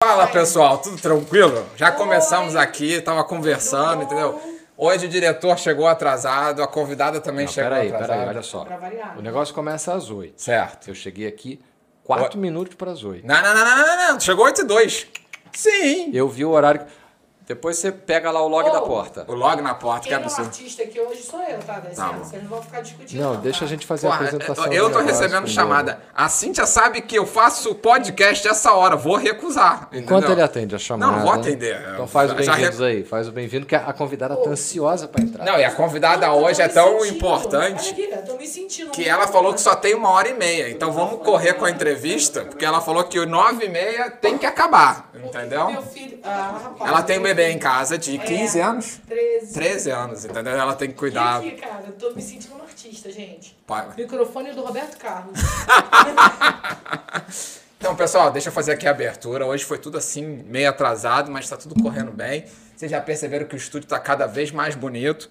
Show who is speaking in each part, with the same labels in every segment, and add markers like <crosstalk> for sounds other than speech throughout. Speaker 1: Fala pessoal, tudo tranquilo? Já começamos aqui, tava conversando, entendeu? Hoje o diretor chegou atrasado, a convidada também
Speaker 2: Não,
Speaker 1: chegou
Speaker 2: Ah, peraí,
Speaker 1: atrasada.
Speaker 2: peraí, olha só.
Speaker 3: Pra variar.
Speaker 1: né?
Speaker 2: O negócio começa às 8.
Speaker 1: Certo.
Speaker 2: Eu cheguei aqui 4 minutos para as 8.
Speaker 1: Não, não, não, não, não, não, não. Chegou 8 e 2. Sim.
Speaker 2: Eu vi o horário. Depois você pega lá o log
Speaker 3: Oh.
Speaker 2: da porta.
Speaker 1: O log na porta, que
Speaker 3: Quem é o
Speaker 1: absurdo.
Speaker 3: artista aqui hoje sou eu, tá? Dá licença,
Speaker 1: bom.
Speaker 3: vocês não vão ficar discutindo.
Speaker 2: Não, deixa
Speaker 3: tá?
Speaker 2: a gente fazer a
Speaker 1: Porra,
Speaker 2: apresentação.
Speaker 1: eu-
Speaker 2: do
Speaker 1: eu tô
Speaker 2: negócio
Speaker 1: recebendo
Speaker 2: primeiro.
Speaker 1: chamada. A Cíntia sabe que eu faço podcast essa hora, vou recusar. Entendeu?
Speaker 2: Enquanto ele atende a chamada.
Speaker 1: Não, vou atender.
Speaker 2: Então faz o
Speaker 1: Já
Speaker 2: bem-vindos
Speaker 1: re-
Speaker 2: aí. Faz o bem-vindo, que a convidada tá ansiosa para entrar.
Speaker 1: Não, e a convidada
Speaker 3: Eu tô
Speaker 1: hoje é
Speaker 3: me
Speaker 1: tão
Speaker 3: sentindo-
Speaker 1: importante.
Speaker 3: Olha aqui, eu tô me sentindo.
Speaker 1: que
Speaker 3: um-
Speaker 1: ela falou que só tem uma hora e meia. Então vamos correr com a entrevista, porque ela falou que o nove e meia tem que acabar,
Speaker 3: Meu
Speaker 1: entendeu?
Speaker 3: filho. Ah, rapaz.
Speaker 1: Ela tem um bebê em casa de
Speaker 3: É,
Speaker 1: 15 anos.
Speaker 3: 13.
Speaker 1: 13 anos, entendeu? Ela tem que
Speaker 3: E
Speaker 1: cuidar.
Speaker 3: aqui, cara, eu tô me sentindo um artista, gente.
Speaker 1: Pai.
Speaker 3: Microfone do Roberto Carlos.
Speaker 1: Então, pessoal, deixa eu fazer aqui a abertura. Hoje foi tudo assim, meio atrasado, mas tá tudo correndo bem. Vocês já perceberam que o estúdio tá cada vez mais bonito.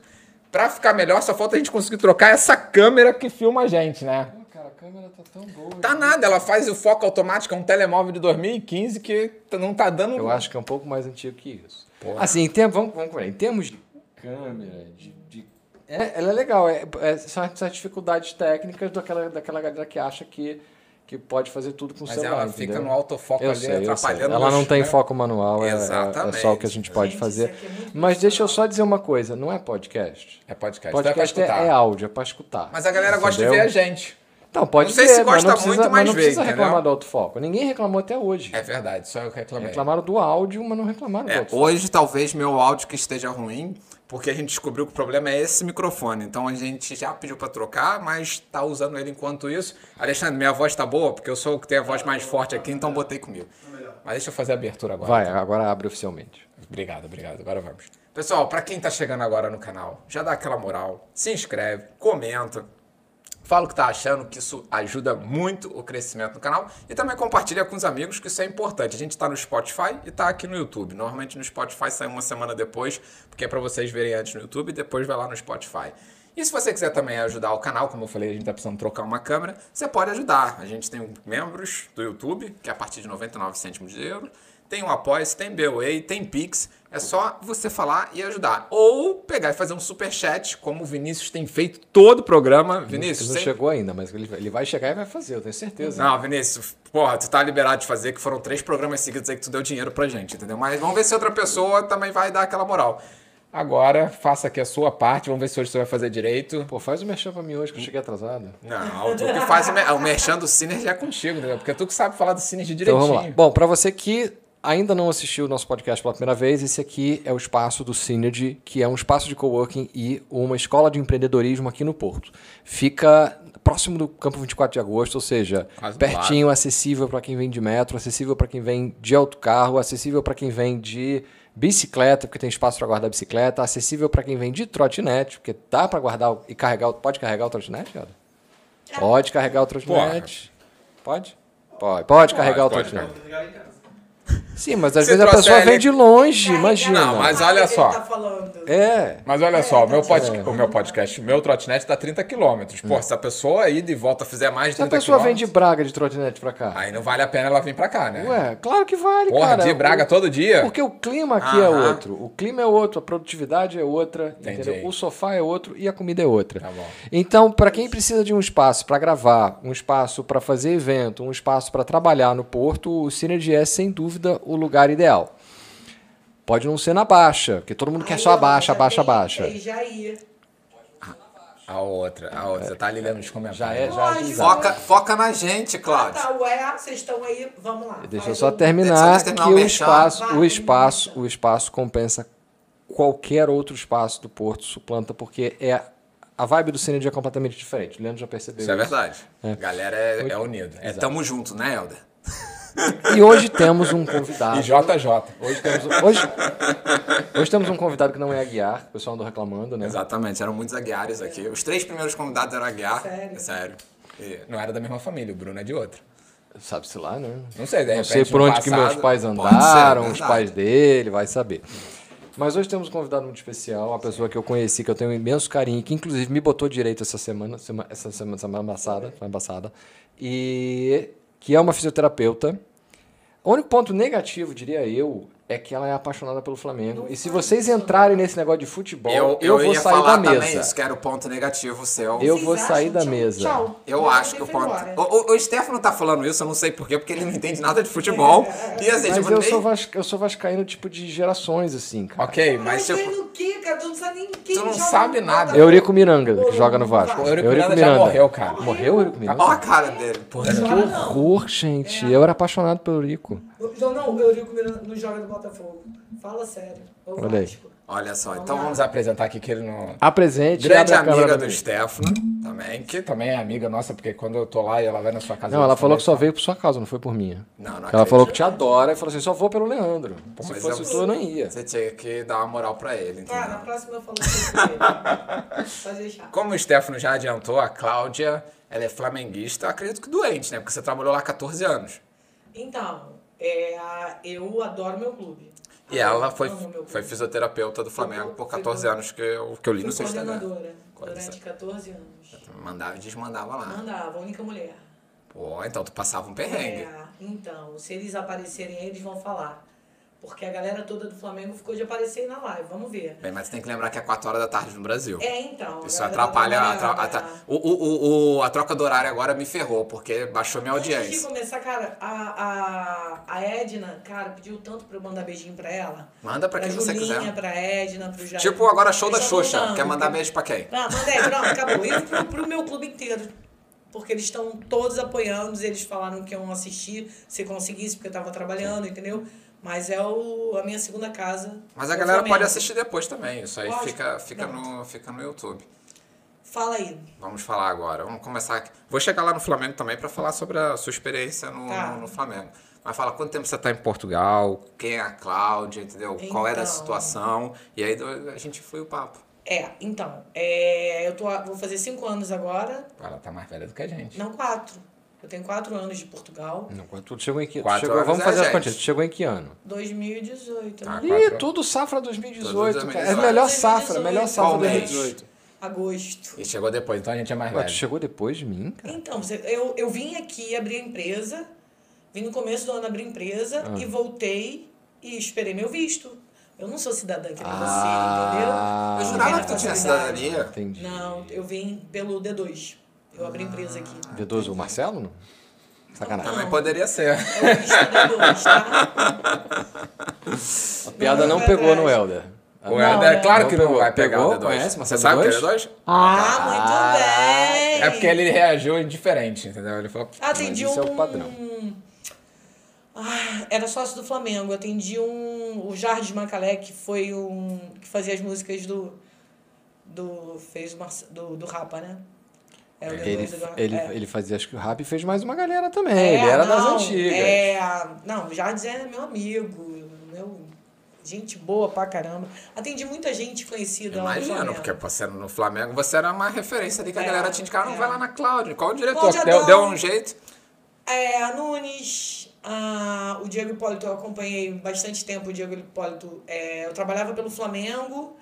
Speaker 1: Pra ficar melhor, só falta a gente conseguir trocar essa câmera que filma a gente, né?
Speaker 2: Cara, a câmera tá tão boa.
Speaker 1: Tá nada, ela faz o foco automático, é um telemóvel de 2015 que t- não tá dando
Speaker 2: Eu acho que é um pouco mais antigo que isso. Assim, em termos, vamos, vamos, com ele. em termos de câmera, de. de- É, ela é legal, é, é- são as são as dificuldades técnicas daquela, daquela galera que acha que, que pode fazer tudo com o
Speaker 1: Mas
Speaker 2: celular.
Speaker 1: ela fica
Speaker 2: entendeu?
Speaker 1: no autofoco
Speaker 2: eu
Speaker 1: ali,
Speaker 2: sei, eu sei.
Speaker 1: atrapalhando. né?
Speaker 2: Ela não
Speaker 1: os-
Speaker 2: tem foco manual, é, é- é
Speaker 1: Exatamente.
Speaker 2: só o que a gente pode
Speaker 3: Gente,
Speaker 2: fazer.
Speaker 3: isso aqui é muito
Speaker 2: Mas deixa eu só dizer uma coisa: não é podcast.
Speaker 1: É podcast, então é pra
Speaker 2: Podcast é,
Speaker 1: escutar.
Speaker 2: é áudio, é pra escutar.
Speaker 1: Mas a galera gosta de
Speaker 2: Entendeu?
Speaker 1: ver a gente.
Speaker 2: Então, pode
Speaker 1: Não sei
Speaker 2: ver,
Speaker 1: se
Speaker 2: mas
Speaker 1: gosta
Speaker 2: não precisa,
Speaker 1: muito,
Speaker 2: mas
Speaker 1: mas
Speaker 2: não
Speaker 1: vê,
Speaker 2: precisa
Speaker 1: entendeu?
Speaker 2: reclamar do autofoco. Ninguém reclamou até hoje.
Speaker 1: É verdade, só eu que reclamei.
Speaker 2: Reclamaram do áudio, mas não reclamaram do
Speaker 1: É,
Speaker 2: autofoco.
Speaker 1: hoje talvez meu áudio que esteja ruim, porque a gente descobriu que o problema é esse microfone. Então a gente já pediu pra trocar, mas tá usando ele enquanto isso. Alexandre, minha voz tá boa, porque eu sou o que tem a voz mais forte aqui, então botei comigo. Mas deixa eu fazer a abertura agora.
Speaker 2: Vai, agora abre oficialmente.
Speaker 1: Obrigado, obrigado. Agora vamos. Pessoal, pra quem tá chegando agora no canal, já dá aquela moral, se inscreve, comenta, fala o que tá achando, que isso ajuda muito o crescimento do canal e também compartilha com os amigos, que isso é importante. A gente tá no Spotify e tá aqui no YouTube. Normalmente no Spotify sai uma semana depois, porque é pra vocês verem antes no YouTube e depois vai lá no Spotify. E se você quiser também ajudar o canal, como eu falei, a gente tá precisando trocar uma câmera, você pode ajudar. A gente tem membros do YouTube, que é a partir de 99 cêntimos de euro, tem o Apoia-se, tem BOA, tem Pix. É só você falar e ajudar. Ou pegar e fazer um superchat, como o Vinícius tem feito todo o programa. Vinícius,
Speaker 2: Ele não
Speaker 1: sem-
Speaker 2: chegou ainda, mas ele, ele vai chegar e vai fazer, eu tenho certeza.
Speaker 1: Não, Vinícius, porra, tu tá liberado de fazer, que foram três programas seguidos aí que tu deu dinheiro pra gente, entendeu? Mas vamos ver se outra pessoa também vai dar aquela moral. Agora, faça aqui a sua parte, vamos ver se hoje você vai fazer direito.
Speaker 2: Pô, faz o merchan pra mim hoje que eu cheguei atrasado.
Speaker 1: Não, tu que faz o mer- o merchan do Synergy é contigo, entendeu? Porque tu que sabe falar do Synergy
Speaker 2: Então
Speaker 1: direitinho.
Speaker 2: vamos lá. Bom, pra você que ainda não assistiu o nosso podcast pela primeira vez, esse aqui é o espaço do Synergy, que é um espaço de coworking e uma escola de empreendedorismo aqui no Porto. Fica próximo do Campo 24 de Agosto, ou seja,
Speaker 1: Quase do
Speaker 2: pertinho, acessível pra quem vem de metro, acessível pra quem vem de autocarro, acessível pra quem vem de bicicleta, porque tem espaço pra guardar bicicleta, acessível pra quem vem de trotinete, porque dá pra guardar o- e carregar, o- pode carregar o trotinete, cara? Pode carregar o trotinete. Pode? Pode, pode carregar o
Speaker 1: pode
Speaker 2: trotinete. Sim, mas às
Speaker 1: Se
Speaker 2: vezes a
Speaker 1: trouxer
Speaker 2: pessoa vem
Speaker 1: ele-
Speaker 2: de longe,
Speaker 3: Carregar
Speaker 2: imagina.
Speaker 1: Não, mas
Speaker 3: o
Speaker 1: olha
Speaker 3: que
Speaker 1: só.
Speaker 3: Ele tá falando.
Speaker 2: É.
Speaker 1: Mas olha só, o meu, podcast, o meu podcast, o meu trotinete dá 30 km. Pô, se a pessoa ida e volta fizer mais de
Speaker 2: Se a
Speaker 1: 30
Speaker 2: pessoa vem
Speaker 1: quilômetros,
Speaker 2: de Braga de trotinete pra cá.
Speaker 1: Aí não vale a pena ela vir pra cá, né?
Speaker 2: Ué, claro que vale,
Speaker 1: Porra,
Speaker 2: cara.
Speaker 1: de Braga
Speaker 2: O-
Speaker 1: todo dia.
Speaker 2: Porque o clima aqui é
Speaker 1: Aham.
Speaker 2: outro. O clima é outro, a produtividade é outra,
Speaker 1: Entendi.
Speaker 2: entendeu? O sofá é outro e a comida é outra.
Speaker 1: Tá bom.
Speaker 2: Então, para quem precisa de um espaço para gravar, um espaço para fazer evento, um espaço para trabalhar no Porto, o Synergy é sem dúvida o lugar ideal. Pode não ser na baixa, porque todo mundo quer só a
Speaker 3: Aí, ó,
Speaker 2: baixa,
Speaker 3: já
Speaker 2: a baixa, a
Speaker 3: tem-
Speaker 2: baixa.
Speaker 3: tem Já ia.
Speaker 1: A outra, a outra. Você tá ali lendo os comentários.
Speaker 2: Já é, já
Speaker 3: Lógico.
Speaker 2: agilizado.
Speaker 1: Foca, foca na gente,
Speaker 3: Ah,
Speaker 1: Cláudio.
Speaker 3: tá, ué, vocês estão aí, vamos lá.
Speaker 2: Deixa eu
Speaker 3: Faz
Speaker 2: só
Speaker 3: um-
Speaker 2: terminar
Speaker 1: Deixa eu terminar
Speaker 2: que
Speaker 1: o
Speaker 2: o
Speaker 1: merchan.
Speaker 2: espaço, o
Speaker 3: Vai,
Speaker 2: espaço,
Speaker 3: merchan.
Speaker 2: o espaço compensa qualquer outro espaço do Porto suplanta porque é a vibe do Cine é completamente diferente. O Leandro já percebeu.
Speaker 1: Isso é
Speaker 2: isso.
Speaker 1: verdade. Galera é, é unida. É tamo junto, né, Helder?
Speaker 2: E hoje temos um
Speaker 1: E
Speaker 2: convidado.
Speaker 1: JJ.
Speaker 2: Hoje temos, um, hoje, hoje temos um convidado que não é Aguiar, o pessoal andou reclamando,
Speaker 1: É.
Speaker 2: né?
Speaker 1: Exatamente, eram muitos aguiares aqui. Os três primeiros convidados eram aguiar. É
Speaker 3: Sério?
Speaker 1: Sério. E não era da mesma família, o Bruno é de outra.
Speaker 2: Sabe-se lá, né?
Speaker 1: Não sei, de
Speaker 2: Não
Speaker 1: repente,
Speaker 2: sei por
Speaker 1: no
Speaker 2: onde que meus
Speaker 1: passado-
Speaker 2: pais
Speaker 1: Pode ser,
Speaker 2: andaram, os
Speaker 1: verdade.
Speaker 2: pais dele, vai saber. Mas hoje temos um convidado muito especial, uma pessoa que eu conheci, que eu tenho um imenso carinho, que inclusive me botou direito essa semana, sema- essa semana, semana passada, semana passada, e que é uma fisioterapeuta, O único ponto negativo, diria eu, é que ela é apaixonada pelo Flamengo.
Speaker 3: Não
Speaker 2: e se
Speaker 3: fala
Speaker 2: vocês
Speaker 3: isso, não.
Speaker 2: entrarem nesse negócio de futebol, eu, vou
Speaker 1: ia
Speaker 2: sair da
Speaker 1: falar
Speaker 2: mesa.
Speaker 1: também isso, que era o ponto negativo seu.
Speaker 2: Eu
Speaker 3: Vocês
Speaker 2: vou
Speaker 3: acham?
Speaker 2: sair da
Speaker 3: Tchau.
Speaker 2: mesa.
Speaker 3: Tchau.
Speaker 1: Eu
Speaker 3: Não,
Speaker 1: acho que o
Speaker 3: eu fui
Speaker 1: ponto.
Speaker 3: embora.
Speaker 1: O, o, o Stefano tá falando isso, eu não sei porquê, porque ele não entende nada de futebol.
Speaker 3: <laughs>
Speaker 1: E assim,
Speaker 2: Mas
Speaker 1: tipo,
Speaker 2: eu
Speaker 1: nem-
Speaker 2: sou, vas... eu sou vascaíno, tipo, de gerações, assim, cara.
Speaker 1: Ok,
Speaker 3: Mas
Speaker 1: mas
Speaker 3: você
Speaker 1: tipo.
Speaker 3: no quê, cara? Tu não sabe nem quem
Speaker 1: Tu não
Speaker 3: joga
Speaker 1: sabe
Speaker 3: no
Speaker 1: nada.
Speaker 3: Botafogo.
Speaker 2: Eurico Miranda, que joga no Vasco.
Speaker 1: O Eurico Miranda já morreu, cara.
Speaker 2: Morreu o Eurico Miranda?
Speaker 1: Ó a cara dele. Pô,
Speaker 2: Que horror, gente. Eu era apaixonado pelo Eurico.
Speaker 3: Não, não, o Eurico Miranda não joga no Botafogo. Fala sério. tipo, Ou
Speaker 2: Olha aí.
Speaker 3: Vasco.
Speaker 1: Olha só, então vamos apresentar aqui que ele não.
Speaker 2: Apresente.
Speaker 1: Grande
Speaker 2: abre a câmera
Speaker 1: amiga
Speaker 2: pra
Speaker 1: do
Speaker 2: mim.
Speaker 1: Stefano, também, que também é amiga nossa, porque quando eu tô lá e ela vai na sua casa.
Speaker 2: Não,
Speaker 1: eu
Speaker 2: ela
Speaker 1: também-
Speaker 2: falou que só veio por sua causa, não foi por minha.
Speaker 1: Não, não
Speaker 2: Ela
Speaker 1: acredito.
Speaker 2: falou que te adora e falou assim: só vou pelo Leandro.
Speaker 1: mas
Speaker 2: Se
Speaker 1: é um
Speaker 2: fosse
Speaker 1: eu-
Speaker 2: tu, eu não ia.
Speaker 1: Você tinha que dar uma moral pra ele, entendeu?
Speaker 3: Tá, na próxima eu falo sobre ele. Pode deixar.
Speaker 1: Como o Stefano já adiantou, a Cláudia, ela é flamenguista, acredito que doente, né? Porque você trabalhou lá 14 anos.
Speaker 3: Então, é, a- eu adoro meu clube.
Speaker 1: E ela foi,
Speaker 3: Amo Ah, meu
Speaker 1: foi
Speaker 3: clube.
Speaker 1: fisioterapeuta do Flamengo por 14 anos, que eu, que eu li no
Speaker 3: Fui
Speaker 1: seu Instagram.
Speaker 3: coordenadora durante 14 anos.
Speaker 1: Mandava e desmandava lá.
Speaker 3: Mandava, única mulher.
Speaker 1: Pô, então tu passava um perrengue.
Speaker 3: É, então, se eles aparecerem aí, eles vão falar. Porque a galera toda do Flamengo ficou de aparecer aí na live, vamos ver.
Speaker 1: Bem, mas tem que lembrar que é 4 horas da tarde no Brasil.
Speaker 3: É, então.
Speaker 1: Isso
Speaker 3: a galera
Speaker 1: atrapalha.
Speaker 3: tá
Speaker 1: A, tra- a tra-
Speaker 3: trabalhando.
Speaker 1: o, o, o- o- a troca do horário agora me ferrou, porque baixou minha
Speaker 3: Antes de
Speaker 1: audiência.
Speaker 3: começar, cara, a, a, a Edna, cara, pediu tanto pra eu mandar beijinho pra ela.
Speaker 1: Manda pra quem você
Speaker 3: Julinha,
Speaker 1: quiser.
Speaker 3: pra Edna, pro Jair.
Speaker 1: Tipo, agora show da
Speaker 3: Eles tão
Speaker 1: Xuxa.
Speaker 3: mandando.
Speaker 1: Quer mandar beijo pra quem?
Speaker 3: Ah, mandei, pronto, acabou. E pro, pro meu clube inteiro. Porque eles estão todos apoiando, eles falaram que iam assistir, se conseguisse, porque eu tava trabalhando, entendeu? Mas é o, a minha segunda casa.
Speaker 1: Mas a
Speaker 3: Eu
Speaker 1: galera
Speaker 3: Flamengo.
Speaker 1: pode assistir depois também. Isso aí
Speaker 3: Pode?
Speaker 1: fica, fica,
Speaker 3: Pronto.
Speaker 1: no, fica no YouTube.
Speaker 3: Fala aí.
Speaker 1: Vamos falar agora. Vamos começar aqui. Vou chegar lá no Flamengo também pra falar sobre a sua experiência no,
Speaker 3: Tá.
Speaker 1: no, no Flamengo. Mas fala quanto tempo você tá em Portugal, quem é a Cláudia, entendeu? Qual era a
Speaker 3: Então.
Speaker 1: situação. E aí do- a gente foi o papo.
Speaker 3: É, então, é, eu tô, a- vou fazer cinco anos agora,
Speaker 1: Ela tá mais velha do que a gente.
Speaker 3: não quatro. Eu tenho quatro anos de Portugal.
Speaker 2: Não, quando tu chegou em que
Speaker 1: Quatro
Speaker 2: chegou-
Speaker 1: horas
Speaker 2: Vamos
Speaker 1: é,
Speaker 2: fazer as
Speaker 1: gente.
Speaker 2: continhas. Tu chegou em que ano?
Speaker 3: 2018,
Speaker 1: Tá.
Speaker 3: né?
Speaker 1: Quatro
Speaker 2: Ih,
Speaker 1: anos.
Speaker 2: tudo safra 2018,
Speaker 1: Tudo
Speaker 2: cara. É a
Speaker 1: 2018.
Speaker 2: melhor safra,
Speaker 3: 2018.
Speaker 2: melhor safra
Speaker 1: Qual mês?
Speaker 2: 2018.
Speaker 3: agosto.
Speaker 1: E chegou depois, então a gente é mais
Speaker 2: Ué, tu
Speaker 1: velho.
Speaker 2: chegou depois de mim, cara?
Speaker 3: Então, você- eu, eu vim aqui abrir a empresa, vim no começo do ano abrir a empresa
Speaker 2: Ah.
Speaker 3: e voltei e esperei meu visto. Eu não sou cidadã que nem
Speaker 2: Ah.
Speaker 1: Eu
Speaker 3: você, entendeu?
Speaker 1: jurava
Speaker 3: Não
Speaker 1: que
Speaker 3: tenho
Speaker 1: tu tinha
Speaker 3: facilidade.
Speaker 1: cidadania.
Speaker 2: Entendi.
Speaker 3: Não, eu vim pelo D2. Eu abri a empresa aqui.
Speaker 2: D12, o Marcelo? Não? Sacanagem.
Speaker 1: Também Ah, poderia ser.
Speaker 3: É o visto D2, tá?
Speaker 2: A piada não
Speaker 3: foi
Speaker 1: é
Speaker 2: pegou
Speaker 3: atrás.
Speaker 2: no Helder. Ah,
Speaker 1: O
Speaker 3: é
Speaker 1: Helder, é
Speaker 3: né?
Speaker 1: claro
Speaker 2: Não
Speaker 1: que não
Speaker 2: pegou.
Speaker 1: vai pegar
Speaker 2: Pegou?
Speaker 1: o D2.
Speaker 2: Conhece
Speaker 1: Você
Speaker 2: Marcelo
Speaker 1: sabe o que é
Speaker 2: D2?
Speaker 1: D2?
Speaker 3: Ah, muito bem!
Speaker 1: É porque ele reagiu indiferente, entendeu? Ele falou.
Speaker 3: Atendi
Speaker 2: Mas isso é
Speaker 3: um.
Speaker 2: o padrão.
Speaker 3: Ah, era sócio do Flamengo. Atendi um. O Jardim Macalé, que foi um. que fazia as músicas do. do. fez o Marce- do, do Rapa, né? É, o
Speaker 2: Ele,
Speaker 3: Leandro do-
Speaker 2: ele,
Speaker 3: é.
Speaker 2: ele fazia acho que o rap e fez mais uma galera também.
Speaker 3: É,
Speaker 2: ele era das
Speaker 3: não,
Speaker 2: antigas.
Speaker 3: É, não, o Jardim é meu amigo, meu. Gente boa pra caramba. Atendi muita gente
Speaker 2: É
Speaker 3: conhecida lá no
Speaker 1: Imagino,
Speaker 3: Flamengo.
Speaker 1: porque você no Flamengo você era uma referência ali que a
Speaker 3: É,
Speaker 1: galera te indicava. Não
Speaker 3: é.
Speaker 1: vai lá na Cláudia. Qual o diretor?
Speaker 3: Cláudia
Speaker 1: Que deu,
Speaker 3: Dom.
Speaker 1: deu um jeito.
Speaker 3: É, a Nunes, a, o Diego Hipólito eu acompanhei bastante tempo. O Diego Hipólito, é, eu trabalhava pelo Flamengo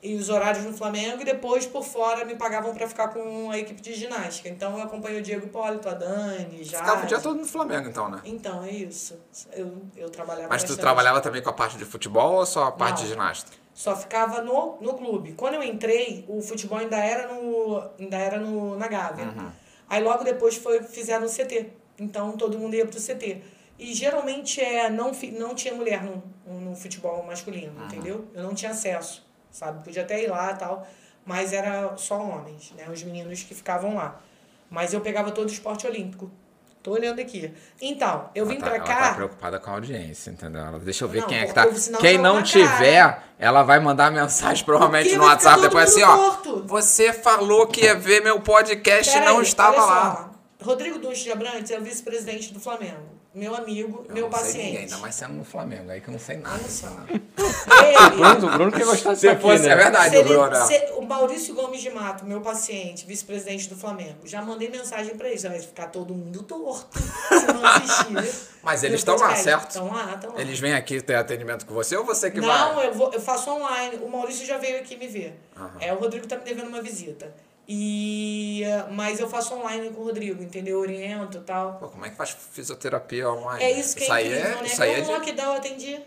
Speaker 3: e os horários no Flamengo, e depois por fora me pagavam pra ficar com a equipe de ginástica. Então eu acompanhei o Diego Hipólito, a Dani, já.
Speaker 1: Ficava o dia todo no Flamengo, então, né?
Speaker 3: Então é isso. Eu, eu trabalhava.
Speaker 1: Mas tu
Speaker 3: bastante.
Speaker 1: trabalhava também com a parte de futebol ou só a parte de
Speaker 3: Não.
Speaker 1: ginástica?
Speaker 3: Só ficava no, no clube. Quando eu entrei, o futebol ainda era, no, ainda era no, na Gávea.
Speaker 1: Uhum.
Speaker 3: Aí logo depois foi, fizeram o CT. Então todo mundo ia pro CT. E geralmente é, não, fi- não tinha mulher no, no futebol masculino,
Speaker 1: Uhum.
Speaker 3: entendeu? Eu não tinha acesso, sabe? Podia até ir lá e tal, mas era só homens, né? Os meninos que ficavam lá. Mas eu pegava todo o esporte olímpico. Tô olhando aqui. Então, eu vim
Speaker 1: ela tá,
Speaker 3: pra
Speaker 1: ela
Speaker 3: cá.
Speaker 1: tá preocupada com a audiência, entendeu? Ela- deixa eu ver
Speaker 3: Não,
Speaker 1: quem é que
Speaker 3: porque
Speaker 1: tá.
Speaker 3: senão
Speaker 1: Quem
Speaker 3: joga
Speaker 1: não
Speaker 3: na
Speaker 1: tiver, ela vai mandar mensagem provavelmente
Speaker 3: Porque
Speaker 1: no
Speaker 3: vai ficar
Speaker 1: WhatsApp
Speaker 3: todo
Speaker 1: depois assim,
Speaker 3: mundo
Speaker 1: ó.
Speaker 3: torto.
Speaker 1: Você falou que ia ver meu podcast e
Speaker 3: Peraí,
Speaker 1: não estava
Speaker 3: olha só.
Speaker 1: lá.
Speaker 3: Rodrigo Duarte de Abrantes é o vice-presidente do Flamengo. Meu amigo,
Speaker 1: Eu
Speaker 3: meu
Speaker 1: não sei
Speaker 3: paciente.
Speaker 1: ninguém, ainda mais sendo no Flamengo, aí que eu não sei nada.
Speaker 3: Olha só.
Speaker 1: <laughs>
Speaker 2: Bruno,
Speaker 3: Ele,
Speaker 2: o Bruno que gostar disso
Speaker 1: Se
Speaker 2: aqui,
Speaker 1: fosse-
Speaker 2: né?
Speaker 1: é verdade,
Speaker 3: se ele-
Speaker 1: Bruno. né?
Speaker 3: se- o Maurício Gomes de Mato, meu paciente, vice-presidente do Flamengo. Já mandei mensagem pra eles. Vai ficar todo mundo torto se não assistir.
Speaker 1: <laughs> Mas eles estão
Speaker 3: Meu
Speaker 1: lá,
Speaker 3: podcast.
Speaker 1: certo?
Speaker 3: Estão lá, estão lá.
Speaker 1: Eles vêm aqui ter atendimento com você ou você que vai?
Speaker 3: Não, eu, vou, eu faço online. O Maurício já veio aqui me ver. É, o Rodrigo tá me devendo uma visita. E, eh, mas eu faço online com o Rodrigo, entendeu? Oriento e tal.
Speaker 1: Pô, como é que faz fisioterapia online?
Speaker 3: É isso que
Speaker 1: isso
Speaker 3: é
Speaker 1: aí
Speaker 3: incrível,
Speaker 1: é,
Speaker 3: né?
Speaker 1: Isso aí é
Speaker 3: Todo
Speaker 1: de- É
Speaker 3: lockdown eu atendi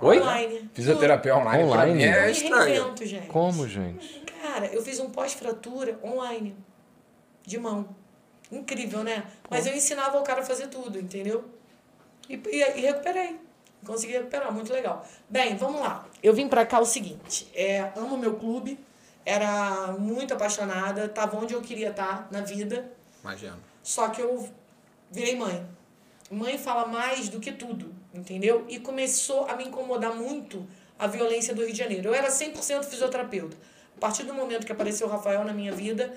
Speaker 2: Oi?
Speaker 3: é online.
Speaker 1: Fisioterapia online, pra
Speaker 2: Online?
Speaker 1: mim é
Speaker 3: Eu me
Speaker 1: estranho.
Speaker 3: reinvento, gente.
Speaker 2: Como, gente?
Speaker 3: Cara, eu fiz um pós-fratura online. De mão. Incrível, né? Mas eu ensinava o cara a fazer tudo, entendeu? E, e- e recuperei. Consegui recuperar, muito legal. Bem, vamos lá. Eu vim pra cá o seguinte: é, amo meu clube, era muito apaixonada, tava onde eu queria estar na vida,
Speaker 1: Imagina.
Speaker 3: só que eu virei mãe. Mãe fala mais do que tudo, entendeu? E começou a me incomodar muito a violência do Rio de Janeiro. Eu era 100% fisioterapeuta. A partir do momento que apareceu o Rafael na minha vida,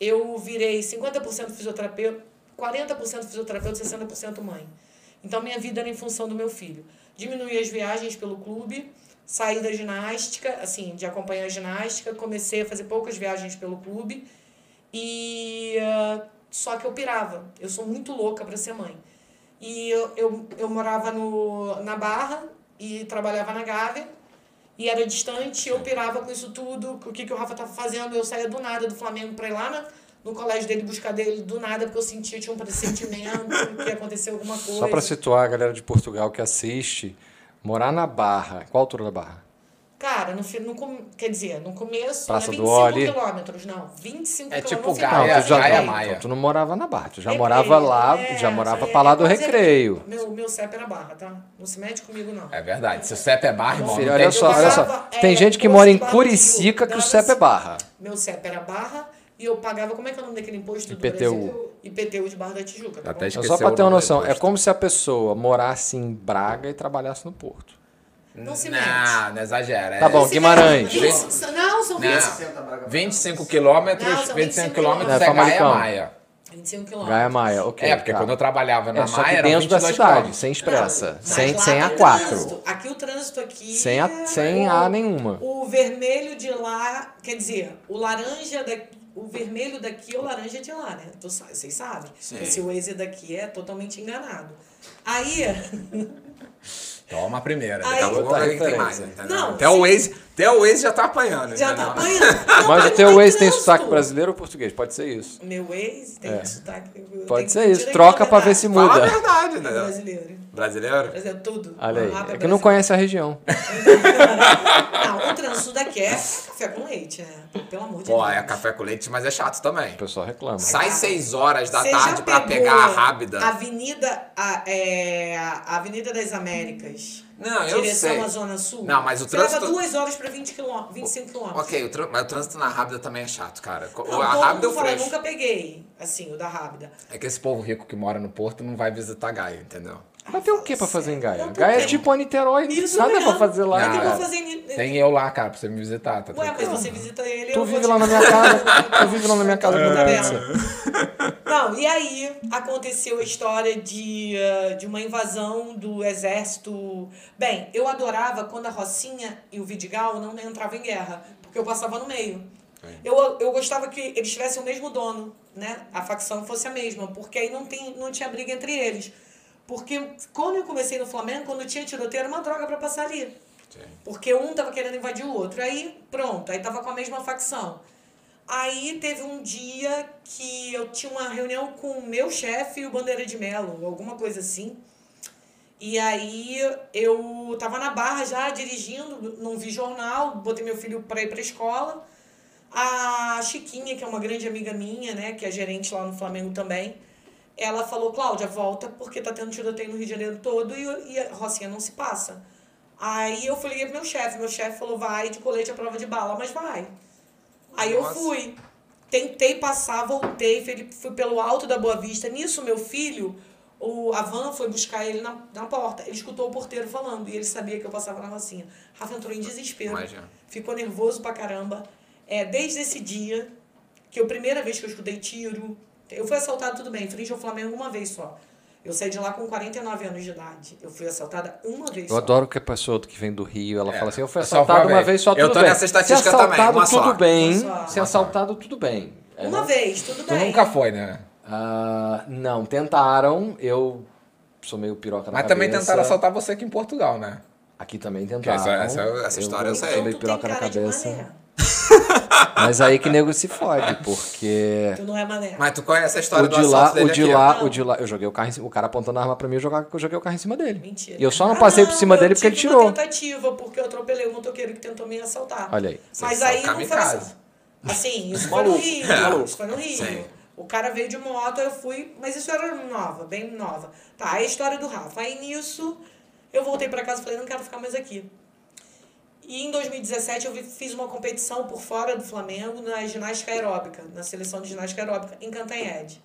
Speaker 3: eu virei 50% fisioterapeuta, 40% fisioterapeuta, 60% mãe. Então minha vida era em função do meu filho. Diminuí as viagens pelo clube, saí da ginástica, assim, de acompanhar a ginástica, comecei a fazer poucas viagens pelo clube. E ah, só que eu pirava. Eu sou muito louca para ser mãe. E eu, eu, eu morava no, na Barra e trabalhava na Gávea. E era distante, eu pirava com isso tudo, com o que, que o Rafa tava fazendo. Eu saía do nada do Flamengo pra ir lá na- no colégio dele buscar dele do nada, porque eu sentia, tinha um pressentimento <laughs> que ia acontecer alguma coisa.
Speaker 2: Só pra situar a galera de Portugal que assiste, morar na Barra. Qual a altura da Barra?
Speaker 3: Cara, no, fi- no, com- quer dizer, no começo,
Speaker 2: Praça do
Speaker 3: não é
Speaker 2: Oli.
Speaker 3: 25 quilômetros, não. 25
Speaker 1: É tipo
Speaker 3: quilômetros.
Speaker 1: Gaia-
Speaker 3: não,
Speaker 2: tu já,
Speaker 1: Gaia
Speaker 2: não,
Speaker 1: Maia.
Speaker 2: então tu não morava na Barra, tu já
Speaker 3: Recreio,
Speaker 2: morava lá,
Speaker 3: é,
Speaker 2: já morava
Speaker 3: é,
Speaker 2: pra lá do
Speaker 3: mas é-
Speaker 2: recreio.
Speaker 3: Meu, meu CEP era barra, tá? Não se mete comigo, não.
Speaker 1: É verdade. Se o CEP é barra, irmão,
Speaker 2: Filho,
Speaker 1: não
Speaker 2: olha
Speaker 1: tem
Speaker 2: só,
Speaker 1: discussão.
Speaker 2: olha só.
Speaker 3: pagava,
Speaker 2: Tem
Speaker 3: é,
Speaker 2: gente que
Speaker 3: doze
Speaker 2: mora em
Speaker 3: barras
Speaker 2: Curicica que o
Speaker 3: dava
Speaker 2: CEP é
Speaker 3: assim.
Speaker 2: barra.
Speaker 3: Meu CEP era barra e eu pagava. Como é que é o nome daquele imposto
Speaker 2: IPTU.
Speaker 3: do Brasil? IPTU de Barra da Tijuca. Tá
Speaker 1: Até
Speaker 3: bom?
Speaker 2: É
Speaker 1: Esqueceu
Speaker 2: só pra
Speaker 1: o
Speaker 2: ter uma
Speaker 1: nome do
Speaker 2: noção, é
Speaker 1: posto.
Speaker 2: como se a pessoa morasse em Braga e trabalhasse no Porto.
Speaker 3: Não se mete.
Speaker 1: Não, não exagera.
Speaker 2: Tá
Speaker 1: É
Speaker 2: bom,
Speaker 3: Se
Speaker 2: Guimarães.
Speaker 3: mete. Isso, isso- Não, são 25,
Speaker 1: Não, 25 quilômetros,
Speaker 3: Não, são
Speaker 1: 25
Speaker 3: 25
Speaker 1: quilômetros
Speaker 2: É,
Speaker 1: é Gaia
Speaker 2: Famalicão.
Speaker 1: Maia.
Speaker 3: 25 quilômetros.
Speaker 2: Gaia Maia, ok.
Speaker 1: é, porque
Speaker 2: tá.
Speaker 1: quando eu trabalhava na
Speaker 2: É só
Speaker 1: Maia,
Speaker 2: que
Speaker 1: era
Speaker 2: dentro da
Speaker 1: 22
Speaker 2: cidade,
Speaker 1: quilômetros.
Speaker 2: sem
Speaker 3: Não,
Speaker 2: expressa,
Speaker 3: mas
Speaker 2: sem,
Speaker 3: lá
Speaker 2: sem
Speaker 3: tem
Speaker 2: A4.
Speaker 3: trânsito. Aqui o trânsito aqui.
Speaker 2: Sem a-
Speaker 3: é
Speaker 2: sem
Speaker 3: o-
Speaker 2: A nenhuma.
Speaker 3: O vermelho de lá, quer dizer, o laranja daqui. O vermelho daqui é o laranja de lá, né? Tu sa- Vocês sabem?
Speaker 1: Sim.
Speaker 3: Esse Waze daqui é totalmente enganado. Aí,
Speaker 1: Toma a primeira,
Speaker 3: Aí- tá
Speaker 1: daqui a pouco
Speaker 2: Outra
Speaker 1: alguém tem
Speaker 2: referência.
Speaker 1: mais. entendeu?
Speaker 3: Não,
Speaker 1: até, o
Speaker 3: sim.
Speaker 1: Waze, até o Waze já tá apanhando.
Speaker 3: já
Speaker 1: entendeu?
Speaker 3: tá apanhando. Não,
Speaker 2: Mas o
Speaker 3: não
Speaker 2: teu Waze tem um
Speaker 3: trânsito.
Speaker 2: sotaque brasileiro ou português? Pode ser isso.
Speaker 3: Meu Waze tem um sotaque. eu tenho
Speaker 2: Pode
Speaker 3: que
Speaker 2: ser
Speaker 3: pedir
Speaker 2: isso.
Speaker 3: aqui
Speaker 2: Troca pra ver
Speaker 3: verdade.
Speaker 2: se
Speaker 1: Fala a
Speaker 2: muda.
Speaker 1: verdade,
Speaker 3: É
Speaker 1: né?
Speaker 3: brasileiro.
Speaker 1: Brasileiro?
Speaker 3: Mas é tudo.
Speaker 2: Olha
Speaker 3: O Rafa
Speaker 2: aí. É que não conhece a região.
Speaker 3: Não, o trânsito daqui é café com leite, né? Pelo amor de
Speaker 1: Pô,
Speaker 3: Deus.
Speaker 1: é café com leite, mas é chato também.
Speaker 2: O pessoal reclama.
Speaker 1: Sai
Speaker 3: Cara,
Speaker 1: 6 horas da
Speaker 3: Você já
Speaker 1: tarde pra
Speaker 3: pegou
Speaker 1: pegar a rápida.
Speaker 3: Avenida, a, é, a Avenida das Américas.
Speaker 1: Não, eu
Speaker 3: direção
Speaker 1: sei.
Speaker 3: à Zona Sul.
Speaker 1: Não, mas o
Speaker 3: Você
Speaker 1: trânsito-
Speaker 3: leva duas horas pra 20 quilô... 25 quilômetros.
Speaker 1: Ok, o trân- mas o trânsito na rápida também é chato, cara. Co-
Speaker 3: Não,
Speaker 1: a
Speaker 3: todo
Speaker 1: rápida eu
Speaker 3: mundo fala, eu
Speaker 1: fresco.
Speaker 3: nunca peguei, assim, o da Rábida.
Speaker 1: É que esse povo rico que mora no Porto não vai visitar Gaia, entendeu?
Speaker 2: Mas tem o que pra fazer em Gaia?
Speaker 3: Não tem
Speaker 2: Gaia é
Speaker 3: tempo.
Speaker 2: tipo a Niterói. não tem
Speaker 3: Isso
Speaker 2: Nada
Speaker 3: mesmo.
Speaker 2: pra fazer lá.
Speaker 3: Não,
Speaker 1: Ah,
Speaker 3: que eu vou
Speaker 2: cara.
Speaker 1: é.
Speaker 3: fazer em-
Speaker 1: Tem eu lá, cara, pra você me visitar, tá
Speaker 3: Ué, mas
Speaker 1: tranquilo.
Speaker 3: você visita ele,
Speaker 2: Tu
Speaker 3: eu
Speaker 2: vive
Speaker 3: vou
Speaker 2: lá
Speaker 3: te-
Speaker 2: na minha casa. Tu vive lá na minha casa com pizza.
Speaker 3: Não, e aí aconteceu a história de, ah, de uma invasão do exército. Bem, eu adorava quando a Rocinha e o Vidigal não entravam em guerra, porque eu passava no meio. Eu, eu gostava que eles tivessem o mesmo dono, né? A facção fosse a mesma, porque aí não, tem, não tinha briga entre eles. Porque quando eu comecei no Flamengo, quando tinha tiroteio, era uma droga pra passar ali.
Speaker 1: Sim.
Speaker 3: Porque um tava querendo invadir o outro. Aí, pronto, aí tava com a mesma facção. Aí teve um dia que eu tinha uma reunião com o meu chefe e o Bandeira de Melo, alguma coisa assim. E aí eu tava na barra já dirigindo, não vi jornal, botei meu filho pra ir pra escola. A Chiquinha, que é uma grande amiga minha, né, que é gerente lá no Flamengo também, ela falou: Cláudia, volta, porque tá tendo tiroteio no Rio de Janeiro todo e, e a Rocinha não se passa. Aí eu falei pro meu chefe, meu chefe falou: vai de colete à prova de bala, mas vai. Aí eu
Speaker 1: Nossa.
Speaker 3: fui. Tentei passar, voltei, fui- fui pelo alto da Boa Vista. Nisso, meu filho, o, a van foi buscar ele na, na porta. Ele escutou o porteiro falando e ele sabia que eu passava na Rocinha. Rafa entrou em desespero.
Speaker 1: Imagina.
Speaker 3: Ficou nervoso pra caramba. É, desde esse dia, que é a primeira vez que eu escutei tiro, eu fui assaltada, tudo bem, frente ao Flamengo uma vez só. Eu saí de lá com 49 anos de idade. Eu fui assaltada uma vez
Speaker 2: Eu
Speaker 3: só.
Speaker 2: adoro que a pessoa que vem do Rio, ela
Speaker 1: É,
Speaker 2: fala assim, eu fui
Speaker 1: é só uma
Speaker 2: assaltado uma
Speaker 1: vez.
Speaker 2: vez só,
Speaker 1: Eu
Speaker 2: tudo
Speaker 1: tô
Speaker 2: bem.
Speaker 1: nessa estatística
Speaker 2: Se
Speaker 1: também,
Speaker 2: assaltado,
Speaker 1: uma só.
Speaker 2: tudo bem.
Speaker 3: Uma só.
Speaker 2: Se assaltado, tudo bem. É,
Speaker 3: Uma
Speaker 2: né?
Speaker 3: vez, tudo
Speaker 1: Tu
Speaker 3: bem. Então
Speaker 1: nunca foi, né?
Speaker 2: Ah, não, tentaram. Eu sou meio piroca na
Speaker 1: Mas
Speaker 2: cabeça.
Speaker 1: também tentaram assaltar você aqui em Portugal, né?
Speaker 2: Aqui também tentaram.
Speaker 1: Essa- essa- essa história é eu sei.
Speaker 2: Sou meio
Speaker 3: Tu tem
Speaker 2: piroca na
Speaker 3: cara de
Speaker 2: cabeça.
Speaker 3: mané.
Speaker 2: Mas aí que nego se fode, porque.
Speaker 3: Tu não é mané.
Speaker 1: Mas tu conhece a história
Speaker 2: O
Speaker 1: do
Speaker 2: de lá,
Speaker 1: assalto
Speaker 2: o
Speaker 1: dele
Speaker 2: de
Speaker 1: aqui?
Speaker 2: lá,
Speaker 3: Não.
Speaker 2: o de lá. Eu joguei o carro em cima. O cara apontando a arma pra mim, eu, jogava, eu joguei o carro em cima dele.
Speaker 3: Mentira.
Speaker 2: E eu só não
Speaker 3: Ah,
Speaker 2: passei por cima dele porque ele
Speaker 3: Eu tive
Speaker 2: tirou.
Speaker 3: uma tentativa, porque eu atropelei o motoqueiro que tentou me assaltar.
Speaker 2: Olha aí.
Speaker 3: Mas
Speaker 1: Vocês
Speaker 3: aí
Speaker 1: são
Speaker 3: não foi
Speaker 1: kamikaze.
Speaker 3: assim. Assim, isso foi no
Speaker 4: Maluco,
Speaker 3: Rio.
Speaker 4: maluco.
Speaker 3: Isso foi no Rio.
Speaker 1: Sim.
Speaker 3: O cara veio de moto, eu fui... Mas isso era nova, bem nova. Tá, aí a história do Rafa. Aí nisso, eu voltei pra casa e falei, não quero ficar mais aqui. E em 2017 eu vi- fiz uma competição por fora do Flamengo na ginástica aeróbica, na seleção de ginástica aeróbica, em Cantanhede.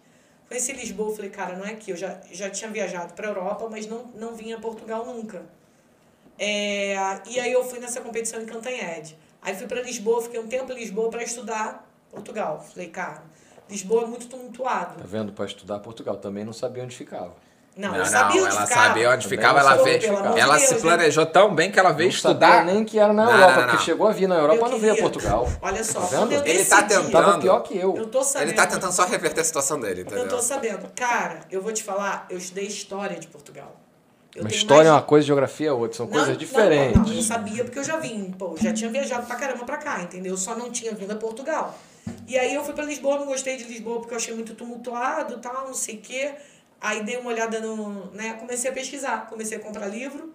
Speaker 3: Conheci Lisboa, eu falei, cara, não é aqui. Eu já, já tinha viajado pra Europa, mas não, não vinha a Portugal nunca. É, e aí eu fui nessa competição em Cantanhede. Aí fui para Lisboa, fiquei um tempo em Lisboa para estudar Portugal. Falei, cara, Lisboa é muito
Speaker 2: Tá
Speaker 3: tumultuado.
Speaker 2: vendo? Pra estudar Portugal. Também não sabia onde ficava.
Speaker 3: Não,
Speaker 1: Não,
Speaker 3: eu
Speaker 1: não,
Speaker 3: sabia onde
Speaker 1: ela
Speaker 3: ficava.
Speaker 1: sabia onde
Speaker 2: Também
Speaker 1: ficava,
Speaker 2: não
Speaker 1: ela
Speaker 2: sabia
Speaker 1: veio.
Speaker 2: onde ficava.
Speaker 1: Ela
Speaker 3: Pelo amor
Speaker 1: se
Speaker 3: de
Speaker 1: planejou tão bem que ela veio
Speaker 2: não
Speaker 1: estudar.
Speaker 2: sabia nem que era na
Speaker 1: Não,
Speaker 2: Europa,
Speaker 1: não, não,
Speaker 2: porque
Speaker 1: não.
Speaker 2: chegou a vir na Europa,
Speaker 3: Eu
Speaker 2: eu não veio a
Speaker 3: queria.
Speaker 2: Portugal.
Speaker 3: Olha só,
Speaker 2: Tá vendo?
Speaker 3: quando eu
Speaker 1: Ele tá
Speaker 3: decidi-
Speaker 1: tentando.
Speaker 2: Tava pior que eu.
Speaker 3: Eu tô sabendo.
Speaker 1: Ele tá tentando só reverter a situação dele,
Speaker 2: Tá
Speaker 1: entendeu?
Speaker 3: Eu tô sabendo. Cara, eu vou te falar, eu estudei história de Portugal. Eu
Speaker 2: Uma
Speaker 3: tenho
Speaker 2: história é
Speaker 3: mais-
Speaker 2: uma coisa, geografia é outra. São
Speaker 3: Não,
Speaker 2: coisas
Speaker 3: não,
Speaker 2: diferentes.
Speaker 3: Não, eu sabia porque eu já vim, pô, já tinha viajado pra caramba pra cá, entendeu? Eu só não tinha vindo a Portugal. E aí eu fui pra Lisboa, não gostei de Lisboa porque eu achei muito tumultuado, tal, não sei o quê. Aí dei uma olhada no, né, comecei a pesquisar, comecei a comprar livro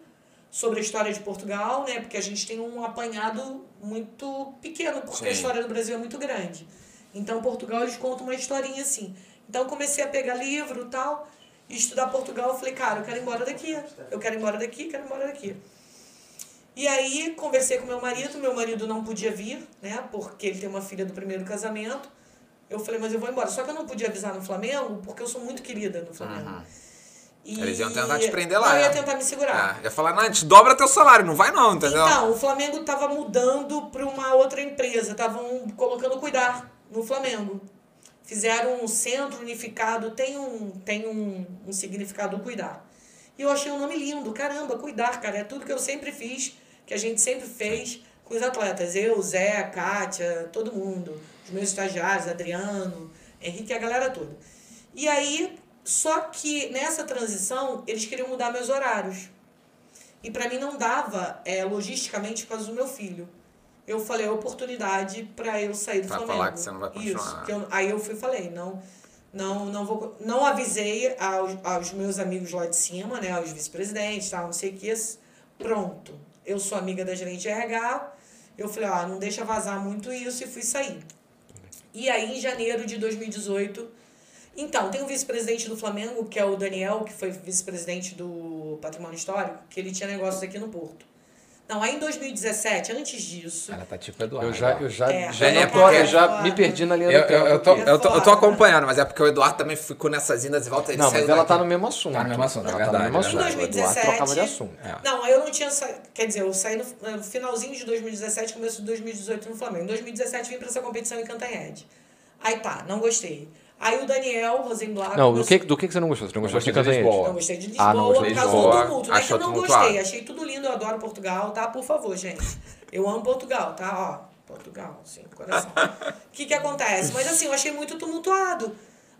Speaker 3: sobre a história de Portugal, né? Porque a gente tem um apanhado muito pequeno, porque a
Speaker 1: Sim.
Speaker 3: história do Brasil é muito grande. Então Portugal eles contam uma historinha assim. Então comecei a pegar livro, tal, e estudar Portugal, eu falei, cara, eu quero ir embora daqui. Eu quero ir embora daqui, quero ir embora daqui. E aí conversei com meu marido, meu marido não podia vir, né? Porque ele tem uma filha do primeiro casamento. Eu falei, mas eu vou embora. Só que eu não podia avisar no Flamengo, porque eu sou muito querida no Flamengo. E-
Speaker 1: Eles iam tentar te prender lá,
Speaker 3: Não, eu ia
Speaker 1: né?
Speaker 3: tentar me segurar.
Speaker 1: Ah, ia falar, não, a gente dobra teu salário, não vai não, entendeu?
Speaker 3: Então, o Flamengo estava mudando para uma outra empresa, estavam colocando cuidar no Flamengo. Fizeram um centro unificado, tem um, tem um, um significado cuidar. E eu achei um nome lindo, caramba, cuidar, cara, é tudo que eu sempre fiz, que a gente sempre fez com os atletas. Eu, Zé, Kátia, todo mundo, os meus estagiários, Adriano, Henrique, a galera toda. E aí, só que nessa transição, eles queriam mudar meus horários. E pra mim não dava é, logisticamente por causa do meu filho. Eu falei, é oportunidade pra eu sair do
Speaker 1: Pra
Speaker 3: Flamengo.
Speaker 1: falar que você não vai continuar.
Speaker 3: Isso, que eu- aí eu fui e falei, não, não, não vou, não avisei aos, aos meus amigos lá de cima, né, aos vice-presidentes, tal, não sei o que, pronto. Eu sou amiga da gerente de RH, eu falei, ó, não deixa vazar muito isso e fui sair. E aí, em janeiro de 2018, então, tem o vice-presidente do Flamengo, que é o Daniel, que foi vice-presidente do Patrimônio Histórico, que ele tinha negócios aqui no Porto. Não, aí em 2017, antes disso,
Speaker 2: É,
Speaker 1: Ela tá tipo Eduardo.
Speaker 2: Eu já, eu já,
Speaker 3: É.
Speaker 2: já,
Speaker 1: É
Speaker 2: não tô-
Speaker 1: porque-
Speaker 2: eu já me perdi na linha
Speaker 1: Eu,
Speaker 2: do
Speaker 1: eu,
Speaker 2: tempo.
Speaker 1: eu tô,
Speaker 2: aqui.
Speaker 1: eu, tô, eu tô acompanhando, mas é porque o Eduardo também ficou nessas indas e voltas. Ele
Speaker 2: Não,
Speaker 1: saiu
Speaker 2: mas ela
Speaker 1: daqui.
Speaker 2: tá no mesmo assunto.
Speaker 1: Tá no mesmo assunto, é
Speaker 2: Ela
Speaker 1: verdade,
Speaker 2: Tá no mesmo
Speaker 1: é
Speaker 2: assunto.
Speaker 1: verdade.
Speaker 2: O Eduardo trocava de assunto. É.
Speaker 3: Não, eu não tinha. sa- Quer dizer, eu saí no no finalzinho de 2017, começo de 2018 no Flamengo. Em 2017 vim pra essa competição em Cantanhede. Aí tá, não gostei. Aí o Daniel Rosenblatt.
Speaker 2: Não, do
Speaker 3: começou-
Speaker 2: que, do que que você não gostou? Você não gostou de
Speaker 1: gostei de
Speaker 2: Cantanhede?
Speaker 1: Lisboa.
Speaker 3: Não gostei de Lisboa
Speaker 2: Ah, não gostei
Speaker 3: por
Speaker 2: de
Speaker 3: causa
Speaker 1: Lisboa.
Speaker 3: do tumulto. Não é que
Speaker 1: Achou
Speaker 3: eu não
Speaker 1: tumultuado.
Speaker 3: gostei. Achei tudo lindo. Eu adoro Portugal, tá? Por favor, gente. Eu amo Portugal, tá? Ó, Portugal, sim, coração. O que que acontece? Mas assim, eu achei muito tumultuado.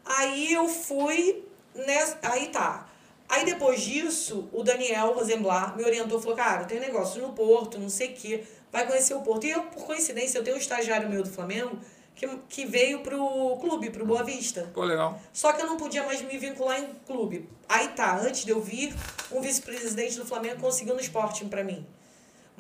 Speaker 3: Aí eu fui... Nessa... Aí tá. Aí depois disso, o Daniel Rosenblatt me orientou. Falou, cara, tem um negócio no Porto, não sei o quê. Vai conhecer o Porto. E eu, por coincidência, eu tenho um estagiário meu do Flamengo que, que veio pro clube, pro Boa Vista.
Speaker 1: Pô, legal.
Speaker 3: Só que eu não podia mais me vincular em clube. Aí tá, antes de eu vir, um vice-presidente do Flamengo conseguiu no Sporting pra mim.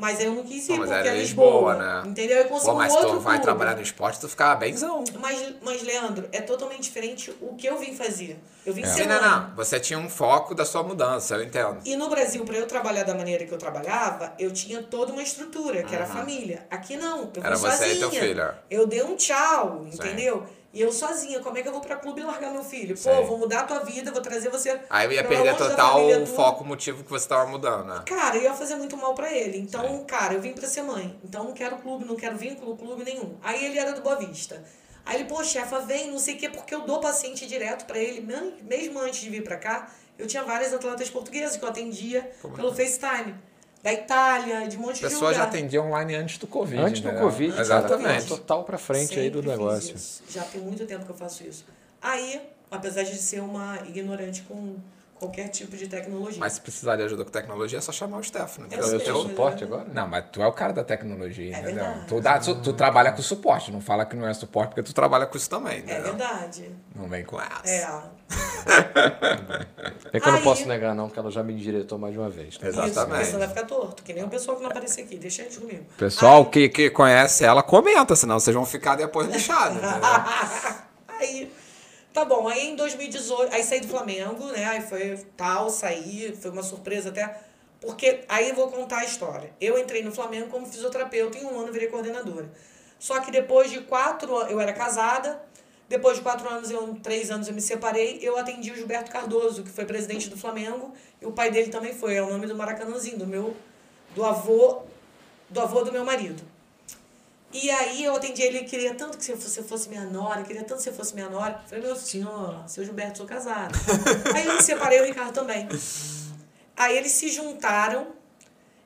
Speaker 3: Mas aí eu não quis ir,
Speaker 1: Não, mas
Speaker 3: porque
Speaker 1: era
Speaker 3: é
Speaker 1: Lisboa,
Speaker 3: Lisboa,
Speaker 1: né?
Speaker 3: Entendeu? Eu consegui
Speaker 1: Pô, mas
Speaker 3: um outro
Speaker 1: tu vai
Speaker 3: clube.
Speaker 1: trabalhar no esporte, tu ficava benzão.
Speaker 3: Mas, mas, Leandro, é totalmente diferente o que eu vim fazer. Eu
Speaker 2: É.
Speaker 3: vim ser
Speaker 1: É. Sim, não,
Speaker 3: mãe.
Speaker 1: não. Você tinha um foco da sua mudança, eu entendo.
Speaker 3: E no Brasil, pra eu trabalhar da maneira que eu trabalhava, eu tinha toda uma estrutura, que era a família. Aqui não, eu
Speaker 1: Era
Speaker 3: fui
Speaker 1: você
Speaker 3: sozinha.
Speaker 1: e teu filho.
Speaker 3: Eu dei um tchau,
Speaker 1: Sim.
Speaker 3: entendeu? E eu sozinha, como é que eu vou pra clube e largar meu filho? Pô,
Speaker 1: Sim.
Speaker 3: vou mudar a tua vida, vou trazer você.
Speaker 1: Aí eu ia
Speaker 3: pra
Speaker 1: perder
Speaker 3: longe da
Speaker 1: total
Speaker 3: família,
Speaker 1: o
Speaker 3: tudo.
Speaker 1: foco, o motivo que você tava mudando, né?
Speaker 3: Cara, ia fazer muito mal pra ele. Então, cara, eu vim pra ser mãe. Então, não quero clube, não quero vínculo, clube nenhum. Aí ele era do Boa Vista. Aí ele, pô, chefa, vem, não sei o quê, porque eu dou paciente direto pra ele. Men- Mesmo antes de vir pra cá, eu tinha várias atletas portuguesas que eu atendia
Speaker 2: é.
Speaker 3: pelo FaceTime. Da Itália, de um monte
Speaker 1: A
Speaker 3: de
Speaker 1: pessoa
Speaker 3: lugar.
Speaker 1: já atendia online antes do Covid.
Speaker 2: Antes do
Speaker 1: né?
Speaker 2: Covid, cara,
Speaker 1: Exatamente.
Speaker 2: foi total pra frente aí do
Speaker 3: Sempre fiz
Speaker 2: negócio.
Speaker 3: isso. Já tem muito tempo que eu faço isso. Aí, apesar de ser uma ignorante com, Qualquer tipo de tecnologia.
Speaker 1: Mas se precisar de ajuda com tecnologia, é só chamar o Stefano.
Speaker 3: É
Speaker 1: entendeu?
Speaker 3: isso
Speaker 2: Eu sou
Speaker 3: mesmo,
Speaker 2: suporte
Speaker 3: né?
Speaker 2: agora?
Speaker 1: Não, mas tu é o cara da tecnologia,
Speaker 3: É
Speaker 1: entendeu?
Speaker 3: verdade.
Speaker 1: Tu, dá- tu- tu trabalha com suporte, não fala que não é suporte, porque tu trabalha com isso também,
Speaker 3: É
Speaker 1: entendeu?
Speaker 3: verdade.
Speaker 1: não vem com essa.
Speaker 3: É.
Speaker 2: É que eu não
Speaker 3: Aí-
Speaker 2: posso negar, não, porque ela já me indiretou mais de uma vez. né?
Speaker 3: Isso, porque senão vai
Speaker 1: Exatamente.
Speaker 3: ficar torto, que nem o pessoal que não aparecer aqui. Deixa eles comigo. Ah.
Speaker 1: Pessoal que, que conhece ela, comenta, senão vocês vão ficar depois
Speaker 3: <laughs>
Speaker 1: lixados, entendeu?
Speaker 3: aí, tá bom. Aí em 2018, aí saí do Flamengo, né? Aí foi tal, saí, foi uma surpresa até. Porque aí eu vou contar a história. Eu entrei no Flamengo como fisioterapeuta e em um ano virei coordenadora. Só que depois de quatro anos, eu era casada, depois de quatro anos, eu, três anos eu me separei, eu atendi o Gilberto Cardoso, que foi presidente do Flamengo, e o pai dele também foi, é o nome do Maracanãzinho, do meu, do avô, do avô do meu marido. E aí eu atendi ele, queria tanto que você fosse, fosse minha nora, queria tanto que você fosse minha nora. Eu falei, meu senhor, seu Gilberto, sou casada. aí eu me separei, o Ricardo também. Aí eles se juntaram,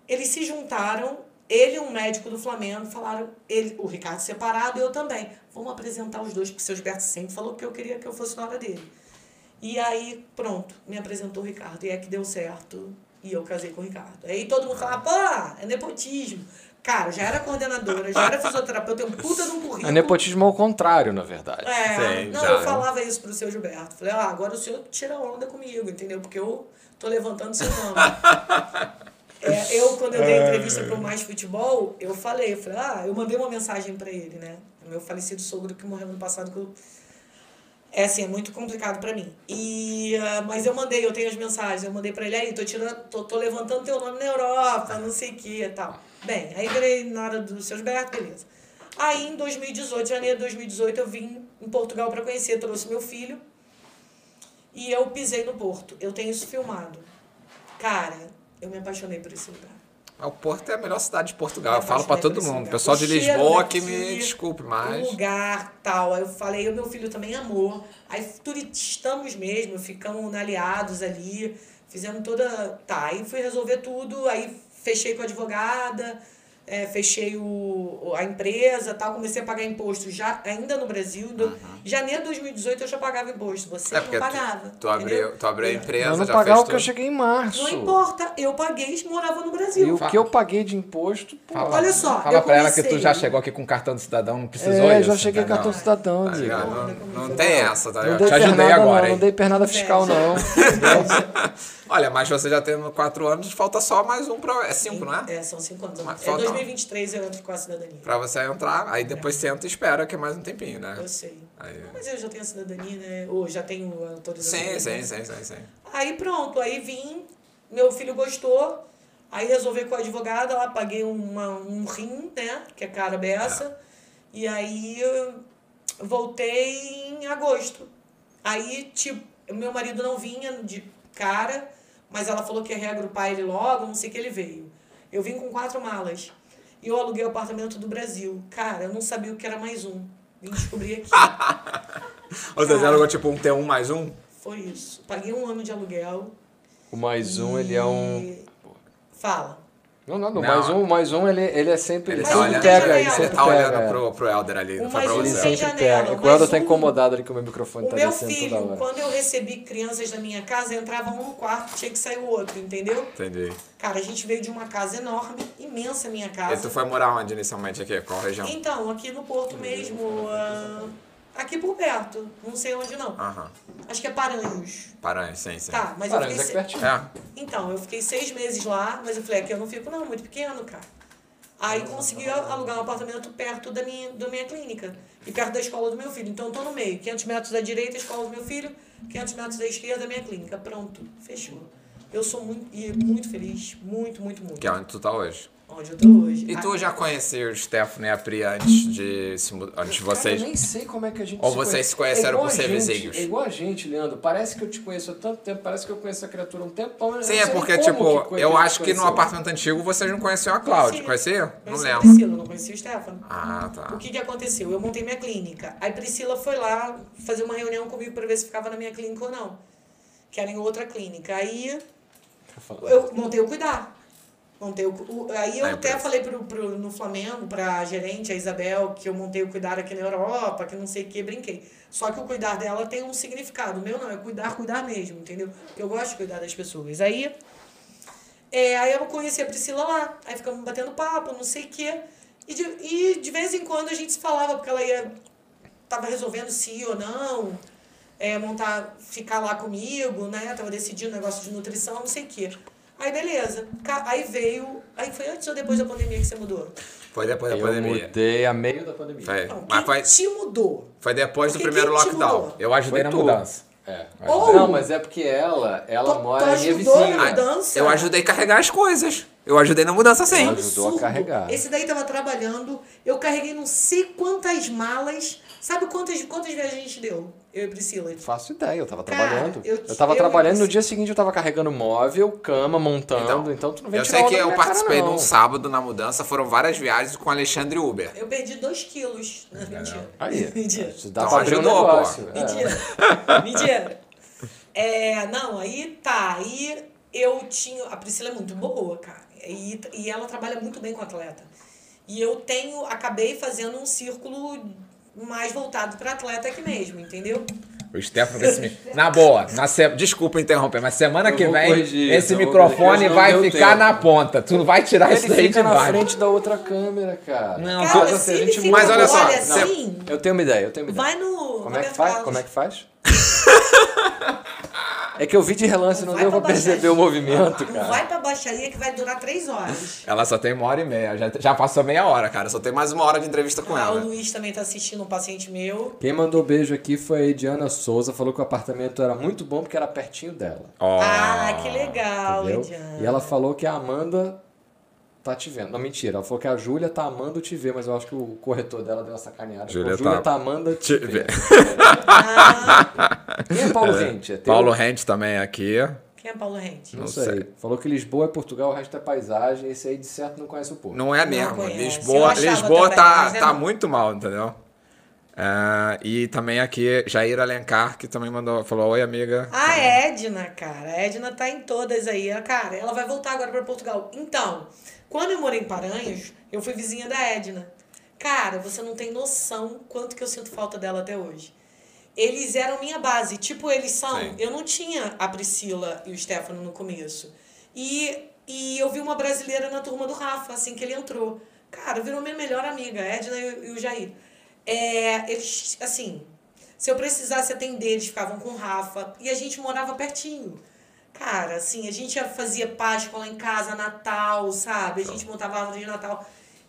Speaker 3: eles se juntaram, ele e um médico do Flamengo, falaram, ele, o Ricardo separado, eu também. Vamos apresentar os dois, porque o seu Gilberto sempre falou que eu queria que eu fosse nora dele. E aí, pronto, me apresentou o Ricardo. E é que deu certo. E eu casei com o Ricardo. Aí todo mundo fala, pô, é nepotismo. Cara, eu já era coordenadora, já era fisioterapeuta, eu tenho um puta de um currículo.
Speaker 2: É nepotismo ao contrário, na verdade.
Speaker 3: É,
Speaker 1: Sim,
Speaker 3: não,
Speaker 1: já. né?
Speaker 3: eu falava isso pro seu Gilberto. Falei, ah, agora o senhor tira onda comigo, entendeu? Porque eu tô levantando seu
Speaker 1: <laughs>
Speaker 3: nome. É, eu, quando eu dei entrevista pro Mais Futebol, eu falei, eu falei, ah, eu mandei uma mensagem pra ele, né? Meu falecido sogro que morreu no passado, que eu é assim, é muito complicado pra mim. E, ah, mas eu mandei, eu tenho as mensagens, eu mandei pra ele, aí, tô tirando, tô, tô levantando teu nome na Europa, não sei o que e tal. Bem, aí virei na hora do seu Gilberto, beleza. Aí em 2018, janeiro de 2018, eu vim em Portugal pra conhecer, trouxe meu filho. E eu pisei no Porto. Eu tenho isso filmado. Cara, eu me apaixonei por esse lugar.
Speaker 1: O Porto é a melhor cidade de Portugal.
Speaker 3: Me
Speaker 1: Eu falo pra
Speaker 3: apaixonei por
Speaker 1: todo
Speaker 3: esse
Speaker 1: mundo.
Speaker 3: lugar.
Speaker 1: Pessoal
Speaker 3: É O
Speaker 1: de
Speaker 3: cheiro
Speaker 1: Lisboa que
Speaker 3: daqui,
Speaker 1: me desculpe,
Speaker 3: o
Speaker 1: mas. é
Speaker 3: lugar, tal. Aí eu falei, o meu filho também amou. Aí turistamos mesmo, ficamos aliados ali, fizemos toda. Tá, aí fui resolver tudo, aí fechei com a advogada, é, fechei o, a empresa tal, comecei a pagar imposto já, ainda no Brasil. Do, Janeiro de 2018 eu já pagava imposto. Você
Speaker 1: É
Speaker 3: não
Speaker 1: porque
Speaker 3: pagava.
Speaker 1: tu, tu, abriu,
Speaker 3: entendeu?
Speaker 1: tu abriu a empresa,
Speaker 2: eu não
Speaker 1: já fez
Speaker 2: pagava porque
Speaker 1: tudo.
Speaker 2: eu cheguei em março.
Speaker 3: Não importa, eu paguei e morava no Brasil.
Speaker 2: E o que eu paguei de imposto, pô.
Speaker 1: Fala-
Speaker 3: Olha só,
Speaker 1: Fala
Speaker 3: eu
Speaker 1: pra ela que tu
Speaker 3: comecei.
Speaker 1: já chegou aqui com cartão de cidadão, não precisou
Speaker 2: é,
Speaker 1: isso,
Speaker 2: já cheguei
Speaker 1: entendeu?
Speaker 2: cartão cidadão,
Speaker 1: Tá
Speaker 2: Diego.
Speaker 1: ligado? Não,
Speaker 2: Não,
Speaker 3: Concorda comigo.
Speaker 1: não tem essa, tá? ligado?
Speaker 2: dei
Speaker 1: Te ajudei
Speaker 2: pernada,
Speaker 1: agora,
Speaker 2: não,
Speaker 1: hein?
Speaker 2: não dei pernada fiscal, não.
Speaker 1: <laughs>
Speaker 3: <laughs>
Speaker 1: Olha, mas você já tem quatro anos, falta só mais um pra. É cinco, não é?
Speaker 3: É, são cinco anos.
Speaker 1: Mas
Speaker 3: É
Speaker 1: falta-
Speaker 3: 2023 eu entro com a cidadania.
Speaker 1: Pra você entrar, aí depois você entra e espera, que é mais um tempinho, né?
Speaker 3: Eu sei.
Speaker 1: Aí-
Speaker 3: Mas eu já tenho a cidadania, né? Ou já tenho a autorização.
Speaker 1: Sim,
Speaker 3: né?
Speaker 1: sim, sim, sim, sim.
Speaker 3: Aí pronto, aí vim, meu filho gostou, aí resolvi com a advogada, lá paguei uma, um rim, né? Que é cara beça. E aí eu voltei em agosto. Aí, tipo, meu marido não vinha de cara, mas ela falou que ia reagrupar ele logo, não sei o que ele veio. Eu vim com quatro malas. E eu aluguei o apartamento do Brasil. Cara, eu não sabia o que era mais um. Vim descobrir aqui.
Speaker 1: Ou seja,
Speaker 3: Cara.
Speaker 1: ela tipo um T1 mais um?
Speaker 3: Foi isso. Paguei um ano de aluguel.
Speaker 2: O mais um, ele é um.
Speaker 3: E- Fala.
Speaker 2: Não, não,
Speaker 1: Não.
Speaker 2: o mais um, o mais um, ele, ele é sempre.
Speaker 1: Ele
Speaker 2: Ele
Speaker 1: tá
Speaker 3: Mas
Speaker 2: sempre
Speaker 3: ele
Speaker 1: olhando,
Speaker 2: pega,
Speaker 3: tem
Speaker 2: ele
Speaker 1: ele
Speaker 2: sempre
Speaker 1: tá
Speaker 2: pega. é.
Speaker 1: olhando pro, pro Elder ali,
Speaker 3: Um
Speaker 1: não foi pra
Speaker 3: mais um
Speaker 2: Ele
Speaker 1: você.
Speaker 3: sem-
Speaker 2: sempre
Speaker 3: janela,
Speaker 2: pega. O
Speaker 3: mas
Speaker 2: Elda tá
Speaker 3: um-
Speaker 2: incomodado ali que o meu microfone
Speaker 3: O
Speaker 2: tá
Speaker 3: meu
Speaker 2: descendo
Speaker 3: filho,
Speaker 2: toda hora.
Speaker 3: quando eu recebi crianças na minha casa, entrava um no quarto, tinha que sair o outro, entendeu?
Speaker 1: Entendi.
Speaker 3: Cara, a gente veio de uma casa enorme, imensa minha
Speaker 1: E tu
Speaker 3: casa.
Speaker 1: foi morar onde inicialmente aqui? Qual região?
Speaker 3: Então, aqui no Porto mesmo, ah, aqui por perto, não sei onde não.
Speaker 1: Aham.
Speaker 3: Acho que é Paranhos.
Speaker 1: Paranhos, sim, sim.
Speaker 3: Tá, mas eu
Speaker 2: Caramba,
Speaker 3: fiquei...
Speaker 2: é que
Speaker 3: se-
Speaker 2: pertinho.
Speaker 1: É.
Speaker 3: Então, eu fiquei seis meses lá, mas eu falei, aqui eu não fico não, é muito pequeno, cara. Aí consegui
Speaker 1: tá
Speaker 3: alugar um apartamento perto da minha, da minha clínica e perto da escola do meu filho. Então eu tô no meio, 500 metros da direita, a escola do meu filho, 500 metros da esquerda, a minha clínica. Pronto, fechou. Eu sou muito, e muito feliz, muito, muito, muito.
Speaker 1: Que é onde tu tá hoje.
Speaker 3: Onde eu tô hoje.
Speaker 1: E
Speaker 3: Ah,
Speaker 1: tu já conhecia o Stefano e a Pri antes de, se mu- antes de
Speaker 2: Cara, eu
Speaker 1: vocês?
Speaker 2: nem sei como é que a gente
Speaker 1: Ou
Speaker 2: se
Speaker 1: vocês
Speaker 2: conhece.
Speaker 1: se conheceram
Speaker 2: igual
Speaker 1: por
Speaker 2: a
Speaker 1: ser
Speaker 2: gente,
Speaker 1: vizinhos?
Speaker 2: É igual a gente, Leandro. Parece que eu te conheço há tanto tempo, parece que eu conheço a criatura há um tempão. mas eu
Speaker 1: Sim,
Speaker 2: não
Speaker 1: é
Speaker 2: sei
Speaker 1: porque,
Speaker 2: nem como
Speaker 1: tipo,
Speaker 2: co- a
Speaker 1: eu
Speaker 2: gente
Speaker 1: acho que no
Speaker 2: conheceu.
Speaker 1: apartamento antigo vocês não conheciam a Cláudia.
Speaker 3: Conhecia.
Speaker 1: Conhecia? Não
Speaker 3: conheci a
Speaker 1: lembro.
Speaker 3: Priscila, não conheci o Stefano.
Speaker 1: Ah,
Speaker 3: O
Speaker 1: tá.
Speaker 3: que, que aconteceu? Eu montei minha clínica. Aí Priscila foi lá fazer uma reunião comigo para ver se ficava na minha clínica ou não. Que era em outra clínica. Aí
Speaker 2: Tá falando.
Speaker 3: eu montei o cuidar. Montei o, o- aí eu
Speaker 1: Na
Speaker 3: até
Speaker 1: empresa.
Speaker 3: falei pro, pro, no Flamengo, pra gerente, a Isabel, que eu montei o cuidar aqui na Europa, que não sei o que, brinquei. Só que o cuidar dela tem um significado. O meu não, é cuidar, cuidar mesmo, entendeu? Porque eu gosto de cuidar das pessoas. Aí é, aí eu conheci a Priscila lá, aí ficamos batendo papo, não sei o quê. E de, e de vez em quando a gente se falava, porque ela ia. tava resolvendo se ia ou não, é, montar, ficar lá comigo, né? Tava decidindo negócio de nutrição, não sei o quê. Aí beleza. Ca- Aí veio. Aí foi antes ou depois da pandemia que você mudou?
Speaker 1: Foi depois da
Speaker 2: eu
Speaker 1: pandemia. É.
Speaker 2: mudei a meio da pandemia.
Speaker 1: Foi.
Speaker 3: Não,
Speaker 1: Mas
Speaker 3: quem
Speaker 1: foi,
Speaker 3: te mudou?
Speaker 1: foi depois do
Speaker 3: Porque
Speaker 1: primeiro
Speaker 3: quem te
Speaker 1: lockdown.
Speaker 3: mudou?
Speaker 1: Eu ajudei
Speaker 2: Foi
Speaker 1: na
Speaker 2: tu.
Speaker 1: mudança.
Speaker 2: É.
Speaker 3: Ou-
Speaker 2: Não, mas é porque ela, ela
Speaker 3: Tu-
Speaker 2: mora
Speaker 3: tu
Speaker 2: na minha
Speaker 3: ajudou na
Speaker 2: vizinha.
Speaker 1: Ah,
Speaker 3: Mudança.
Speaker 1: Eu ajudei a carregar as coisas. Eu ajudei na mudança sim.
Speaker 2: Ela ajudou a carregar.
Speaker 3: Esse daí tava trabalhando, eu carreguei não sei quantas malas. Sabe quantas, quantas viagens a gente deu? Eu e Priscila.
Speaker 2: Não faço ideia, eu tava
Speaker 3: Cara,
Speaker 2: trabalhando.
Speaker 3: eu
Speaker 2: Eu,
Speaker 3: te-
Speaker 2: tava
Speaker 3: eu-
Speaker 2: trabalhando, no dia seguinte eu tava carregando móvel, cama, montando, então, tu não vem
Speaker 1: eu
Speaker 2: tirar
Speaker 1: sei
Speaker 2: onda
Speaker 1: que
Speaker 2: da
Speaker 1: eu
Speaker 2: minha cara,
Speaker 1: participei um
Speaker 2: não.
Speaker 1: num sábado na mudança, foram várias viagens com Alexandre Uber.
Speaker 3: Eu perdi 2 quilos. Não, mentira. <laughs>
Speaker 2: Aí,
Speaker 3: Mentira.
Speaker 2: isso dá
Speaker 1: Então
Speaker 2: pra abrir um
Speaker 1: ajudou, pô.
Speaker 2: negócio. é.
Speaker 3: Mentira.
Speaker 2: <laughs>
Speaker 3: Mentira. É, não, aí tá. Aí eu tinha. A Priscila é muito boa, cara. E, e ela trabalha muito bem com atleta. E eu tenho. Acabei fazendo um círculo mais voltado pra atleta aqui mesmo, entendeu?
Speaker 1: O Stefano, esse mi- na boa, na se- desculpa interromper, mas semana
Speaker 2: Eu
Speaker 1: que
Speaker 2: vou
Speaker 1: vem
Speaker 2: corrigir,
Speaker 1: esse
Speaker 2: eu vou
Speaker 1: microfone
Speaker 2: corrigir, senão
Speaker 1: vai
Speaker 2: não deu
Speaker 1: ficar
Speaker 2: tempo.
Speaker 1: na ponta. Tu não vai tirar isso
Speaker 2: Ele
Speaker 1: daí de
Speaker 2: fica na
Speaker 1: baixo.
Speaker 2: frente da outra câmera, cara.
Speaker 1: Não,
Speaker 3: Cara,
Speaker 1: tu-
Speaker 2: mas
Speaker 3: se
Speaker 2: a
Speaker 3: ele
Speaker 2: gente
Speaker 3: fica
Speaker 1: Mas olha só,
Speaker 3: olha
Speaker 1: você-
Speaker 3: assim,
Speaker 2: Eu tenho uma ideia, eu tenho uma ideia.
Speaker 3: vai no
Speaker 2: Como é, que
Speaker 3: Roberto
Speaker 2: faz?
Speaker 3: Carlos.
Speaker 2: Como é que faz? É que eu vi de relance, não
Speaker 3: Vai
Speaker 2: deu pra
Speaker 3: pra
Speaker 2: perceber
Speaker 3: baixaria.
Speaker 2: o movimento,
Speaker 3: Não
Speaker 2: cara.
Speaker 3: vai pra baixaria que vai durar três horas.
Speaker 1: Ela só tem uma hora e meia. Já, já passou meia hora, cara. Só tem mais uma hora de entrevista com
Speaker 3: Ah, o
Speaker 1: ela.
Speaker 3: Luiz também tá assistindo um paciente meu.
Speaker 2: Quem mandou beijo aqui foi a Diana Souza, falou que o apartamento era muito bom porque era pertinho dela.
Speaker 1: Ó.
Speaker 3: Ah, que legal,
Speaker 2: Entendeu?
Speaker 3: Ediana.
Speaker 2: E ela falou que a Amanda tá te vendo. Não, mentira. Ela falou que a Júlia tá amando te ver, mas eu acho que o corretor dela deu uma sacaneada.
Speaker 1: Júlia
Speaker 2: Falou, Júlia
Speaker 1: tá-
Speaker 2: tá... amando te,
Speaker 1: Te ver.
Speaker 2: ver. <laughs> Quem é Paulo Rente? É teu?
Speaker 1: Paulo Rente também aqui.
Speaker 3: Quem é Paulo Rente?
Speaker 2: Não
Speaker 1: Não
Speaker 2: sei.
Speaker 1: sei.
Speaker 2: Falou que Lisboa é Portugal, o resto é paisagem. Esse aí de certo não conhece o povo.
Speaker 1: Não é
Speaker 3: Não
Speaker 1: mesmo.
Speaker 3: conhece. Eu
Speaker 1: Lisboa,
Speaker 3: achava
Speaker 1: Lisboa
Speaker 3: também,
Speaker 1: tá,
Speaker 3: mas é
Speaker 1: tá
Speaker 3: não.
Speaker 1: muito mal, entendeu? Ah, e também aqui, Jair Alencar, que também mandou, falou: Oi, amiga.
Speaker 3: A Ah, Edna, cara. A Edna tá em todas aí. Ela- Cara, ela vai voltar agora pra Portugal. Então, quando eu morei em Paranhos, eu fui vizinha da Edna. Cara, você não tem noção quanto que eu sinto falta dela até hoje. Eles eram minha base. Tipo, eles são.
Speaker 1: Sim.
Speaker 3: Eu não tinha a Priscila e o Stefano no começo. E, e eu vi uma brasileira na turma do Rafa, assim que ele entrou. Cara, virou minha melhor amiga, a Edna e, o- e o Jair. É, eles, assim, se eu precisasse atender, eles ficavam com o Rafa. E a gente morava pertinho. Cara, assim, a gente já fazia Páscoa lá em casa, Natal, sabe? A gente
Speaker 1: Tá.
Speaker 3: montava árvore de Natal.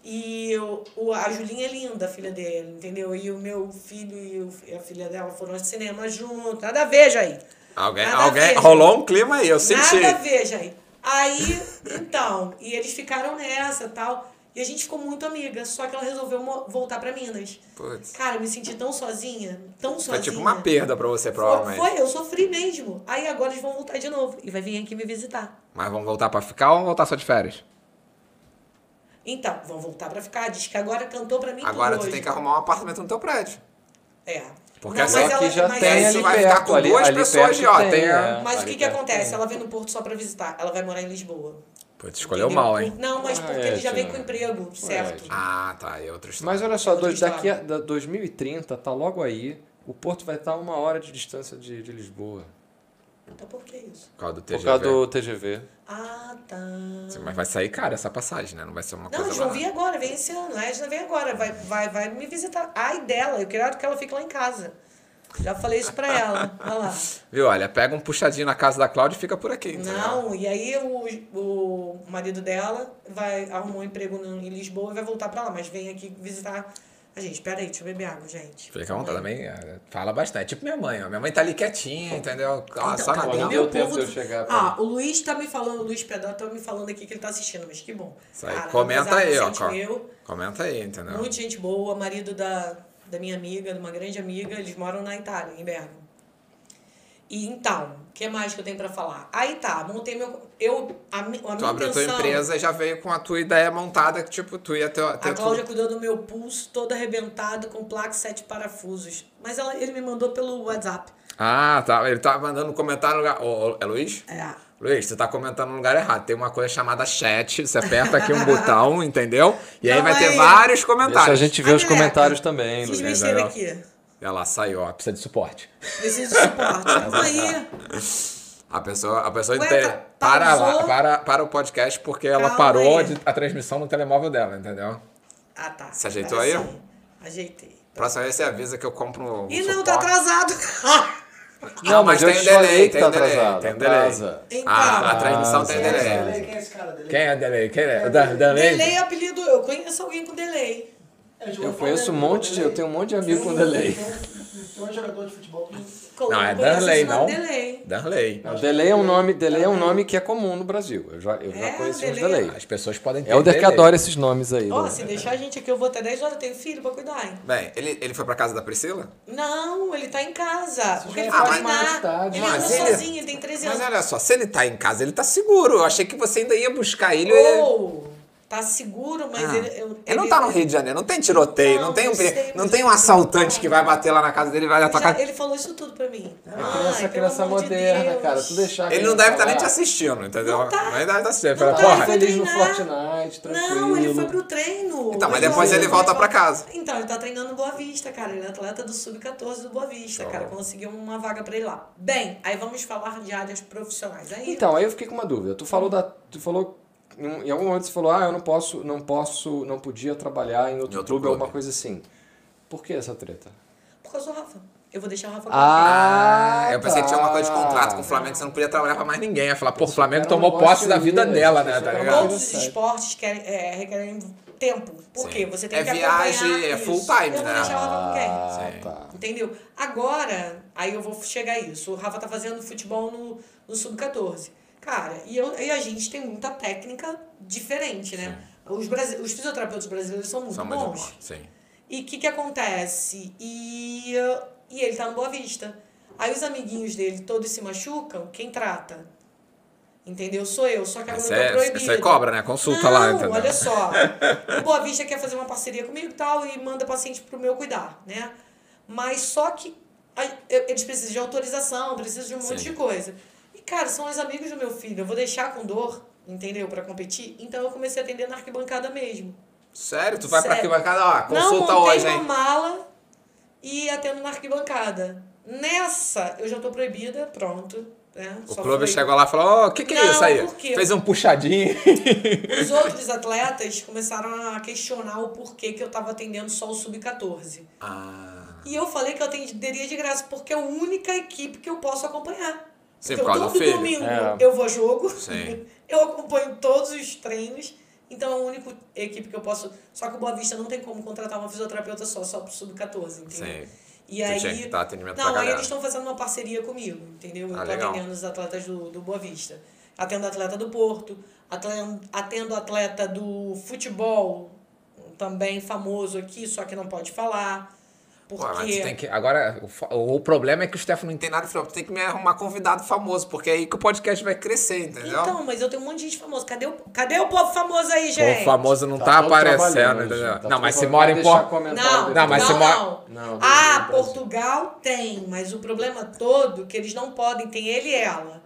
Speaker 3: E eu, o, a Julinha é linda, a filha dele, entendeu? E o meu filho e, o- e a filha dela foram ao cinema junto. Nada a ver, Jair.
Speaker 1: Alguém,
Speaker 3: Nada a
Speaker 1: alguém
Speaker 3: ver,
Speaker 1: rolou um clima aí, eu senti.
Speaker 3: Nada a ver, Jair. Aí, então, e eles ficaram nessa tal. E a gente ficou muito amiga, só que ela resolveu mo- voltar pra Minas.
Speaker 1: Putz,
Speaker 3: Cara, eu me senti tão sozinha, tão sozinha.
Speaker 1: foi tipo uma perda pra você,
Speaker 3: Foi,
Speaker 1: provavelmente.
Speaker 3: foi, eu sofri mesmo. Aí agora eles vão voltar de novo e vai vir aqui me visitar.
Speaker 1: Mas vamos voltar pra ficar ou voltar só de férias?
Speaker 3: Então, vão voltar pra ficar. Diz que agora cantou pra mim tudo
Speaker 1: Agora tu
Speaker 3: hoje.
Speaker 1: tem que arrumar um apartamento no teu prédio.
Speaker 3: É.
Speaker 1: Porque
Speaker 3: Não,
Speaker 1: essa
Speaker 3: mas
Speaker 2: Só que
Speaker 3: ela-
Speaker 2: já
Speaker 3: mas
Speaker 2: tem
Speaker 3: ela-
Speaker 1: esse
Speaker 2: ali
Speaker 1: vai
Speaker 2: perto.
Speaker 1: ficar com
Speaker 2: ali,
Speaker 1: duas
Speaker 2: ali
Speaker 1: pessoas
Speaker 2: perto
Speaker 1: de, ó, tem a-
Speaker 2: né?
Speaker 3: Mas o que
Speaker 2: Ali
Speaker 3: que
Speaker 2: perto
Speaker 3: acontece?
Speaker 2: tem.
Speaker 3: Ela vem no Porto só pra visitar. Ela vai morar em Lisboa.
Speaker 1: Putz, escolheu
Speaker 3: Entendeu?
Speaker 1: mal, hein?
Speaker 3: Não, mas
Speaker 2: Ah,
Speaker 3: porque
Speaker 2: é,
Speaker 3: ele já vem
Speaker 2: Tina.
Speaker 3: com emprego, certo?
Speaker 2: Tina.
Speaker 1: Ah, tá. E outra história.
Speaker 2: Mas olha só, dois,
Speaker 3: Outra
Speaker 2: daqui
Speaker 3: história.
Speaker 2: a da 2030, tá logo aí. O Porto vai estar a uma hora de distância de, de Lisboa.
Speaker 3: Então por que isso?
Speaker 1: Por causa do TGV.
Speaker 2: Por causa do TGV.
Speaker 3: Ah, tá.
Speaker 1: Sim, Mas vai sair cara essa passagem, né? Não vai ser uma
Speaker 3: Não,
Speaker 1: coisa
Speaker 3: eles vão
Speaker 1: barata.
Speaker 3: vir agora, vem esse ano. A Edna vem agora, vai, vai, vai me visitar. Ai dela, eu quero que ela fique lá em casa. Já falei isso pra ela. Olha lá.
Speaker 1: Viu? Olha, pega um puxadinho na casa da Cláudia e fica por aqui. entendeu?
Speaker 3: Não, e aí o, o marido dela vai arrumou um emprego no- em Lisboa e vai voltar pra lá, mas vem aqui visitar a gente. Pera aí, deixa eu beber água, gente.
Speaker 1: Fica à vontade também. é, Fala bastante. Tipo minha mãe, ó. Minha mãe tá ali quietinha, entendeu? Ela
Speaker 3: Então,
Speaker 1: só
Speaker 3: tá,
Speaker 1: na
Speaker 2: não
Speaker 3: entendeu?
Speaker 1: dela.
Speaker 2: deu
Speaker 3: O
Speaker 2: tempo
Speaker 3: povo-
Speaker 2: de eu chegar pra-
Speaker 3: Ah, o Luiz tá me falando, o Luiz Pedro tá me falando aqui que ele tá assistindo, mas que bom.
Speaker 1: Isso aí.
Speaker 3: Cara,
Speaker 1: Comenta
Speaker 3: apesar do
Speaker 1: aí, ó.
Speaker 3: paciente
Speaker 1: co- Ah.
Speaker 3: meu,
Speaker 1: Comenta aí, entendeu?
Speaker 3: Muito gente boa, marido da, da minha amiga, de uma grande amiga, eles moram na Itália, em Bergamo. E então, o que mais que eu tenho pra falar? Aí tá, montei meu. Eu, a, mi- a
Speaker 1: Tu
Speaker 3: minha
Speaker 1: abriu tua
Speaker 3: intenção-
Speaker 1: empresa e já veio com a tua ideia montada, que tipo, tu ia ter... ter
Speaker 3: A
Speaker 1: tu-
Speaker 3: Cláudia cuidou do meu pulso todo arrebentado, com placa e sete parafusos. Mas ela, ele me mandou pelo WhatsApp.
Speaker 1: Ah, tá. Ele tá mandando um comentário no lugar. Ô, ô, é Luiz?
Speaker 3: É.
Speaker 1: Luiz, tu tá comentando no lugar errado. Tem uma coisa chamada chat. Você aperta aqui
Speaker 3: <laughs>
Speaker 1: um botão, entendeu? E aí
Speaker 3: Calma
Speaker 1: vai ter
Speaker 3: aí.
Speaker 1: vários
Speaker 2: Deixa a
Speaker 1: comentários.
Speaker 2: gente ver
Speaker 3: Ah,
Speaker 2: os
Speaker 3: moleque.
Speaker 2: comentários também,
Speaker 3: Fiz
Speaker 2: Luiz.
Speaker 3: besteira aqui.
Speaker 1: Ela saiu, ó. Precisa de suporte.
Speaker 3: Preciso
Speaker 1: <laughs>
Speaker 3: de suporte. Calma aí.
Speaker 1: A pessoa, a pessoa
Speaker 3: Ué,
Speaker 1: inte-
Speaker 3: pa-
Speaker 1: para,
Speaker 3: pausou?
Speaker 1: lá, para, para o podcast porque ela
Speaker 3: Calma
Speaker 1: parou
Speaker 3: aí.
Speaker 1: de- a transmissão no telemóvel dela, entendeu?
Speaker 3: Ah, tá.
Speaker 1: Você ajeitou
Speaker 3: Agora
Speaker 1: aí?
Speaker 3: sim. Ajeitei.
Speaker 1: Próxima vez você avisa que eu compro um
Speaker 3: Ih, não,
Speaker 1: suporte.
Speaker 3: tá atrasado. <laughs>
Speaker 2: Não, mas eu te falei que tá
Speaker 1: um delay,
Speaker 2: atrasado.
Speaker 1: Tem um delay.
Speaker 2: Atrasa.
Speaker 3: Então,
Speaker 1: Ah, A, a transmissão tem
Speaker 2: Atrasa.
Speaker 1: delay.
Speaker 4: Quem é esse cara dele?
Speaker 1: Quem é o delay? Quem é? O da- delay?
Speaker 3: delay é apelido. Eu conheço alguém com delay.
Speaker 4: É João
Speaker 2: Eu
Speaker 4: Paulo
Speaker 2: conheço um
Speaker 4: Delay.
Speaker 2: monte de. Eu tenho um monte de amigo com delay.
Speaker 4: Tem um- Tem um jogador de futebol que
Speaker 3: Co-
Speaker 1: Não, é
Speaker 3: eu conheço
Speaker 1: Darley,
Speaker 3: esse nome,
Speaker 1: não?
Speaker 3: Delay.
Speaker 1: Delay.
Speaker 2: O delay é um nome, delay é um nome que é comum no Brasil. Eu já, eu já
Speaker 3: É,
Speaker 2: conheci uns
Speaker 3: delay.
Speaker 2: delay.
Speaker 1: As pessoas podem ter
Speaker 2: É o
Speaker 1: Ah, delay.
Speaker 2: que adora esses nomes aí.
Speaker 3: Ó,
Speaker 2: né?
Speaker 3: se deixar a gente aqui, eu vou até 10 horas. Eu tenho filho pra cuidar, hein?
Speaker 1: Bem, ele, ele foi pra casa da Priscila?
Speaker 3: Não, ele tá em casa. Porque ele
Speaker 4: já
Speaker 3: foi
Speaker 1: é
Speaker 2: mais
Speaker 3: treinar.
Speaker 2: tarde.
Speaker 3: Ele anda
Speaker 1: Mas ele-
Speaker 3: sozinho, ele tem 13
Speaker 1: Mas
Speaker 3: anos.
Speaker 1: olha só, se ele tá em casa, ele tá seguro. Eu achei que você ainda ia buscar ele. é-
Speaker 3: Ou tá seguro, mas
Speaker 1: Ah.
Speaker 3: ele. eu-
Speaker 1: Ele não tá no Rio de Janeiro, não tem tiroteio, não,
Speaker 3: Não,
Speaker 1: tem, um,
Speaker 3: não sei,
Speaker 1: não
Speaker 3: mas
Speaker 1: tem um
Speaker 3: eu-
Speaker 1: assaltante que vai bater lá na casa dele e vai
Speaker 3: Já-
Speaker 1: atacar.
Speaker 3: ele falou isso tudo pra mim.
Speaker 2: Criança,
Speaker 3: Ai, pelo
Speaker 2: Ah, criança é
Speaker 3: amor de
Speaker 2: moderna,
Speaker 3: Deus.
Speaker 2: cara. é Tu deixar.
Speaker 1: Ele
Speaker 2: quem
Speaker 1: não deve estar
Speaker 2: falar.
Speaker 1: nem te assistindo, entendeu?
Speaker 3: Não tá.
Speaker 1: Mas deve estar assistindo. Ele
Speaker 3: Não
Speaker 1: fala,
Speaker 3: tá,
Speaker 1: porra,
Speaker 3: ele foi
Speaker 2: feliz no
Speaker 3: treinar.
Speaker 2: Fortnite, tranquilo.
Speaker 3: Não, ele foi pro treino.
Speaker 1: Então, mas
Speaker 3: Ele
Speaker 1: depois
Speaker 3: foi-
Speaker 1: ele volta pra casa.
Speaker 3: Então, ele tá treinando no Boa Vista, cara. Ele é atleta do Sub-14 do Boa Vista, cara. Conseguiu uma vaga pra ele lá. Bem, aí vamos falar de áreas profissionais. Aí,
Speaker 2: Então, aí eu fiquei com uma dúvida. Tu falou da. Tu falou. Em em algum momento você falou, ah, eu não posso, não posso, não podia trabalhar em outro,
Speaker 1: Em outro
Speaker 2: clube,
Speaker 1: clube.
Speaker 2: alguma coisa assim. Por que essa treta?
Speaker 3: por causa do Rafa. Eu vou deixar o Rafa
Speaker 2: Ah,
Speaker 1: eu pensei que tinha uma coisa
Speaker 3: tá.
Speaker 1: de contrato com o Flamengo, que você não podia trabalhar pra mais ninguém. Eu falar, pô, o Flamengo tomou posse da vida dela, né? Tá
Speaker 3: contar.
Speaker 1: ligado?
Speaker 3: Todos os
Speaker 2: Sério.
Speaker 3: esportes querem, é, requerem tempo. Por
Speaker 1: Sim.
Speaker 3: quê? Você tem
Speaker 1: É
Speaker 3: que
Speaker 1: viagem,
Speaker 3: acompanhar
Speaker 1: é
Speaker 3: isso.
Speaker 1: full time,
Speaker 3: Eu vou
Speaker 1: né?
Speaker 3: deixar o Rafa com quem?
Speaker 2: Ah,
Speaker 1: Sim.
Speaker 2: tá.
Speaker 3: Entendeu? Agora, aí eu vou chegar a isso. O Rafa tá fazendo futebol no, no Sub-14. Cara, e, eu, e a gente tem muita técnica diferente, né? Os, brasi- os fisioterapeutas brasileiros são muito
Speaker 1: São muito
Speaker 3: bons.
Speaker 1: bons. Sim.
Speaker 3: E o que que acontece? E, uh, e ele tá no Boa Vista. Aí os amiguinhos dele todos se machucam, quem trata? Entendeu? Sou eu, só que agora
Speaker 1: Você
Speaker 3: eu tô proibido.
Speaker 1: você é, cobra, né? Consulta lá,
Speaker 3: Não,
Speaker 1: entendeu? <laughs>
Speaker 3: olha só. O Boa Vista quer fazer uma parceria comigo e tal e manda paciente pro meu cuidar, né? Mas só que a- eu- eles precisam de autorização, precisam de um monte
Speaker 1: Sim.
Speaker 3: de coisa. E, cara, são os amigos do meu filho. Eu vou deixar com dor, entendeu? Pra competir. Então eu comecei a atender na arquibancada mesmo.
Speaker 1: Sério? Tu vai pra
Speaker 3: Sério.
Speaker 1: arquibancada, ó, consulta
Speaker 3: Não, montei
Speaker 1: hoje,
Speaker 3: uma
Speaker 1: hein?
Speaker 3: mala e atendo na arquibancada. Nessa, eu já tô proibida, pronto. Né?
Speaker 1: O
Speaker 3: Só
Speaker 1: clube
Speaker 3: fui.
Speaker 1: chegou lá e falou, ó, o que que é
Speaker 3: Não,
Speaker 1: isso aí?
Speaker 3: por quê?
Speaker 1: Fez um puxadinho. <laughs>
Speaker 3: Os outros atletas começaram a questionar o porquê que eu tava atendendo só o sub-14.
Speaker 1: Ah,
Speaker 3: E eu falei que eu atenderia de graça, porque é a única equipe que eu posso acompanhar.
Speaker 1: Sim,
Speaker 3: Porque
Speaker 1: por causa do
Speaker 3: todo
Speaker 1: filho.
Speaker 3: domingo
Speaker 2: É.
Speaker 3: eu vou a jogo,
Speaker 1: Sim.
Speaker 3: <laughs> eu acompanho todos os treinos, então é a única equipe que eu posso. Só que o Boa Vista não tem como contratar uma fisioterapeuta só, só pro Sub-14, entendeu?
Speaker 1: sim.
Speaker 3: E
Speaker 1: Tu
Speaker 3: aí.
Speaker 1: tinha que dar atendimento pra
Speaker 3: não, aí
Speaker 1: galera.
Speaker 3: eles estão fazendo uma parceria comigo, entendeu? Eu
Speaker 1: Ah,
Speaker 3: tô
Speaker 1: legal.
Speaker 3: atendendo os atletas do, do Boa Vista. Atendo atleta do Porto, atlen- atendo atleta do futebol, também famoso aqui, só que não pode falar. Porque.
Speaker 1: Pô, mas tu tem que, agora, o fa- o, problema é que o Stefano não tem nada de futebol. Tu tem que me arrumar convidado famoso, porque é aí que o podcast vai crescer, entendeu?
Speaker 3: Então, mas eu tenho um monte de gente famosa. Cadê o, cadê o povo famoso aí, gente?
Speaker 1: o famoso não tá,
Speaker 2: todo trabalhando,
Speaker 1: aparecendo,
Speaker 2: gente.
Speaker 1: entendeu?
Speaker 2: Tá
Speaker 1: não,
Speaker 2: todo
Speaker 1: mas se
Speaker 2: trabalhando.
Speaker 1: mora em
Speaker 2: Deixa
Speaker 1: Porto...
Speaker 2: comentário
Speaker 3: Não,
Speaker 2: depois.
Speaker 1: Não, mas você
Speaker 3: não,
Speaker 1: mora-
Speaker 3: não.
Speaker 2: Não,
Speaker 3: ah,
Speaker 2: no Brasil.
Speaker 3: Portugal tem, mas o problema todo que eles não podem, tem ele e ela.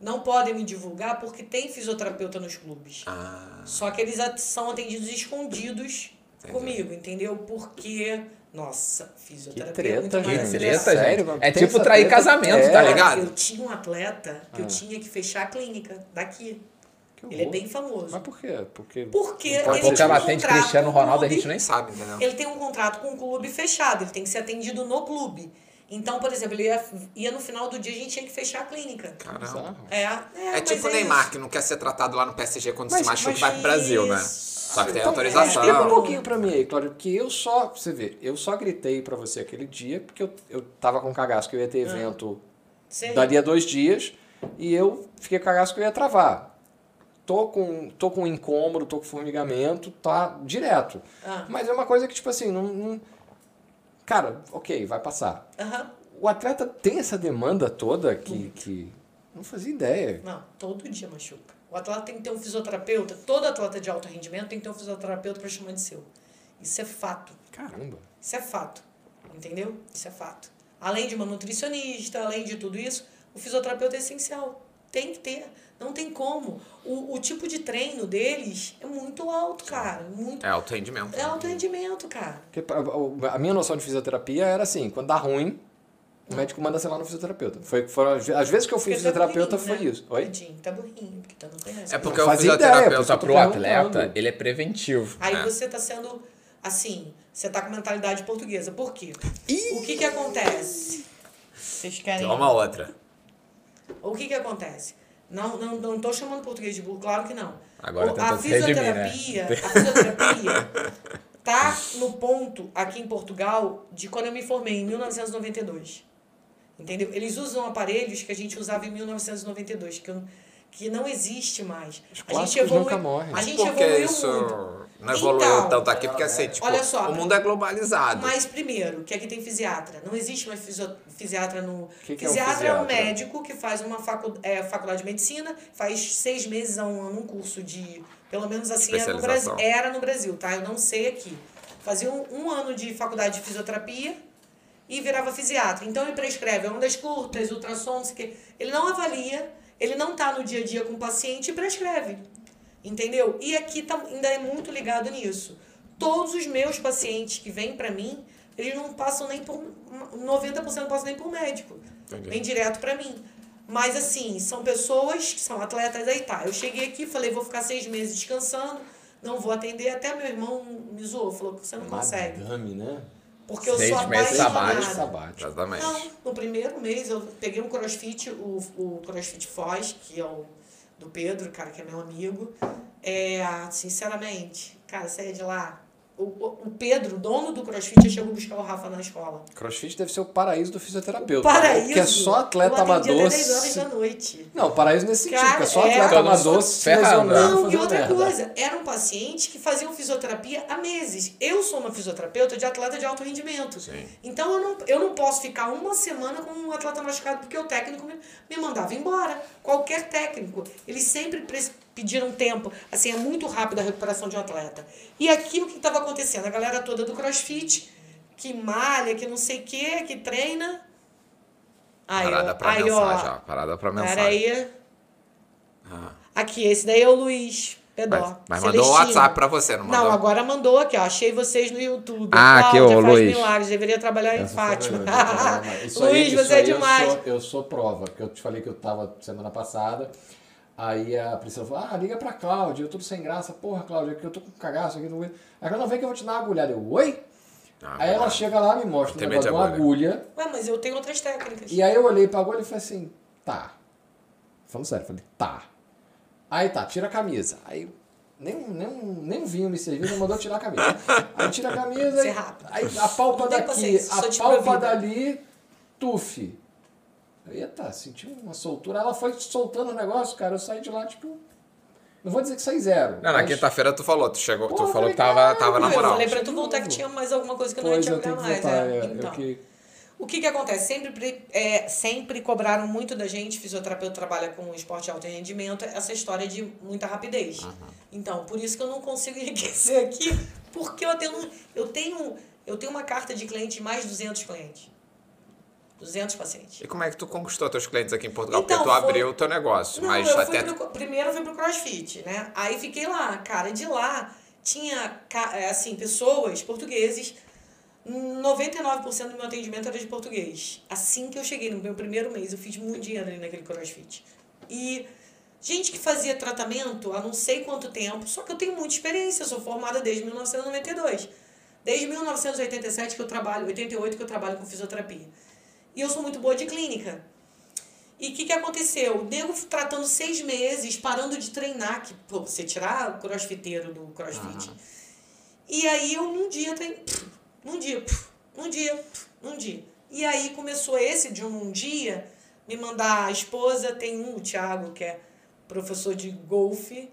Speaker 3: Não podem me divulgar porque tem fisioterapeuta nos clubes.
Speaker 1: Ah,
Speaker 3: Só que eles at- são atendidos escondidos comigo, entendeu? Porque, nossa, fisioterapeuta é muito
Speaker 2: treta,
Speaker 3: mais
Speaker 2: gente.
Speaker 3: acelerado.
Speaker 2: Treta, Sério,
Speaker 1: É
Speaker 2: tem
Speaker 1: tipo
Speaker 2: essa
Speaker 1: trair
Speaker 2: treta?
Speaker 1: casamento,
Speaker 2: É.
Speaker 1: tá
Speaker 3: Cara,
Speaker 1: ligado? Ah.
Speaker 3: Eu tinha um atleta que eu tinha que fechar a clínica daqui.
Speaker 2: Que
Speaker 3: Ele é
Speaker 1: Uhum.
Speaker 2: horror.
Speaker 3: bem famoso.
Speaker 2: Mas por quê? Porque.
Speaker 1: Daqui
Speaker 3: Porque
Speaker 2: Não
Speaker 3: ele
Speaker 1: a
Speaker 2: pode
Speaker 1: pouco
Speaker 2: ser.
Speaker 3: tinha
Speaker 1: ela
Speaker 3: um
Speaker 1: atende
Speaker 3: contrato
Speaker 1: Cristiano
Speaker 3: com o
Speaker 1: Ronaldo, a
Speaker 3: clube.
Speaker 1: gente nem sabe, entendeu?
Speaker 3: Ele tem um contrato com o clube fechado, ele tem que ser atendido no clube. Então, por exemplo, ele ia, ia no final do dia, a gente tinha que fechar a clínica.
Speaker 1: Caramba.
Speaker 3: É, é,
Speaker 1: É
Speaker 3: mas
Speaker 1: tipo o
Speaker 3: é
Speaker 1: Neymar,
Speaker 3: isso.
Speaker 1: que não quer ser tratado lá no PSG quando se
Speaker 2: Mas-
Speaker 1: machuca e
Speaker 2: mas
Speaker 1: vai pro Brasil, né?
Speaker 3: isso.
Speaker 1: Só que tem
Speaker 3: Então,
Speaker 1: autorização.
Speaker 3: é,
Speaker 2: Explica um pouquinho pra mim aí, Cláudio, porque eu só, pra você ver, eu só gritei pra você aquele dia, porque eu, eu tava com um cagaço que eu ia ter evento,
Speaker 3: Sei.
Speaker 2: daria dois dias, e eu fiquei com cagaço que eu ia travar. Tô com, tô com um incômodo, tô com formigamento, tá direto.
Speaker 3: Ah.
Speaker 2: Mas é uma coisa que, tipo assim, não- não... Cara, ok, vai passar.
Speaker 3: Aham.
Speaker 2: O atleta tem essa demanda toda
Speaker 3: Uhum.
Speaker 2: que... que... Não fazia ideia.
Speaker 3: Não, todo dia machuca. O atleta tem que ter um fisioterapeuta, todo atleta de alto rendimento tem que ter um fisioterapeuta pra chamar de seu. Isso é fato.
Speaker 2: Caramba.
Speaker 3: Isso é fato. Entendeu? Isso é fato. Além de uma nutricionista, além de tudo isso, o fisioterapeuta é essencial. Tem que ter. Não tem como. O, o tipo de treino deles é muito alto, cara. Muito...
Speaker 1: É alto rendimento.
Speaker 3: É alto rendimento, cara.
Speaker 2: Porque pra- o- a minha noção de fisioterapia era assim, quando dá ruim, o médico manda, sei lá, no fisioterapeuta. Foi, foram as, ve- as vezes que eu fui
Speaker 3: Uhum. Porque tá
Speaker 2: fisioterapeuta
Speaker 3: burrinho,
Speaker 2: foi
Speaker 3: né?
Speaker 2: isso. Oi?
Speaker 3: Tadinho, tá burrinho, porque tá não conhece.
Speaker 1: É porque
Speaker 2: Não
Speaker 1: o
Speaker 2: fazia ideia, por
Speaker 1: fisioterapeuta
Speaker 2: isso que eu tô
Speaker 1: pro atleta,
Speaker 2: perguntando.
Speaker 1: ele é preventivo.
Speaker 3: Aí
Speaker 1: né?
Speaker 3: você tá sendo, assim, você tá com mentalidade portuguesa. Por quê? O que que acontece? Vocês querem...
Speaker 1: Toma outra.
Speaker 3: O que que acontece? Não, não, não tô chamando português de burro, claro que não.
Speaker 1: Agora
Speaker 3: O- a
Speaker 1: tentou se redimir, né?
Speaker 3: fisioterapia, a fisioterapia <laughs> tá no ponto aqui em Portugal de quando eu me formei em 1992. Entendeu? Eles usam aparelhos que a gente usava em 1992, que, eu- que não existe mais. a gente
Speaker 2: clássicos
Speaker 3: evoluiu,
Speaker 2: nunca morrem.
Speaker 3: A
Speaker 2: Mas
Speaker 3: gente
Speaker 1: Porque
Speaker 3: evoluiu
Speaker 1: isso
Speaker 3: muito.
Speaker 1: não evoluiu
Speaker 3: Então,
Speaker 1: tanto aqui, porque assim, tipo,
Speaker 3: olha só,
Speaker 1: o mundo é globalizado.
Speaker 3: Mas primeiro, que aqui tem fisiatra. Não existe mais fisio- fisiatra no.
Speaker 2: Que que é um
Speaker 3: fisiatra, é um
Speaker 2: fisiatra?
Speaker 3: médico que faz uma facu- é, faculdade de medicina, faz seis meses a um ano um curso de. Pelo menos assim era no, Brasil,
Speaker 1: Especialização.
Speaker 3: era no Brasil, tá? Eu não sei aqui. Fazia um, um ano de faculdade de fisioterapia e virava fisiatra. Então ele prescreve ondas curtas, ultrassom, não sei o quê. Ele não avalia, ele não tá no dia a dia com o paciente e prescreve. Entendeu? E aqui tá, ainda é muito ligado nisso. Todos os meus pacientes que vêm pra mim, eles não passam nem por. 90% não passam nem por médico.
Speaker 1: Entendi.
Speaker 3: Vem direto pra mim. Mas assim, são pessoas que são atletas aí, tá. Eu cheguei aqui, falei, vou ficar seis meses descansando, não vou atender. Até meu irmão me zoou, falou que você não consegue.
Speaker 2: Madame, né?
Speaker 3: Porque eu
Speaker 1: Seis
Speaker 3: sou
Speaker 1: meses
Speaker 3: apaixonada.
Speaker 1: sabático.
Speaker 2: Trabalho sabático.
Speaker 1: Exatamente.
Speaker 3: Não, no primeiro mês eu peguei um crossfit, o, o crossfit Foz, que é o do Pedro, cara, que é meu amigo. É, sinceramente, cara, saia de lá. O, o o Pedro, dono do crossfit, já chegou buscar o Rafa na escola.
Speaker 2: Crossfit deve ser o paraíso do fisioterapeuta.
Speaker 3: Paraíso!
Speaker 2: Que é só atleta
Speaker 3: eu atendi
Speaker 2: amador.
Speaker 3: Até 10 horas
Speaker 2: se-
Speaker 3: da noite.
Speaker 2: Não, paraíso nesse sentido,
Speaker 3: então. Cara,
Speaker 2: que é só
Speaker 3: é.
Speaker 2: atleta
Speaker 3: Todo
Speaker 1: mundo
Speaker 2: amador se
Speaker 1: ferrado, né?
Speaker 2: lesionando,
Speaker 3: Não, e
Speaker 2: fazendo
Speaker 3: outra
Speaker 2: merda.
Speaker 3: coisa, eram pacientes que faziam fisioterapia há meses. Eu sou uma fisioterapeuta de atleta de alto rendimento.
Speaker 1: Sim.
Speaker 3: Então eu não, eu não posso ficar uma semana com um atleta machucado, porque o técnico me, me mandava embora. Qualquer técnico. Eles sempre pres- pediram tempo. Assim, é muito rápido a recuperação de um atleta. E aqui o que estava acontecendo? A galera toda do crossfit, que malha, que não sei o quê, que treina. Aí,
Speaker 1: Parada
Speaker 3: ó,
Speaker 1: pra
Speaker 3: aí, ó,
Speaker 1: mensagem, ó. Parada pra mensagem.
Speaker 3: Peraí.
Speaker 1: Ah.
Speaker 3: Aqui, esse daí é o Luiz Pedó.
Speaker 1: Mas, mas mandou
Speaker 3: Celestino.
Speaker 1: o WhatsApp pra você, não mandou?
Speaker 3: Não, agora mandou aqui, ó. Achei vocês no YouTube.
Speaker 1: Ah, aqui,
Speaker 3: Cláudia
Speaker 1: ô,
Speaker 3: faz
Speaker 1: Luiz.
Speaker 3: milagres. Deveria trabalhar em
Speaker 2: Essa foi
Speaker 3: Fátima. <laughs>
Speaker 2: a verdade. Isso aí-
Speaker 3: Luiz,
Speaker 2: isso
Speaker 3: você é
Speaker 2: aí eu
Speaker 3: demais.
Speaker 2: sou- Eu sou prova, porque eu te falei que eu tava semana passada. Aí a Priscila falou: Ah, liga pra Cláudia, eu tô sem graça. Porra, Cláudia, que eu tô com cagaço aqui. Não aguento. Aí ela vem que eu vou te dar uma agulhada. Eu, oi?
Speaker 1: Ah, é
Speaker 2: aí ela chega lá, me mostra
Speaker 1: Tem
Speaker 2: um
Speaker 1: medo de
Speaker 2: negócio de uma agulha.
Speaker 3: Ué, mas eu tenho outras técnicas.
Speaker 2: E aí eu olhei pra agulha e falei assim: Tá. Falando sério, falei: Tá. Aí tá, tira a camisa. Aí nem, um- nem, um- nem um vinho me serviu, não mandou tirar a camisa. Aí tira a camisa.
Speaker 3: Isso é
Speaker 2: aí-
Speaker 3: rápido.
Speaker 2: Aí a palpa
Speaker 3: Não tem
Speaker 2: daqui,
Speaker 3: paciência, só
Speaker 2: a
Speaker 3: te
Speaker 2: palpa
Speaker 3: provida.
Speaker 2: dali, tuf. Eita, senti uma soltura. Ela foi soltando o negócio, cara. Eu saí de lá, tipo. Não vou dizer que saí zero.
Speaker 1: Não, tá- na
Speaker 2: mas-
Speaker 1: quinta-feira tu falou, tu chegou, tu
Speaker 2: Porra,
Speaker 1: falou que
Speaker 2: falei,
Speaker 1: tava, tava
Speaker 3: Não,
Speaker 1: na
Speaker 3: eu
Speaker 1: moral.
Speaker 3: falei pra tu voltar que tinha mais alguma coisa que eu não ia
Speaker 2: Pois
Speaker 3: te
Speaker 2: eu tenho
Speaker 3: aguentar
Speaker 2: que
Speaker 3: mais.
Speaker 2: voltar.
Speaker 3: é.
Speaker 2: é,
Speaker 3: Então.
Speaker 2: eu que...
Speaker 3: O que que acontece? Sempre, pre- é, sempre cobraram muito da gente, fisioterapeuta trabalha com esporte de alto rendimento, essa história de muita rapidez. Então, por isso que eu não consigo <laughs> enriquecer aqui, porque eu tenho, eu tenho, eu tenho uma carta de cliente de mais de 200 clientes. 200 pacientes.
Speaker 1: E como é que tu conquistou teus clientes aqui em Portugal?
Speaker 3: Então,
Speaker 1: Porque tu
Speaker 3: foi-
Speaker 1: abriu o teu negócio,
Speaker 3: Não,
Speaker 1: mas
Speaker 3: eu
Speaker 1: até...
Speaker 3: fui pro, primeiro eu fui pro CrossFit, né? Aí fiquei lá, cara, de lá tinha, ca- é, assim, pessoas portugueses, 99% do meu atendimento era de português. Assim que eu cheguei no meu primeiro mês, eu fiz muito dinheiro ali naquele CrossFit. E gente que fazia tratamento há não sei quanto tempo, só que eu tenho muita experiência, eu sou formada desde 1992. Desde 1987 que eu trabalho, 88 que eu trabalho com fisioterapia. E eu sou muito boa de clínica. E o que, que aconteceu? O nego tratando seis meses, parando de treinar, que pô, você tirar o crossfiteiro do crossfit. E aí eu num dia treinei, pf, num dia, pf, num dia, pf, num dia. E aí começou esse de um, um dia me mandar a esposa, tem um, o Thiago, que é professor de golfe.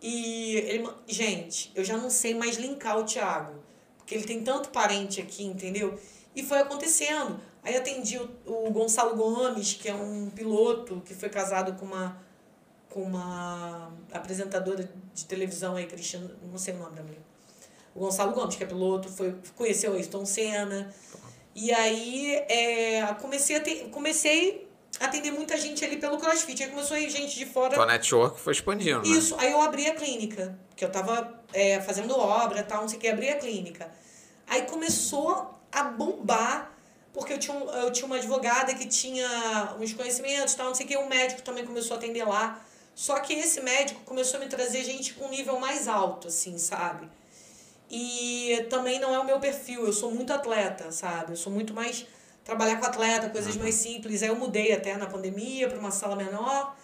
Speaker 3: E ele, ma- gente, eu já não sei mais linkar o Thiago, porque ele tem tanto parente aqui, entendeu? E foi acontecendo. Aí atendi o, o Gonçalo Gomes, que é um piloto que foi casado com uma com uma apresentadora de televisão aí, Cristina, não sei o nome da mulher. O Gonçalo Gomes, que é piloto, foi, conheceu o Ayrton Senna. E aí é, comecei, a ter, comecei atender muita gente ali pelo crossfit. Aí começou a ir gente de fora.
Speaker 1: Tua network foi expandindo, né?
Speaker 3: Isso, aí eu abri a clínica, que eu tava é, fazendo obra e tal, não sei o que, abri a clínica. Aí começou a bombar, porque eu tinha, um- eu tinha uma advogada que tinha uns conhecimentos e tal, não sei o que, um médico também começou a atender lá. Só que esse médico começou a me trazer gente com um nível mais alto, assim, sabe? E também não é o meu perfil, eu sou muito atleta, sabe? Eu sou muito mais trabalhar com atleta, coisas mais simples. Aí eu mudei até na pandemia para uma sala menor.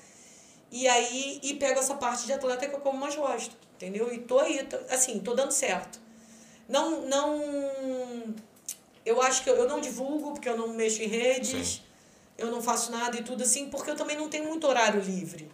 Speaker 3: E aí, e pego essa parte de atleta que eu como mais gosto, entendeu? E tô aí, tô- assim, tô dando certo. Não, não... Eu acho que eu, eu não divulgo, porque eu não mexo em redes.
Speaker 1: Sim.
Speaker 3: Eu não faço nada e tudo assim, porque eu também não tenho muito horário livre.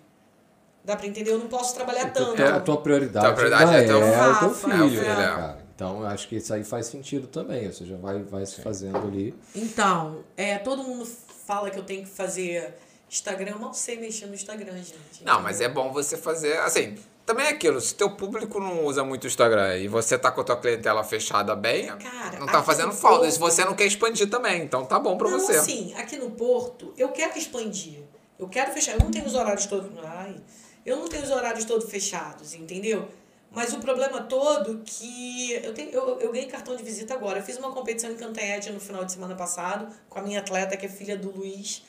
Speaker 3: Dá pra entender? Eu não posso trabalhar tanto.
Speaker 1: é,
Speaker 5: a tua prioridade,
Speaker 1: Tua prioridade
Speaker 5: ainda
Speaker 1: é teu-
Speaker 5: é o teu
Speaker 3: Rafa,
Speaker 5: filho,
Speaker 3: é o
Speaker 1: filho,
Speaker 5: né,
Speaker 1: é.
Speaker 5: cara? Então, eu acho que isso aí faz sentido também. Você já vai, vai se fazendo ali.
Speaker 3: Então, é, todo mundo fala que eu tenho que fazer Instagram. Eu mal sei mexer no Instagram, gente.
Speaker 1: Não, mas é bom você fazer. Assim, também é aquilo. Se teu público não usa muito o Instagram e você tá com a tua clientela fechada bem,
Speaker 3: Cara,
Speaker 1: não tá
Speaker 3: aqui
Speaker 1: fazendo
Speaker 3: no
Speaker 1: falta.
Speaker 3: Porto-
Speaker 1: Se você não quer expandir também, então tá bom pra
Speaker 3: não,
Speaker 1: você.
Speaker 3: assim, aqui no Porto, eu quero expandir. Eu quero fechar. Eu não tenho os horários todos. Ai, eu não tenho os horários todos fechados, entendeu? Mas o problema todo que. Eu, tenho, eu, eu ganhei cartão de visita agora. Eu fiz uma competição em Cantanhete no final de semana passado com a minha atleta, que é filha do Luiz,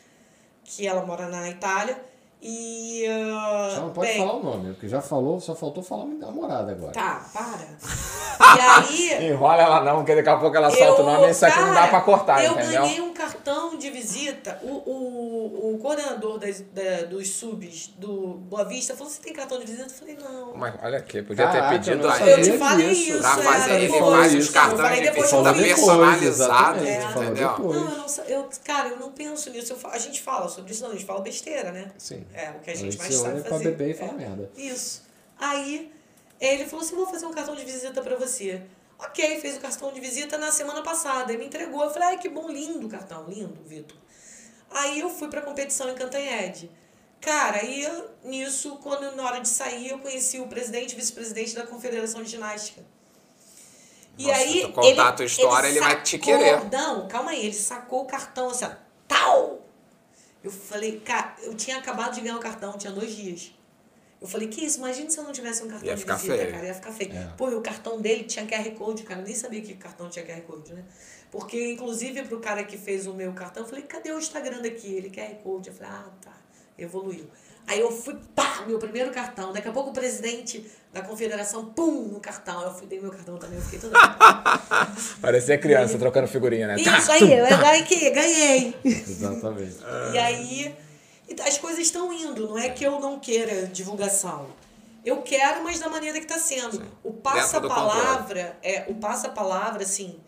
Speaker 3: que ela mora na Itália. E. ah,
Speaker 5: Só não pode
Speaker 3: bem,
Speaker 5: falar o nome, porque já falou, só faltou falar minha namorada agora.
Speaker 3: Tá, para. <laughs> E aí.
Speaker 1: Enrola ela não, porque daqui a pouco ela
Speaker 3: cara, eu ganhei um cartão de visita. O, o, o coordenador das, da- dos subs do Boa Vista falou: Você tem cartão de visita? Eu falei: Não.
Speaker 1: Mas olha aqui, podia
Speaker 5: Caraca,
Speaker 1: ter pedido
Speaker 5: eu não
Speaker 1: a
Speaker 5: sabia
Speaker 3: Eu te
Speaker 5: disso.
Speaker 3: falei isso,
Speaker 1: Pra
Speaker 3: é,
Speaker 1: fazer, ele
Speaker 3: depois,
Speaker 1: faz os
Speaker 3: isso. Eu
Speaker 1: cartões
Speaker 3: falei
Speaker 1: de
Speaker 3: depois
Speaker 1: visita
Speaker 3: eu vi.
Speaker 1: personalizados,
Speaker 5: Exatamente, a gente falou
Speaker 1: entendeu?
Speaker 5: depois.
Speaker 3: Não, eu não sa- eu, cara, eu não penso nisso. Eu fa- a gente fala sobre isso, não. A gente fala besteira, né?
Speaker 5: Sim.
Speaker 3: É, o que a
Speaker 5: Aí
Speaker 3: gente
Speaker 5: você
Speaker 3: mais sabe
Speaker 5: olha pra
Speaker 3: fazer.
Speaker 5: beber e fala
Speaker 3: É.
Speaker 5: merda.
Speaker 3: Isso. Aí ele falou assim: vou fazer um cartão de visita pra você. Ok, fez o cartão de visita na semana passada. Ele me entregou. Eu falei: ai, que bom, lindo o cartão, lindo, Vitor. Aí eu fui pra competição em Cantanhede. Cara, aí eu- nisso, quando na hora de sair, eu conheci o presidente e vice-presidente da Confederação de Ginástica. E
Speaker 1: Nossa,
Speaker 3: aí.
Speaker 1: tu contar a tua história, ele vai te querer.
Speaker 3: Não, calma aí, ele sacou o cartão assim, ó, tal! Eu falei, cara, eu tinha acabado de ganhar o cartão, tinha dois dias. Eu falei, que isso? Imagina se eu não tivesse um cartão
Speaker 1: Ia
Speaker 3: de
Speaker 1: ficar
Speaker 3: visita,
Speaker 1: feio.
Speaker 3: cara. Ia ficar feio.
Speaker 5: É.
Speaker 3: Pô, e o cartão dele tinha QR Code, cara. Eu nem sabia que cartão tinha QR Code, né? Porque, inclusive, pro cara que fez o meu cartão, eu falei, cadê o Instagram daqui? Ele QR Code. Eu falei, ah, tá. Evoluiu. Aí eu fui, pá, meu primeiro cartão. Daqui a pouco o presidente da confederação, pum, no cartão. Eu fui, dei meu cartão também, eu fiquei
Speaker 1: <laughs>
Speaker 3: toda...
Speaker 1: Parecia criança trocando figurinha, né?
Speaker 3: Isso aí, eu ganhei que ganhei.
Speaker 5: Exatamente.
Speaker 3: E aí, e as coisas estão indo, não é que eu não queira divulgação. Eu quero, mas da maneira que está sendo. O passa-palavra, é, o passa-palavra, assim,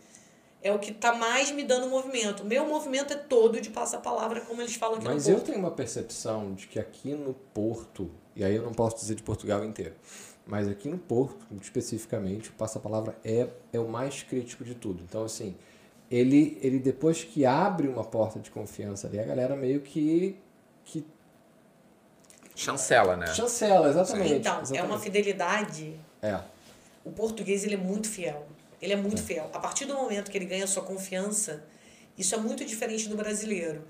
Speaker 3: é o que está mais me dando movimento. Meu movimento é todo de passa-palavra, como eles falam aqui
Speaker 5: Mas
Speaker 3: no
Speaker 5: eu
Speaker 3: Porto.
Speaker 5: tenho uma percepção de que aqui no Porto, e aí eu não posso dizer de Portugal inteiro, mas aqui no Porto, especificamente, o passa-palavra é, é o mais crítico de tudo. Então, assim, ele, ele depois que abre uma porta de confiança ali, a galera meio que, que
Speaker 1: Chancela, né?
Speaker 5: chancela, exatamente.
Speaker 3: Então, é uma
Speaker 5: exatamente.
Speaker 3: fidelidade
Speaker 5: É.
Speaker 3: O português ele é muito fiel. Ele é muito fiel. A partir do momento que ele ganha sua confiança, isso é muito diferente do brasileiro.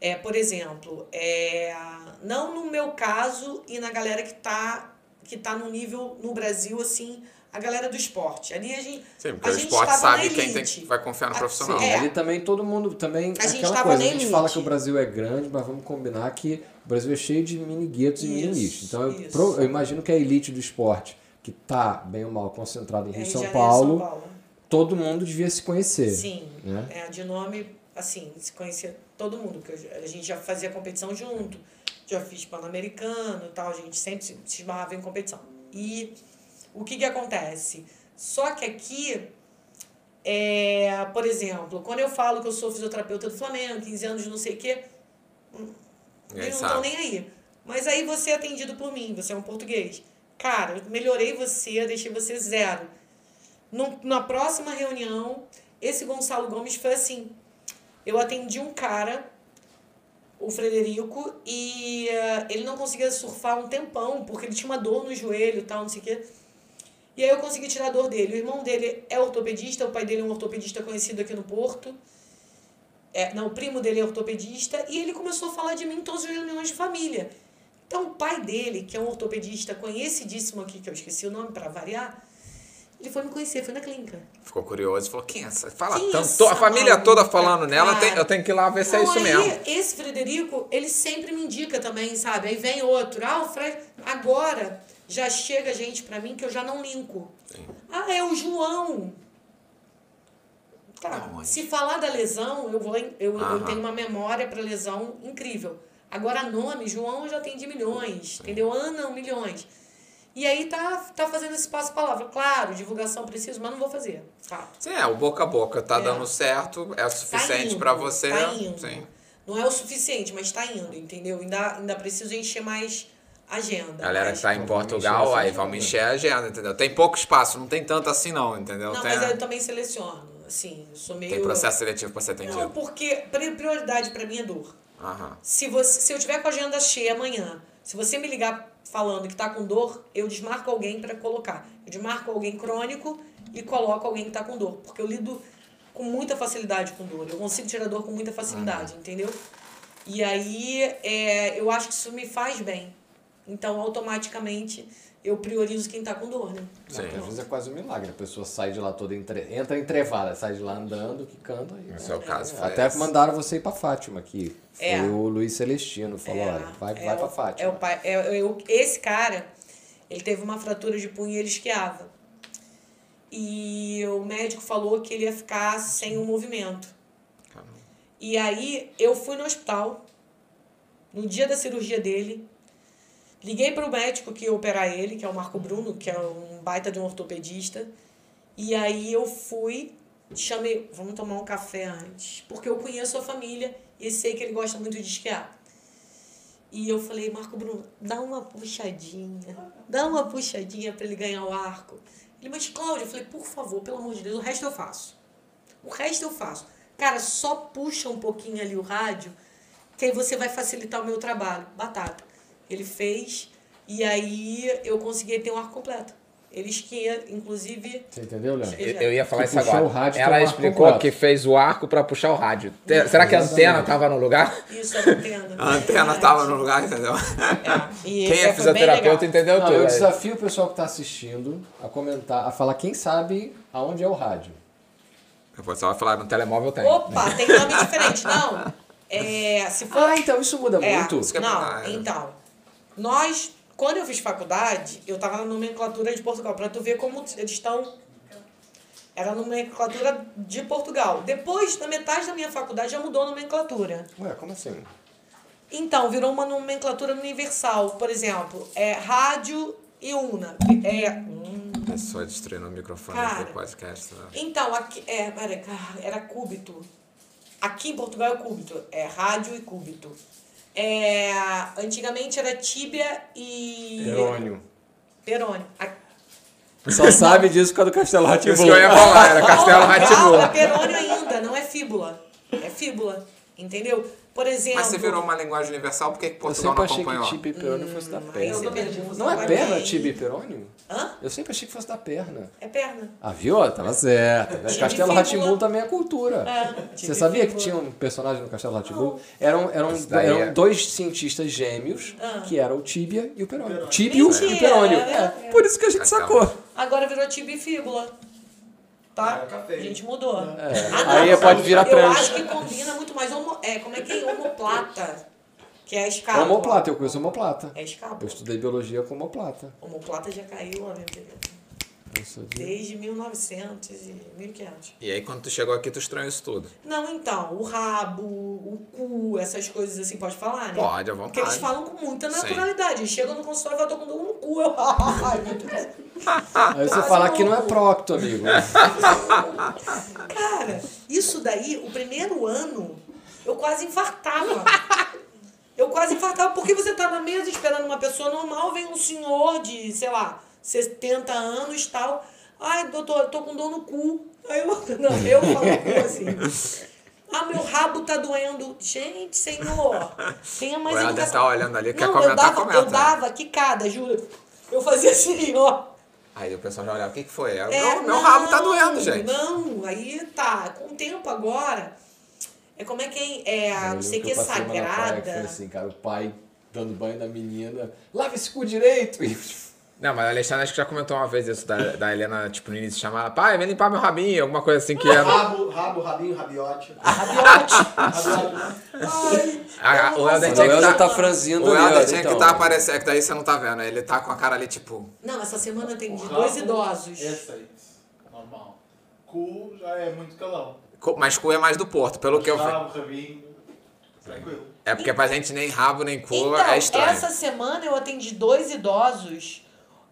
Speaker 3: É, por exemplo, é, não no meu caso e na galera que tá, que tá no nível no Brasil, assim, a galera do esporte. Ali a gente.
Speaker 1: Sim, porque
Speaker 3: a
Speaker 1: o
Speaker 3: gente
Speaker 1: esporte
Speaker 3: tava
Speaker 1: sabe
Speaker 3: na
Speaker 1: quem tem
Speaker 3: elite.
Speaker 1: que vai confiar no
Speaker 3: Ah,
Speaker 1: profissional.
Speaker 3: sim, é.
Speaker 5: Ali um também todo mundo também
Speaker 3: A gente
Speaker 5: aquela
Speaker 3: tava
Speaker 5: coisa, a
Speaker 3: na
Speaker 5: gente
Speaker 3: elite.
Speaker 5: fala que o Brasil é grande, mas vamos combinar que o Brasil é cheio de mini guetos e
Speaker 3: Isso,
Speaker 5: mini lixo. Então eu,
Speaker 3: isso.
Speaker 5: pro- eu imagino que a elite do esporte que tá bem ou mal concentrada em Rio
Speaker 3: É, Rio
Speaker 5: e
Speaker 3: de
Speaker 5: São
Speaker 3: Janeiro,
Speaker 5: Paulo,
Speaker 3: São Paulo.
Speaker 5: todo mundo devia se conhecer.
Speaker 3: Sim.
Speaker 5: né?
Speaker 3: É, de nome, assim, se conhecia todo mundo, porque eu já- a gente já fazia competição junto, já fiz pan-americano e tal, a gente sempre se, se esbarrava em competição. E o que que acontece? Só que aqui, é, por exemplo, quando eu falo que eu sou fisioterapeuta do Flamengo, 15 anos de não sei o quê,
Speaker 1: Ninguém
Speaker 3: eles não
Speaker 1: sabe.
Speaker 3: estão nem aí. Mas aí você é atendido por mim, você é um português. Cara, eu melhorei você, deixei você zero. Num- na próxima reunião, esse Gonçalo Gomes foi assim. Eu atendi um cara, o Frederico, e eh, ele não conseguia surfar um tempão, porque ele tinha uma dor no joelho e tal, não sei o quê. E aí eu consegui tirar a dor dele. O irmão dele é ortopedista, o pai dele é um ortopedista conhecido aqui no Porto. é, não, o primo dele é ortopedista, e ele começou a falar de mim em todas as reuniões de família. Então, o pai dele, que é um ortopedista conhecidíssimo aqui, que eu esqueci o nome para variar, ele foi me conhecer, foi na clínica.
Speaker 1: Ficou curioso e falou: quem é essa? Fala
Speaker 3: Quem é
Speaker 1: tanto.
Speaker 3: essa
Speaker 1: A família toda falando
Speaker 3: maluca,
Speaker 1: nela, eu tenho-
Speaker 3: cara?
Speaker 1: eu tenho que ir lá ver se é
Speaker 3: Então,
Speaker 1: isso
Speaker 3: aí,
Speaker 1: mesmo.
Speaker 3: Esse Frederico, ele sempre me indica também, sabe? Aí vem outro. Ah, o Fred. Agora já chega gente pra mim que eu já não linko. Ah, é o João.
Speaker 1: Da
Speaker 3: Tá.
Speaker 1: onde?
Speaker 3: Se falar da lesão, eu vou. em- Eu, eu
Speaker 1: Aham.
Speaker 3: tenho uma memória pra lesão incrível. Agora, nome, João eu já tem de milhões, entendeu? Ana, um milhões. E aí tá, tá fazendo esse passo a palavra. Claro, divulgação preciso, mas não vou fazer. tá? Fato.
Speaker 1: Sim, é, o boca a boca tá
Speaker 3: É.
Speaker 1: dando certo, é o suficiente
Speaker 3: indo,
Speaker 1: pra você.
Speaker 3: Tá indo.
Speaker 1: Sim.
Speaker 3: Não é o suficiente, mas tá indo, entendeu? Ainda, ainda preciso encher mais agenda.
Speaker 1: Galera
Speaker 3: mas...
Speaker 1: que tá em
Speaker 5: vamos
Speaker 1: Portugal,
Speaker 5: encher
Speaker 1: aí
Speaker 5: essa
Speaker 1: vamos
Speaker 5: agenda.
Speaker 1: encher a agenda, entendeu? Tem pouco espaço, não tem tanto assim não, entendeu?
Speaker 3: Não,
Speaker 1: tem,
Speaker 3: mas eu também seleciono. Assim, eu sou meio.
Speaker 1: tem processo seletivo pra ser atendido.
Speaker 3: Não, porque pri- prioridade pra mim é dor.
Speaker 1: Aham.
Speaker 3: Se, você, se eu tiver com a agenda cheia amanhã, se você me ligar falando que tá com dor, eu desmarco alguém pra colocar. Eu desmarco alguém crônico e coloco alguém que tá com dor. Porque eu lido com muita facilidade com dor. Eu consigo tirar dor com muita facilidade, entendeu? E aí é, eu acho que isso me faz bem. Então, automaticamente, eu priorizo quem tá com dor, né?
Speaker 1: Sim.
Speaker 5: Às vezes é quase um milagre. A pessoa sai de lá toda, entre... entra entrevada, sai de lá andando, quicando. Aí,
Speaker 1: Esse é o caso. foi
Speaker 5: né, Até
Speaker 1: esse.
Speaker 5: mandaram você ir pra Fátima, que foi
Speaker 3: É.
Speaker 5: o Luiz Celestino. Falou,
Speaker 3: É,
Speaker 5: olha, vai,
Speaker 3: é
Speaker 5: vai pra
Speaker 3: o-
Speaker 5: Fátima.
Speaker 3: É o pai, é, é o- esse cara, ele teve uma fratura de punho e ele esquiava. E o médico falou que ele ia ficar sem o movimento.
Speaker 1: Caramba.
Speaker 3: E aí eu fui no hospital, no dia da cirurgia dele, liguei para o médico que ia operar ele, que é o Marco Bruno, que é um baita de um ortopedista. E aí eu fui, chamei, vamos tomar um café antes, porque eu conheço a família e sei que ele gosta muito de esquiar. E eu falei, Marco Bruno, dá uma puxadinha, dá uma puxadinha para ele ganhar o arco. Ele, mas Cláudia, eu falei, por favor, pelo amor de Deus, o resto eu faço. O resto eu faço. Cara, só puxa um pouquinho ali o rádio, que aí você vai facilitar o meu trabalho. Batata. Ele fez, e aí eu consegui ter um arco completo. Ele esquia, inclusive.
Speaker 5: Você entendeu, Léo?
Speaker 1: Eu eu ia falar
Speaker 5: Que
Speaker 1: isso
Speaker 5: puxou
Speaker 1: agora.
Speaker 5: o rádio pra
Speaker 1: Ela
Speaker 5: marcar o
Speaker 1: explicou
Speaker 5: prato.
Speaker 1: que fez o arco pra puxar o rádio. Te- Será que a antena tava no lugar?
Speaker 3: Isso, a antena.
Speaker 1: A antena tava no lugar, entendeu?
Speaker 3: É, e
Speaker 1: Quem é
Speaker 3: foi bem
Speaker 1: fisioterapeuta
Speaker 3: legal.
Speaker 1: entendeu
Speaker 5: Não, eu
Speaker 1: tudo. aí.
Speaker 5: desafio o pessoal que tá assistindo a comentar, a falar quem sabe aonde é o rádio.
Speaker 1: O pessoal vai falar, no telemóvel tem.
Speaker 3: Opa, tem nome diferente. Não. É, se for.
Speaker 5: Ah, então isso muda
Speaker 3: É,
Speaker 5: muito.
Speaker 1: isso que é
Speaker 3: não,
Speaker 1: verdade.
Speaker 3: então. Nós, quando eu fiz faculdade, eu tava na nomenclatura de Portugal, pra tu ver como eles estão. Era a nomenclatura de Portugal. Depois, na metade da minha faculdade, já mudou a nomenclatura.
Speaker 5: Ué, como assim?
Speaker 3: Então, virou uma nomenclatura universal. Por exemplo, é rádio e una. É, hum,
Speaker 1: Pessoa destruindo o microfone
Speaker 3: Cara.
Speaker 1: do podcast. né?
Speaker 3: Então, aqui, é, pera, cara, era cúbito. Aqui em Portugal é cúbito, é rádio e cúbito. É, antigamente era tíbia e. Perônio. A-
Speaker 5: Só sabe disso por causa do Castelo
Speaker 2: Tipo,
Speaker 5: Ratibu.
Speaker 1: Isso que eu ia falar, era Castelo
Speaker 3: Não, não, É
Speaker 1: Ratimbu.
Speaker 3: perônio ainda, não é fíbula. É fíbula, entendeu? Por exemplo.
Speaker 1: Mas você virou uma linguagem universal, por que que
Speaker 2: Eu
Speaker 1: Portugal não
Speaker 2: sempre achei que tipo-
Speaker 1: acompanhou?
Speaker 2: Tipe Peroni fosse da perna.
Speaker 3: Hum, Eu tô perdida.
Speaker 5: Não é
Speaker 3: Vai
Speaker 5: perna,
Speaker 3: bem.
Speaker 5: Tibi Perônio?
Speaker 3: Hã?
Speaker 5: Eu sempre achei que fosse da perna.
Speaker 3: É perna.
Speaker 5: Ah, viu? Tava certa.
Speaker 3: Tibi
Speaker 5: Castelo
Speaker 3: Fíbula.
Speaker 5: Ratimbun também é cultura.
Speaker 3: É,
Speaker 5: Você
Speaker 3: Tibi
Speaker 5: sabia que
Speaker 3: Fíbula.
Speaker 5: tinha um personagem no Castelo
Speaker 3: Não.
Speaker 5: Ratimbun? Eram, eram,
Speaker 1: Esse daí é-
Speaker 5: eram dois cientistas gêmeos,
Speaker 3: Ah.
Speaker 5: que eram o Tíbia e o Perônio. Tíbio e
Speaker 3: Mentira,
Speaker 5: o Perônio.
Speaker 3: é verdade. Ah,
Speaker 5: É, por isso que a gente
Speaker 1: Castelo.
Speaker 5: sacou. É
Speaker 3: Agora virou tíbia e fíbula. Tá?
Speaker 4: Ah, tá
Speaker 3: A
Speaker 4: feio.
Speaker 3: gente mudou.
Speaker 1: É.
Speaker 5: É.
Speaker 3: Ah,
Speaker 5: Aí pode virar
Speaker 3: Eu
Speaker 5: trans.
Speaker 3: acho que combina muito mais. Homo, é, como é que é? Homoplata. Que é a escápula.
Speaker 5: Homoplata, eu conheço homoplata.
Speaker 3: É
Speaker 5: Eu
Speaker 3: escápula.
Speaker 5: estudei biologia com homoplata.
Speaker 3: Homoplata já caiu lá, meu querido.
Speaker 5: Eu sou de-
Speaker 3: Desde 1900 e 1500.
Speaker 1: E aí, quando tu chegou aqui, tu estranhou isso tudo.
Speaker 3: Não, então, o rabo, o cu, essas coisas assim, pode falar, né?
Speaker 1: Pode, à
Speaker 3: Porque eles
Speaker 1: vontade.
Speaker 3: falam com muita
Speaker 1: Sim.
Speaker 3: naturalidade. Eles chegam no consultório e eu tô com dor no cu. Eu... <laughs> Ai, meu Deus.
Speaker 1: Ah,
Speaker 5: Aí você
Speaker 3: Quase
Speaker 5: falar que não é
Speaker 3: louco.
Speaker 5: procto, amigo.
Speaker 3: Ah, Cara, isso daí, o primeiro ano, eu
Speaker 1: <laughs>
Speaker 3: quase infartava. Eu quase infartava, porque você tá na mesa esperando uma pessoa normal, vem um senhor de, sei lá, 70 anos e tal. Ai, doutor, eu tô com dor no cu. Aí eu, <laughs> não, eu falo cu
Speaker 1: <laughs>
Speaker 3: assim. Ah, meu rabo tá doendo. Gente, senhor, tenha mais
Speaker 1: Ou ela deve tá né? olhando ali, quer
Speaker 3: eu
Speaker 1: comentar,
Speaker 3: dava, Eu
Speaker 1: comenta.
Speaker 3: dava quicada, juro. Eu fazia assim, ó.
Speaker 1: Aí o pessoal já olhava, o que que foi? Eu,
Speaker 3: É,
Speaker 1: tá meu, meu rabo tá doendo, gente.
Speaker 3: Não, aí tá. Com o tempo agora, É como é que é, é a não sei
Speaker 2: Eu
Speaker 3: que,
Speaker 2: lembro eu passei uma na praia que
Speaker 3: sagrada.
Speaker 2: Foi assim, cara, o pai dando banho na menina, lava esse cu direito! E,
Speaker 1: Não, mas a Alexandre acho que já comentou uma vez isso da, da Helena, tipo, no início, chamar ela, pai, vem limpar meu rabinho, alguma coisa assim que era.
Speaker 4: Rabo, rabo, rabinho, rabiote.
Speaker 3: Ah,
Speaker 2: <laughs>
Speaker 3: Rabiote.
Speaker 4: rabiote, né?
Speaker 3: Ai,
Speaker 1: Ah,
Speaker 3: eu não
Speaker 1: o Helder
Speaker 3: consigo
Speaker 1: tinha que
Speaker 3: falar.
Speaker 1: tá-
Speaker 2: tá franzindo
Speaker 1: O Helder tinha
Speaker 2: então.
Speaker 1: que tá aparecendo, é que daí você não tá vendo, ele tá com a cara ali, tipo...
Speaker 3: Não, essa semana eu atendi
Speaker 4: Rabo,
Speaker 3: dois idosos.
Speaker 2: é
Speaker 4: Essa aí. Normal. Cu já é muito calão.
Speaker 1: co- Mas cu é mais do Porto, pelo que eu vi.
Speaker 4: Rabo, rabinho. Tranquilo.
Speaker 1: É porque pra gente nem rabo, nem cu
Speaker 3: Então,
Speaker 1: é estranho.
Speaker 3: essa semana eu atendi dois idosos.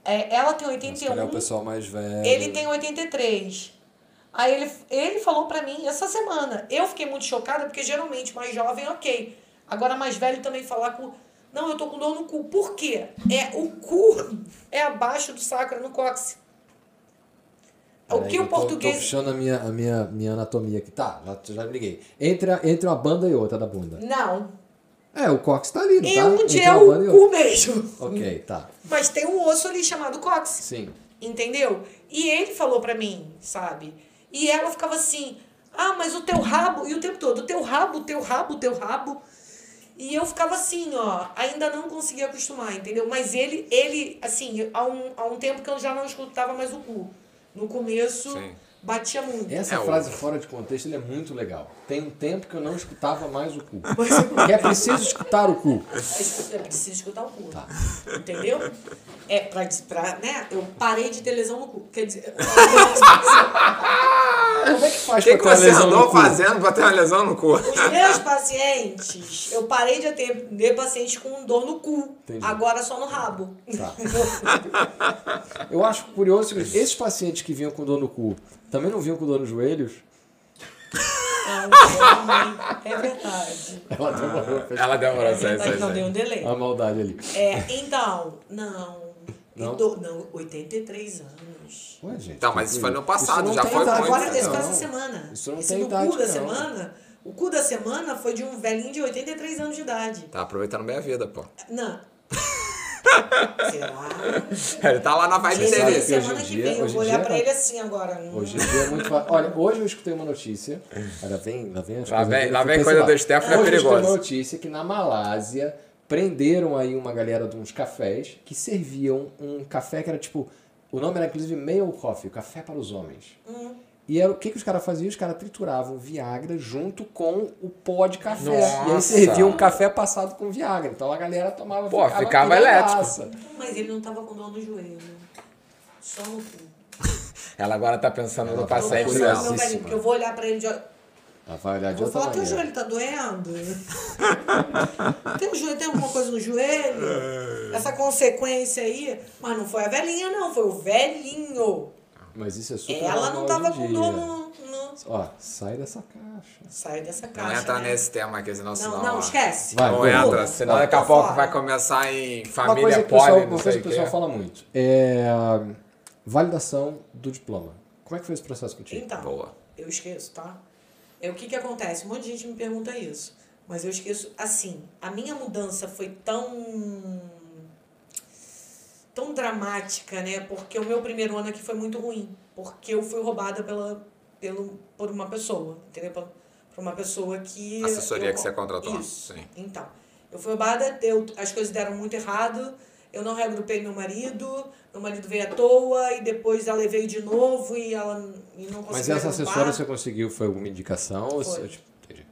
Speaker 3: É, ela tem
Speaker 2: Se calhar
Speaker 3: 81,
Speaker 2: o pessoal mais velho.
Speaker 3: ele tem 83. Aí ele, ele falou pra mim essa semana. Eu fiquei muito chocada, porque geralmente mais jovem, ok. Agora mais velho também falar com... Não, eu tô com dor no cu. Por quê? É, o cu <laughs> é abaixo do sacro, é no cóccix. O
Speaker 2: Peraí,
Speaker 3: que
Speaker 2: É, eu
Speaker 3: o
Speaker 2: tô-
Speaker 3: português...
Speaker 2: Tô puxando a minha, a minha, minha anatomia aqui. Tá, já, já me liguei. Entre, a- entre uma banda e outra da bunda.
Speaker 3: Não.
Speaker 2: É, o cox tá ali, não
Speaker 3: E
Speaker 2: tá?
Speaker 3: onde
Speaker 2: Entre
Speaker 3: é
Speaker 2: uma banda e
Speaker 3: o
Speaker 2: outra.
Speaker 3: cu mesmo.
Speaker 2: Ok, tá.
Speaker 3: Mas tem um osso ali chamado cóccix.
Speaker 2: Sim.
Speaker 3: Entendeu? E ele falou pra mim, sabe? E ela ficava assim: "Ah, mas o teu rabo", e o tempo todo, "O teu rabo, o teu rabo, o teu rabo". E eu ficava assim, ó, ainda não conseguia acostumar, entendeu? Mas ele, ele, assim, há um, há um tempo que eu já não escutava mais o cu. No começo,
Speaker 1: Sim.
Speaker 3: batia muito.
Speaker 2: Essa
Speaker 1: É, o-
Speaker 2: frase fora de contexto ele é muito legal. Tem um tempo que eu não escutava mais o cu.
Speaker 3: <laughs> Mas eu
Speaker 2: Que é preciso escutar o cu.
Speaker 3: É escu- É preciso escutar o cu. Entendeu? É, pra, des- pra, né? Eu parei de ter lesão no cu. Quer dizer. <laughs>
Speaker 2: Como é que
Speaker 1: O
Speaker 2: faz
Speaker 1: que,
Speaker 2: pra
Speaker 1: que
Speaker 2: ter uma
Speaker 1: você
Speaker 2: lesão no
Speaker 1: andou
Speaker 2: cu?
Speaker 1: fazendo pra ter uma lesão no cu?
Speaker 3: Os meus pacientes, eu parei de ter, ter pacientes com dor no cu.
Speaker 2: Entendi.
Speaker 3: Agora só no rabo.
Speaker 2: Tá. Eu acho curioso que esses pacientes que vinham com dor no cu também não vinham com dor nos joelhos?
Speaker 3: <laughs>
Speaker 2: <laughs>
Speaker 3: É verdade.
Speaker 2: Ela demorou. fez
Speaker 1: Ela deu uma
Speaker 3: É
Speaker 1: oração, isso
Speaker 2: tá
Speaker 3: verdade, não deu um
Speaker 1: aí.
Speaker 3: delay.
Speaker 2: A maldade ali.
Speaker 3: É, então, não.
Speaker 2: Não?
Speaker 3: E do- não, 83 anos. Então,
Speaker 2: Ué, gente. é
Speaker 1: Então, mas isso foi no passado,
Speaker 2: não
Speaker 1: já
Speaker 2: tem
Speaker 1: foi
Speaker 2: idade,
Speaker 1: muito,
Speaker 3: Agora, esse
Speaker 2: não.
Speaker 3: foi essa semana.
Speaker 2: Isso não
Speaker 3: esse
Speaker 2: tem
Speaker 3: do
Speaker 2: idade,
Speaker 3: cu da
Speaker 2: não.
Speaker 3: semana, o cu da semana foi de um velhinho de 83 anos de idade.
Speaker 1: Tá aproveitando bem a vida, pô.
Speaker 2: <laughs>
Speaker 3: Não. Será?
Speaker 1: Ele tá lá na vibe
Speaker 2: Você sabe
Speaker 1: dele.
Speaker 3: Gente,
Speaker 2: que hoje
Speaker 3: semana
Speaker 2: em
Speaker 3: que
Speaker 2: dia-
Speaker 3: vem eu
Speaker 2: hoje em
Speaker 3: vou olhar
Speaker 2: dia-
Speaker 3: pra ele assim agora. Hum.
Speaker 2: Hoje em dia é muito fácil. Olha, hoje eu escutei uma notícia. Lá vem, lá vem as
Speaker 1: Lá
Speaker 2: coisas
Speaker 1: vem-
Speaker 2: dele,
Speaker 1: lá
Speaker 2: eu fui
Speaker 1: vem coisa
Speaker 2: pesquisar.
Speaker 1: do Stephanie, é
Speaker 2: Hoje eu escutei
Speaker 1: perigoso.
Speaker 2: uma notícia que na Malásia prenderam aí uma galera de uns cafés que serviam um café que era tipo. O nome era inclusive Male Coffee, o café para os homens.
Speaker 3: Hum.
Speaker 2: E era, o que, que os caras faziam? Os caras trituravam Viagra junto com o pó de café. E aí
Speaker 1: Nossa!
Speaker 2: serviam um café passado com Viagra. Então a galera tomava.
Speaker 1: Pô, ficava
Speaker 2: piradaça.
Speaker 3: Mas ele não tava com dor no joelho. Só no cu.
Speaker 1: Ela agora tá pensando no
Speaker 3: Tô
Speaker 1: paciente
Speaker 3: pensando no
Speaker 1: dela.
Speaker 3: meu velhinho, porque eu vou olhar pra ele de olho.
Speaker 2: Ela vai olhar de
Speaker 3: Vou
Speaker 2: é outra
Speaker 3: falar, teu
Speaker 2: maneira.
Speaker 3: joelho tá doendo? <laughs> tem, um joelho, tem alguma coisa no
Speaker 1: É.
Speaker 3: joelho? Essa consequência aí? Mas não foi a velhinha, não. Foi o velhinho.
Speaker 2: Mas isso é super.
Speaker 3: Ela não
Speaker 2: normal
Speaker 3: tava
Speaker 2: hoje em
Speaker 3: com dor
Speaker 2: dia.
Speaker 3: no... no-
Speaker 2: Ó, sai dessa caixa.
Speaker 3: Sai dessa
Speaker 1: Não
Speaker 3: caixa,
Speaker 1: entra
Speaker 3: né?
Speaker 1: nesse tema aqui, senão...
Speaker 3: Não,
Speaker 1: senão
Speaker 3: não,
Speaker 1: ó,
Speaker 3: esquece.
Speaker 2: Vai,
Speaker 1: Não
Speaker 2: vamos.
Speaker 1: entra, Então, senão
Speaker 2: Vai.
Speaker 1: daqui a pouco
Speaker 3: Fora.
Speaker 1: vai tá começar em
Speaker 2: Uma coisa
Speaker 1: família
Speaker 2: que o pessoal,
Speaker 1: poli, não
Speaker 2: uma
Speaker 1: sei
Speaker 2: coisa
Speaker 1: o
Speaker 2: que
Speaker 1: que.
Speaker 2: o pessoal fala muito é a validação do diploma. Como é que foi esse processo contigo?
Speaker 3: Então,
Speaker 1: Boa.
Speaker 3: eu esqueço, tá? É o que que acontece? Um monte de gente me pergunta isso. Mas eu esqueço, assim, a minha mudança foi tão tão dramática, né? Porque o meu primeiro ano aqui foi muito ruim, porque eu fui roubada pela pelo por uma pessoa, entendeu? Por, por uma pessoa que
Speaker 1: Assessoria
Speaker 3: eu-
Speaker 1: que você contratou,
Speaker 3: Isso.
Speaker 1: sim.
Speaker 3: Então, eu fui roubada, eu, as coisas deram muito errado. Eu não reagrupei meu marido, meu marido veio à toa e depois ela veio de novo e ela e não conseguiu.
Speaker 2: Mas essa assessora
Speaker 3: agrupar.
Speaker 2: você conseguiu, foi alguma indicação?
Speaker 3: Foi.
Speaker 2: Ou você- tipo, entendi.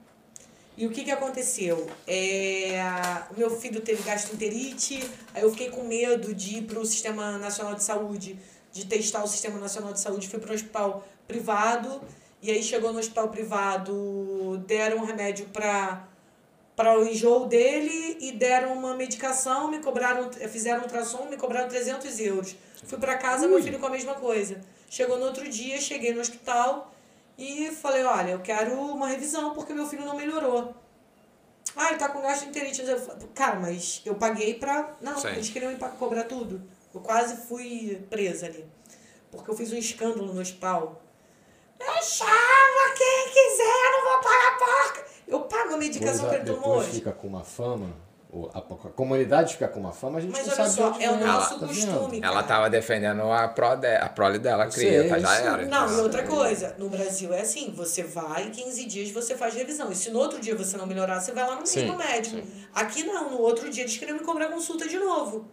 Speaker 3: E o que que aconteceu? É, o meu filho teve gastroenterite, aí eu fiquei com medo de ir para o Sistema Nacional de Saúde, de testar o Sistema Nacional de Saúde. Fui para o hospital privado, e aí chegou no hospital privado, deram um remédio para para o enjoo dele e deram uma medicação, me cobraram, fizeram um ultrassom, me cobraram 300 euros. Fui para casa, meu filho com a mesma coisa. Chegou no outro dia, cheguei no hospital e falei, olha, eu quero uma revisão porque meu filho não melhorou. Ah, ele tá com gastroenterite. Eu falei, cara, mas eu paguei pra... Não,
Speaker 1: Sim.
Speaker 3: eles queriam me pa- cobrar tudo. Eu quase fui presa ali. Porque eu fiz um escândalo no hospital. Eu chamo quem quiser, não vou pagar porca. Eu pago a medicação
Speaker 2: Depois,
Speaker 3: que
Speaker 2: a-
Speaker 3: ele tomou
Speaker 2: é, depois
Speaker 3: hoje.
Speaker 2: fica com uma fama.
Speaker 5: O- A, a comunidade fica com uma fama, a gente
Speaker 3: Mas
Speaker 5: não
Speaker 3: olha
Speaker 5: sabe
Speaker 3: só,
Speaker 5: onde
Speaker 3: é o
Speaker 5: vem.
Speaker 3: nosso
Speaker 5: Tá vendo?
Speaker 3: costume.
Speaker 1: Ela
Speaker 3: cara.
Speaker 1: tava defendendo a prole dela, a prole dela, a cria,
Speaker 5: Sei,
Speaker 1: tá? Já
Speaker 5: isso.
Speaker 1: era.
Speaker 3: Não, e
Speaker 1: entendeu?
Speaker 3: outra coisa, no Brasil é assim, você vai, 15 dias você faz revisão. E se no outro dia você não melhorar, você vai lá no
Speaker 2: Sim,
Speaker 3: mesmo médico. Aqui não, no outro dia eles queriam me cobrar consulta de novo.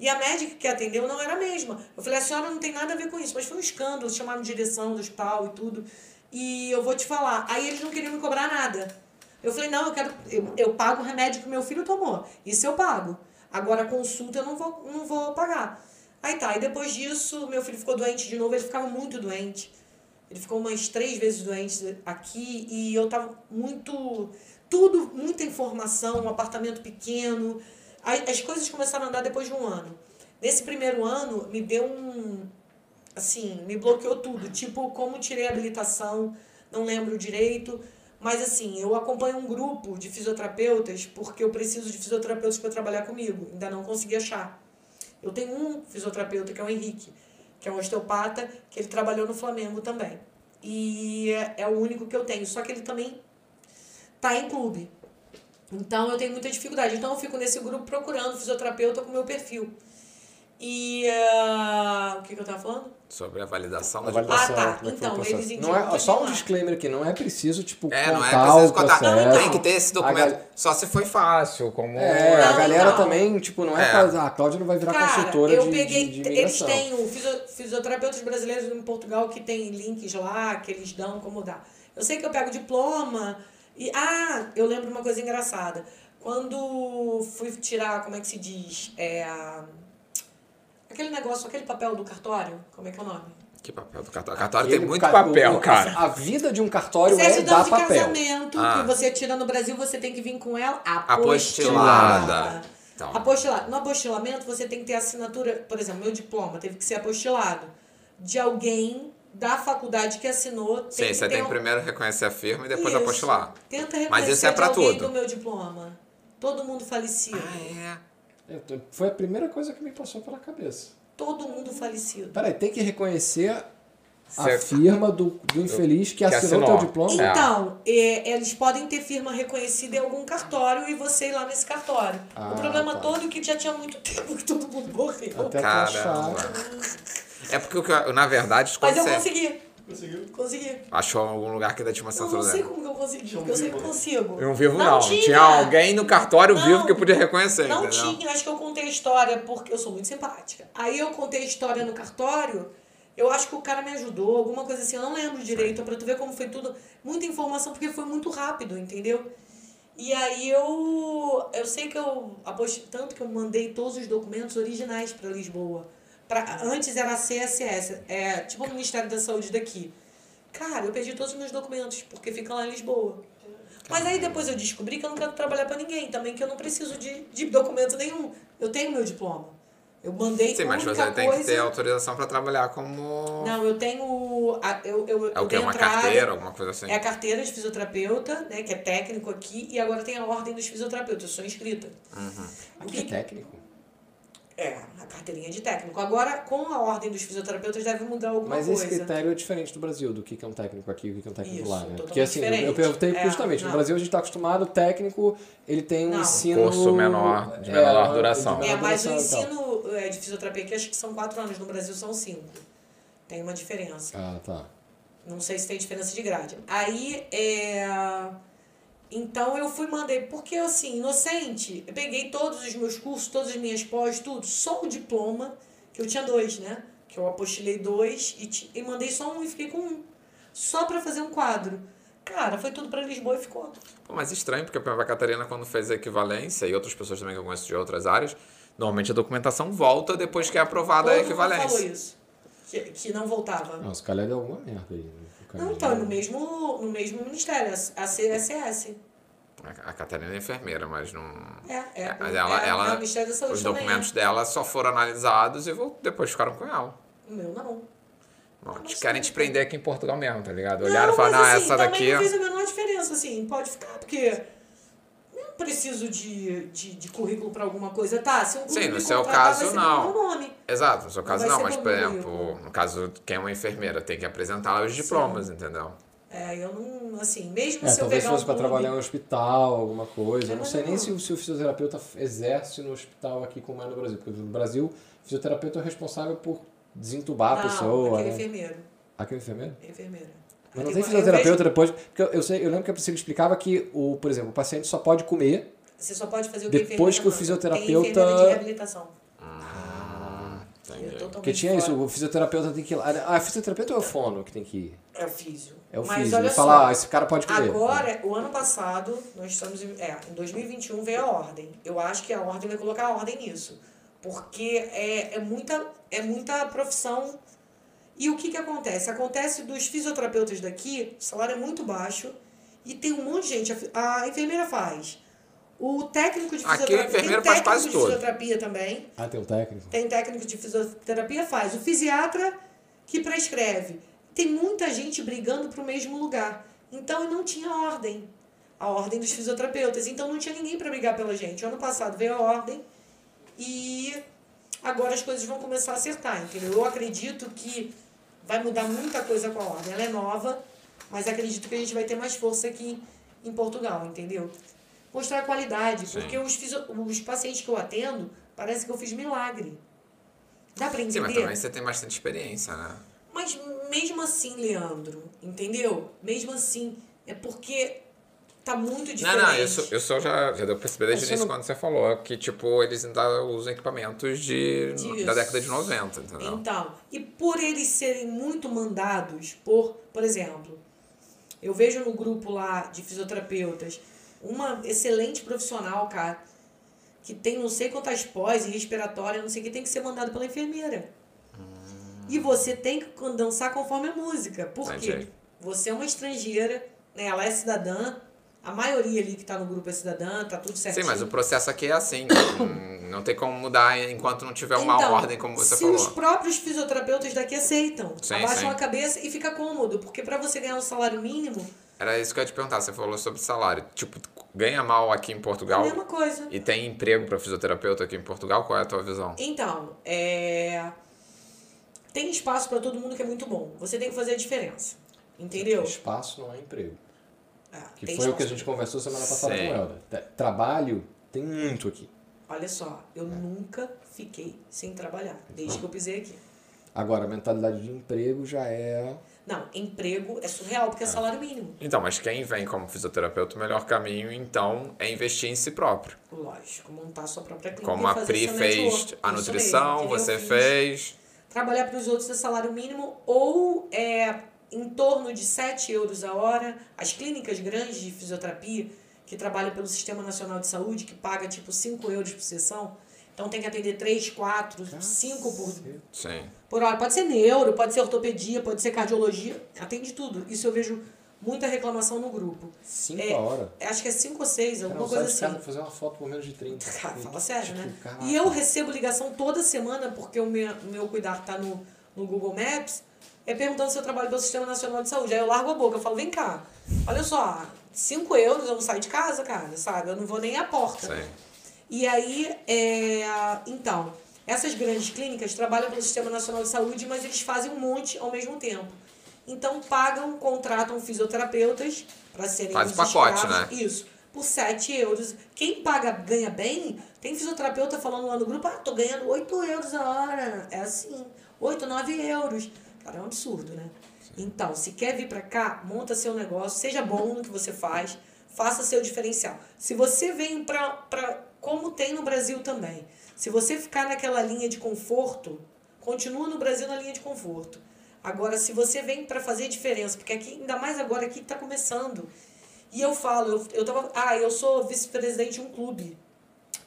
Speaker 3: E a médica que atendeu não era a mesma. Eu falei, a senhora não tem nada a ver com isso, mas foi um escândalo, chamaram direção do hospital e tudo. E eu vou te falar, aí eles não queriam me cobrar nada. Eu falei, não, eu quero. Eu, eu pago o remédio que meu filho tomou. Isso eu pago. Agora a consulta eu não vou, não vou pagar. Aí tá, e depois disso, meu filho ficou doente de novo, ele ficava muito doente. Ele ficou umas três vezes doente aqui e eu tava muito. Tudo, muita informação, um apartamento pequeno. A- As coisas começaram a andar depois de um ano. Nesse primeiro ano, me deu um. Assim, me bloqueou tudo. Tipo, como tirei a habilitação, não lembro direito. Mas assim, eu acompanho um grupo de fisioterapeutas porque eu preciso de fisioterapeutas para trabalhar comigo. Ainda não consegui achar. Eu tenho um fisioterapeuta que é o Henrique, que é um osteopata, que ele trabalhou no Flamengo também. E é- é o único que eu tenho, só que ele também tá em clube. Então eu tenho muita dificuldade. Então eu fico nesse grupo procurando fisioterapeuta com meu perfil. E ah, o que, que eu tava falando?
Speaker 1: Sobre a validação da
Speaker 5: A validação,
Speaker 3: Ah,
Speaker 5: como
Speaker 3: tá.
Speaker 5: é que foi o
Speaker 3: Então,
Speaker 5: processo.
Speaker 3: eles
Speaker 5: não é
Speaker 3: indicam
Speaker 5: Só um
Speaker 3: que-
Speaker 5: disclaimer aqui, não é preciso, tipo,
Speaker 1: É, não é
Speaker 5: contar
Speaker 1: preciso
Speaker 5: o
Speaker 1: contar.
Speaker 5: processo.
Speaker 3: Não, então, é
Speaker 1: Tem que ter esse documento.
Speaker 5: A gal-
Speaker 1: Só se foi fácil, como.
Speaker 5: É, a
Speaker 3: Não,
Speaker 5: galera
Speaker 3: não.
Speaker 5: também, tipo, não é,
Speaker 1: É.
Speaker 5: pra... Ah, a Cláudia não vai virar
Speaker 3: Cara,
Speaker 5: consultora
Speaker 3: eu
Speaker 5: de,
Speaker 3: peguei.
Speaker 5: de, de
Speaker 3: eles
Speaker 5: imigração.
Speaker 3: têm o fisio- fisioterapeutas brasileiros em Portugal que tem links lá, que eles dão como dá. Eu sei que eu pego diploma e. Ah, eu lembro uma coisa engraçada. Quando fui tirar, como é que se diz? É, a- aquele negócio, aquele papel do cartório, como é que é o nome?
Speaker 1: Que papel do cartório? Cartório tem
Speaker 5: Aquele
Speaker 1: muito
Speaker 5: ca-
Speaker 1: papel,
Speaker 5: o-
Speaker 1: cara.
Speaker 5: A vida de um cartório é
Speaker 3: Certidão
Speaker 5: dar
Speaker 3: de
Speaker 5: papel.
Speaker 3: casamento
Speaker 1: Ah.
Speaker 3: que você tira no Brasil, você tem que vir com ela
Speaker 1: Apostilada.
Speaker 3: apostilada.
Speaker 1: Então.
Speaker 3: Apostilado. No apostilamento, você tem que ter assinatura, por exemplo, meu diploma teve que ser apostilado de alguém da faculdade que assinou. Tem
Speaker 1: Sim,
Speaker 3: que
Speaker 1: você
Speaker 3: ter
Speaker 1: tem
Speaker 3: um-
Speaker 1: que primeiro reconhecer a firma e depois
Speaker 3: Isso.
Speaker 1: apostilar.
Speaker 3: Tenta
Speaker 1: Mas
Speaker 3: reconhecer
Speaker 1: isso é
Speaker 3: de
Speaker 1: pra
Speaker 3: alguém
Speaker 1: tudo.
Speaker 3: do meu diploma. Todo mundo falecido.
Speaker 1: Ah,
Speaker 5: Eu tô- Foi a primeira coisa que me passou pela cabeça.
Speaker 3: Todo mundo falecido.
Speaker 1: Tá
Speaker 5: Peraí, tem que reconhecer a
Speaker 1: Cê-
Speaker 5: firma do, do infeliz que,
Speaker 1: que
Speaker 5: assinou
Speaker 1: assinou.
Speaker 5: teu diploma.
Speaker 1: É.
Speaker 3: Então, é, eles podem ter firma reconhecida em algum cartório e você ir lá nesse cartório.
Speaker 5: Ah,
Speaker 3: o problema
Speaker 5: tá.
Speaker 3: todo é que já tinha muito <laughs> tempo que todo mundo morreu.
Speaker 5: Até tu
Speaker 1: Caramba.
Speaker 5: achar.
Speaker 1: É porque, o que eu- na verdade,
Speaker 3: Mas
Speaker 1: quando
Speaker 3: eu
Speaker 1: você
Speaker 3: consegui.
Speaker 4: Conseguiu?
Speaker 3: Consegui.
Speaker 1: achou algum lugar que ainda tinha uma
Speaker 3: Eu não
Speaker 1: assinatura
Speaker 3: sei
Speaker 1: dela.
Speaker 3: como que eu consegui, porque eu sempre consigo.
Speaker 1: Eu não um vivo, não. Tinha. alguém no cartório
Speaker 3: Não.
Speaker 1: vivo que podia reconhecer,
Speaker 3: Não
Speaker 1: entendeu?
Speaker 3: tinha, acho que eu contei a história, porque eu sou muito simpática. Aí eu contei a história no cartório, eu acho que o cara me ajudou, alguma coisa assim, eu não lembro direito, pra tu ver como foi tudo. Muita informação, porque foi muito rápido, entendeu? E aí eu. Eu sei que eu. apost- Tanto que eu mandei todos os documentos originais pra Lisboa. Pra, antes era a CSS, é, tipo o Ministério da Saúde daqui. Cara, eu perdi todos os meus documentos, porque fica lá em Lisboa. Mas aí depois eu descobri que eu não quero trabalhar pra ninguém também, que eu não preciso de, de documento nenhum. Eu tenho meu diploma. Eu mandei
Speaker 1: Sim,
Speaker 3: a
Speaker 1: mas
Speaker 3: única
Speaker 1: você tem que
Speaker 3: coisa...
Speaker 1: ter autorização pra trabalhar como.
Speaker 3: Não, eu tenho... a- Eu, eu,
Speaker 1: é o
Speaker 3: eu
Speaker 1: que?
Speaker 3: tenho
Speaker 1: Uma
Speaker 3: entrada-
Speaker 1: carteira, alguma coisa assim?
Speaker 3: É a carteira de fisioterapeuta, né, que é técnico aqui, e agora tem a ordem dos fisioterapeutas, eu sou inscrita. O
Speaker 5: Aqui é técnico.
Speaker 3: É, a carteirinha de técnico. Agora, com a ordem dos fisioterapeutas, deve mudar alguma
Speaker 5: Mas
Speaker 3: coisa.
Speaker 5: esse critério é diferente do Brasil, do que que é um técnico aqui e o que que é um técnico
Speaker 3: Isso,
Speaker 5: lá, né? Porque
Speaker 3: totalmente
Speaker 5: assim, eu- eu
Speaker 3: diferente.
Speaker 5: perguntei
Speaker 3: É,
Speaker 5: justamente, no
Speaker 3: não.
Speaker 5: Brasil a gente tá acostumado, o técnico, ele tem um
Speaker 3: Não.
Speaker 5: ensino... é,
Speaker 1: Curso menor, de menor duração.
Speaker 5: de
Speaker 3: É,
Speaker 5: menor
Speaker 3: mas o
Speaker 5: duração então. e tal.
Speaker 3: ensino é, de fisioterapia aqui, acho que são quatro anos, no Brasil são cinco. Tem uma diferença.
Speaker 5: Ah, tá.
Speaker 3: Não sei se tem diferença de grade. Aí, é... Então eu fui mandei, porque assim, inocente, eu peguei todos os meus cursos, todas as minhas pós, tudo, só o diploma, que eu tinha dois, né? Que eu apostilei dois e, ti- e mandei só um e fiquei com um. Só pra fazer um quadro. Cara, foi tudo pra Lisboa e ficou.
Speaker 1: Pô, mas estranho, porque por exemplo, a Catarina, quando fez a equivalência, e outras pessoas também que eu conheço de outras áreas, normalmente a documentação volta depois que é aprovada a
Speaker 3: Todo mundo falou
Speaker 1: equivalência.
Speaker 3: isso. Que, que não voltava.
Speaker 5: Não, se calhar deu alguma merda aí. né? O cara
Speaker 3: Não,
Speaker 1: é.
Speaker 3: então, no mesmo, no mesmo ministério, é a CSS.
Speaker 1: A a Catarina é enfermeira, mas não.
Speaker 3: É, é,
Speaker 1: É, mas
Speaker 3: é,
Speaker 1: ela-
Speaker 3: é,
Speaker 1: ela-
Speaker 3: o Ministério da Saúde
Speaker 1: Os
Speaker 3: também.
Speaker 1: documentos dela só foram analisados e vol- depois ficaram com ela.
Speaker 3: O meu não.
Speaker 1: Não, te
Speaker 3: Nossa.
Speaker 1: querem te prender aqui em Portugal mesmo, tá ligado? Olharam e
Speaker 3: não,
Speaker 1: falaram,
Speaker 3: mas,
Speaker 1: ah,
Speaker 3: assim,
Speaker 1: essa
Speaker 3: também
Speaker 1: daqui.
Speaker 3: não fez a menor diferença, assim, pode ficar, porque não é preciso de, de, de currículo pra alguma coisa, tá? Se um
Speaker 1: Sim, no
Speaker 3: currículo
Speaker 1: seu
Speaker 3: contratar,
Speaker 1: caso,
Speaker 3: vai ser
Speaker 1: não.
Speaker 3: pelo meu um nome.
Speaker 1: Exato, no seu caso
Speaker 3: vai
Speaker 1: não,
Speaker 3: ser
Speaker 1: mas
Speaker 3: bom
Speaker 1: por
Speaker 3: no
Speaker 1: exemplo, no caso quem é uma enfermeira tem que apresentar os diplomas, entendeu?
Speaker 3: É, eu não, assim, mesmo
Speaker 5: É,
Speaker 3: se eu
Speaker 5: talvez
Speaker 3: pegar um
Speaker 5: fosse pra
Speaker 3: clube,
Speaker 5: trabalhar em um hospital, alguma coisa. Eu não
Speaker 3: Não,
Speaker 5: sei
Speaker 3: não,
Speaker 5: nem
Speaker 3: não.
Speaker 5: se o, se o fisioterapeuta exerce no hospital aqui como é no Brasil. Porque no Brasil, o fisioterapeuta é responsável por desentubar
Speaker 3: não,
Speaker 5: a pessoa.
Speaker 3: Ah, aquele
Speaker 5: né?
Speaker 3: enfermeiro,
Speaker 5: Aqui é enfermeiro?
Speaker 3: enfermeira.
Speaker 5: Mas não
Speaker 3: Eu
Speaker 5: tem
Speaker 3: digo, eu
Speaker 5: fisioterapeuta depois. Porque eu, eu sei, eu lembro que a Priscila explicava que, o, por exemplo, o paciente só pode comer.
Speaker 3: vejo- Você só pode fazer o que a
Speaker 5: Depois
Speaker 3: enfermeira
Speaker 5: que o
Speaker 3: manda.
Speaker 5: fisioterapeuta-
Speaker 3: Tem enfermeira de reabilitação. Eu
Speaker 1: Entendi.
Speaker 3: totalmente
Speaker 5: Porque tinha isso,
Speaker 3: fora.
Speaker 5: o fisioterapeuta tem que ir lá. Ah, o fisioterapeuta ou é o fono que tem que ir?
Speaker 3: É o físio.
Speaker 5: É o
Speaker 3: Mas
Speaker 5: físico.
Speaker 3: olha
Speaker 5: Ele fala,
Speaker 3: só,
Speaker 5: ah, esse cara pode comer.
Speaker 3: Agora, o ano passado, nós estamos. em- É, em 2021 veio a ordem. Eu acho que a ordem vai colocar a ordem nisso. Porque é, é, muita, é muita profissão. E o que, que acontece? Acontece dos fisioterapeutas daqui, o salário é muito baixo e tem um monte de gente. A fi- A, enfermeira faz. O técnico de
Speaker 1: Aqui,
Speaker 3: fisioterapia.
Speaker 1: a enfermeira
Speaker 3: tem
Speaker 1: faz
Speaker 3: técnico
Speaker 1: quase
Speaker 3: de
Speaker 1: tudo.
Speaker 3: fisioterapia também.
Speaker 5: Ah, tem um técnico.
Speaker 3: Tem técnico de fisioterapia, faz. O fisiatra que prescreve. Tem muita gente brigando para o mesmo lugar. Então não tinha ordem. A ordem dos fisioterapeutas. Então não tinha ninguém para brigar pela gente. Ano passado veio a ordem e agora as coisas vão começar a acertar, entendeu? Eu acredito que vai mudar muita coisa com a ordem. Ela é nova, mas acredito que a gente vai ter mais força aqui em Portugal, entendeu? Mostrar a qualidade, porque os, fisio- os pacientes que eu atendo, parece que eu fiz milagre. Dá pra entender?
Speaker 1: Sim, mas também você tem bastante experiência, né?
Speaker 3: Mas mesmo assim, Leandro, entendeu? Mesmo assim, é porque tá muito diferente.
Speaker 1: Não, não, eu sou, eu sou já, já deu pra perceber desde o início quando você falou que, tipo, eles ainda usam equipamentos de,
Speaker 3: Disso.
Speaker 1: da década de 90, entendeu?
Speaker 3: Então, e por eles serem muito mandados por, por exemplo, eu vejo no grupo lá de fisioterapeutas uma excelente profissional, cara, que tem não sei quantas pós e respiratória, não sei o que, tem que ser mandado pela enfermeira.
Speaker 1: Hum.
Speaker 3: E você tem que dançar conforme a música. Por quê?
Speaker 1: Entendi.
Speaker 3: Você é uma estrangeira, né? Ela é cidadã, a maioria ali que tá no grupo é cidadã, tá tudo certinho.
Speaker 1: Sim, mas o processo aqui é assim. hum, não tem como mudar enquanto não tiver É uma
Speaker 3: Então,
Speaker 1: ordem, como você
Speaker 3: se
Speaker 1: falou.
Speaker 3: os próprios fisioterapeutas daqui aceitam,
Speaker 1: Sim,
Speaker 3: abaixam
Speaker 1: sim.
Speaker 3: a cabeça e fica cômodo, porque pra você ganhar um salário mínimo,
Speaker 1: Era isso que eu ia te perguntar. Você falou sobre salário. Tipo, ganha mal aqui em
Speaker 3: é a
Speaker 1: Portugal
Speaker 3: mesma coisa.
Speaker 1: e tem emprego pra fisioterapeuta aqui em Portugal? Qual é a tua visão?
Speaker 3: Então, é... tem espaço pra todo mundo que é muito bom. Você tem que fazer a diferença, entendeu?
Speaker 5: Espaço não é emprego.
Speaker 3: Ah,
Speaker 5: Que
Speaker 3: tem
Speaker 5: foi o que a
Speaker 3: espaço.
Speaker 5: gente conversou semana passada
Speaker 1: Sim.
Speaker 5: com ela. Tra- Trabalho tem muito aqui.
Speaker 3: Olha só, eu nunca fiquei sem trabalhar, desde que eu pisei aqui.
Speaker 5: Agora, a mentalidade de emprego já é.
Speaker 3: Não, emprego é surreal, porque é salário mínimo.
Speaker 1: Então, mas quem vem como fisioterapeuta, o melhor caminho, então, é investir em si próprio.
Speaker 3: Lógico, montar sua própria clínica.
Speaker 1: Como a
Speaker 3: fazer
Speaker 1: Pri
Speaker 3: seu
Speaker 1: fez
Speaker 3: network.
Speaker 1: a
Speaker 3: Isso mesmo,
Speaker 1: nutrição,
Speaker 3: entendeu?
Speaker 1: você
Speaker 3: Fiz.
Speaker 1: fez.
Speaker 3: trabalhar para os outros é salário mínimo ou é em torno de 7 euros a hora. As clínicas grandes de fisioterapia, que trabalham pelo Sistema Nacional de Saúde, que paga tipo 5 euros por sessão, então tem que atender 3, 4, 5 por,
Speaker 1: Sim.
Speaker 3: por hora. Pode ser neuro, pode ser ortopedia, pode ser cardiologia, atende tudo. Isso eu vejo muita reclamação no grupo.
Speaker 5: Cinco
Speaker 3: É,
Speaker 5: a hora.
Speaker 3: Acho que é 5 ou 6,
Speaker 5: Cara, sai
Speaker 3: alguma coisa
Speaker 5: de casa
Speaker 3: assim.
Speaker 5: pra fazer uma foto por menos de 30.
Speaker 3: Cara,
Speaker 5: Tipo,
Speaker 3: fala sério, né?
Speaker 5: caraca.
Speaker 3: E eu recebo ligação toda semana, porque o meu, o meu cuidar tá no, no Google Maps, é perguntando se eu trabalho pelo Sistema Nacional de Saúde. Aí eu largo a boca, eu falo, vem cá, olha só, 5 euros eu não saio de casa, cara, sabe? Eu não vou nem à porta.
Speaker 1: Sim.
Speaker 3: E aí, é, então, essas grandes clínicas trabalham pelo Sistema Nacional de Saúde, mas eles fazem um monte ao mesmo tempo. Então, pagam, contratam fisioterapeutas para serem
Speaker 1: Faz
Speaker 3: os
Speaker 1: pacote,
Speaker 3: escravos.
Speaker 1: né?
Speaker 3: Isso. Por 7 euros. Quem paga, ganha bem, tem fisioterapeuta falando lá no grupo, ah, tô ganhando 8 euros a hora. É assim, 8, 9 euros. Cara, é um absurdo, né? Então, se quer vir pra cá, monta seu negócio, seja bom no que você faz, faça seu diferencial. Se você vem pra, pra como tem no Brasil também, se você ficar naquela linha de conforto, continua no Brasil na linha de conforto. Agora, se você vem pra fazer diferença, porque aqui, ainda mais agora aqui tá começando, e eu falo, eu, eu tava. Ah, eu sou vice-presidente de um clube.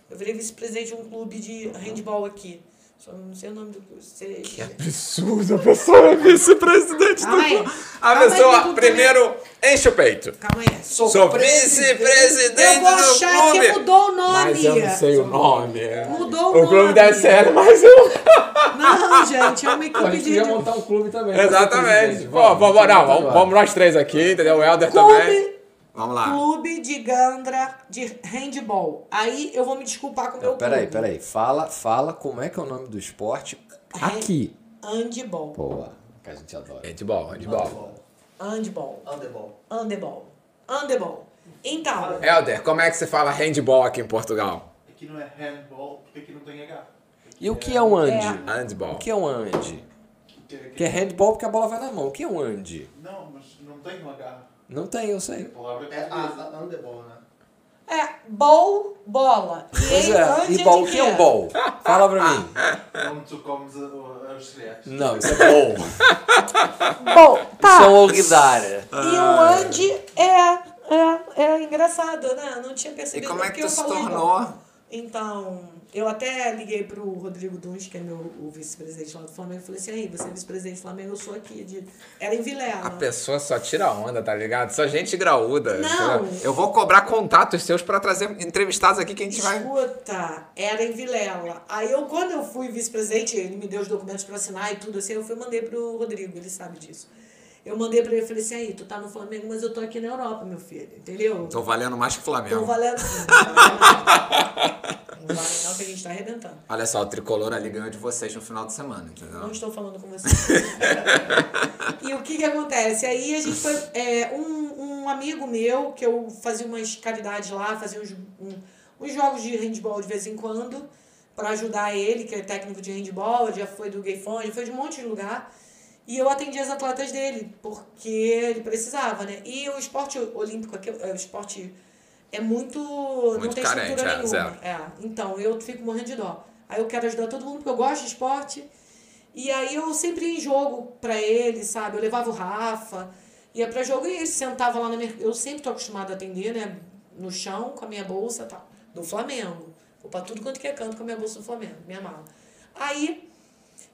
Speaker 3: Eu virei vice-presidente de um clube de handball aqui. Só não sei o nome do clube. Você-
Speaker 1: Absurdo, a pessoa é vice-presidente
Speaker 3: Calma aí.
Speaker 1: A
Speaker 3: Calma aí, meu
Speaker 1: pessoa
Speaker 3: clube
Speaker 1: primeiro enche o peito.
Speaker 3: Calma aí.
Speaker 1: Sou, vice-presidente
Speaker 3: Eu vou
Speaker 1: do
Speaker 3: achar
Speaker 1: clube.
Speaker 3: que mudou o nome.
Speaker 1: o nome. é.
Speaker 3: Mudou o nome.
Speaker 1: sério, mas eu.
Speaker 3: Não, gente, é uma
Speaker 5: Pô, a
Speaker 3: equipe
Speaker 5: gente
Speaker 3: de.
Speaker 5: queria montar um clube também.
Speaker 1: Exatamente.
Speaker 5: Presidente,
Speaker 1: Pô, vamos,
Speaker 5: montar
Speaker 1: não,
Speaker 5: agora.
Speaker 1: vamos, vamos nós três aqui, entendeu? O Helder também.
Speaker 3: Clube,
Speaker 1: Vamos lá.
Speaker 3: clube de Gandra de handball. Aí eu vou me desculpar com o meu
Speaker 5: Não, peraí,
Speaker 3: clube.
Speaker 5: peraí. Fala, fala como é que é o nome do
Speaker 3: É.
Speaker 5: esporte aqui.
Speaker 3: Handball.
Speaker 5: Boa, que a gente adora.
Speaker 1: Handball, handball.
Speaker 3: Handball.
Speaker 6: Underball.
Speaker 3: Andebol. Andebol. Então,
Speaker 1: Helder, como é que se fala handball aqui em Portugal?
Speaker 4: Aqui não é handball, porque aqui não tem H.
Speaker 5: E o que é um ande?
Speaker 3: É.
Speaker 1: Handball.
Speaker 5: O que é um ande?
Speaker 4: Porque aqui-
Speaker 5: Que é handball porque a bola vai na mão. O que é um ande?
Speaker 4: Não, mas não tem um H.
Speaker 5: Não tem, eu
Speaker 4: A
Speaker 5: sei.
Speaker 4: palavra
Speaker 6: É
Speaker 4: é
Speaker 6: a,
Speaker 4: portuguesa.
Speaker 6: a Underball, né?
Speaker 3: é bol, bola. E
Speaker 5: Pois
Speaker 3: ele
Speaker 5: é. E ball, o que é um ball? Fala pra
Speaker 1: Ah,
Speaker 5: mim.
Speaker 4: Onde tu comes a- o- os cereais.
Speaker 2: Hum.
Speaker 5: Não, isso é ball. <laughs>
Speaker 3: Bol, tá.
Speaker 5: Isso é um alguidara.
Speaker 3: E o
Speaker 1: Ah.
Speaker 3: Andy é, é, é engraçado, né? Eu Não tinha
Speaker 1: E
Speaker 3: percebido.
Speaker 1: como é que
Speaker 3: porque
Speaker 1: tu
Speaker 3: eu
Speaker 1: se
Speaker 3: falo
Speaker 1: tornou?
Speaker 3: igual. Então, eu até liguei pro Rodrigo Duns, que é meu o vice-presidente lá do Flamengo, e falei assim, aí, você é vice-presidente do Flamengo, eu sou aqui. De... Era em Vilela.
Speaker 1: A pessoa só tira onda, tá ligado? Só gente graúda.
Speaker 3: Não.
Speaker 1: entendeu? Eu vou cobrar contatos seus pra trazer entrevistados aqui que a gente vai.
Speaker 3: Escuta, era em Vilela. Aí eu, quando eu fui vice-presidente, ele me deu os documentos pra assinar e tudo assim, eu fui mandei pro Rodrigo, ele sabe disso. Eu mandei pra ele, falei assim, aí, tu tá no Flamengo, mas eu tô aqui na Europa, meu filho, entendeu?
Speaker 1: Tô valendo mais que
Speaker 3: Então
Speaker 1: Flamengo.
Speaker 3: valendo. <laughs> Não vale não que a gente tá arrebentando.
Speaker 1: Olha só, o tricolor ali ganhou de vocês no final de semana,
Speaker 3: Não
Speaker 1: entendeu?
Speaker 3: estou falando com você. <laughs> e o que que acontece? Aí a gente foi... é, um, um amigo meu, que eu fazia umas caridades lá, fazia uns, um- uns jogos de handball de vez em quando, pra ajudar ele, que é técnico de handball, já foi do Gayfone, foi de um monte de lugar. E eu atendi as atletas dele, porque ele precisava, né? E o esporte olímpico aqui, é, o esporte é muito... não
Speaker 1: Muito
Speaker 3: tem
Speaker 1: carente,
Speaker 3: estrutura
Speaker 1: é,
Speaker 3: nenhuma.
Speaker 1: zero.
Speaker 3: É, então eu fico morrendo de dó. Aí eu quero ajudar todo mundo porque eu gosto de esporte. E aí eu sempre ia em jogo pra ele, sabe? Eu levava o Rafa, ia pra jogo e ele sentava lá na minha. Eu sempre tô acostumada a atender, né? No chão, com a minha bolsa e tal. Do Flamengo. Vou pra tudo quanto que é canto com a minha bolsa do Flamengo, minha mala. Aí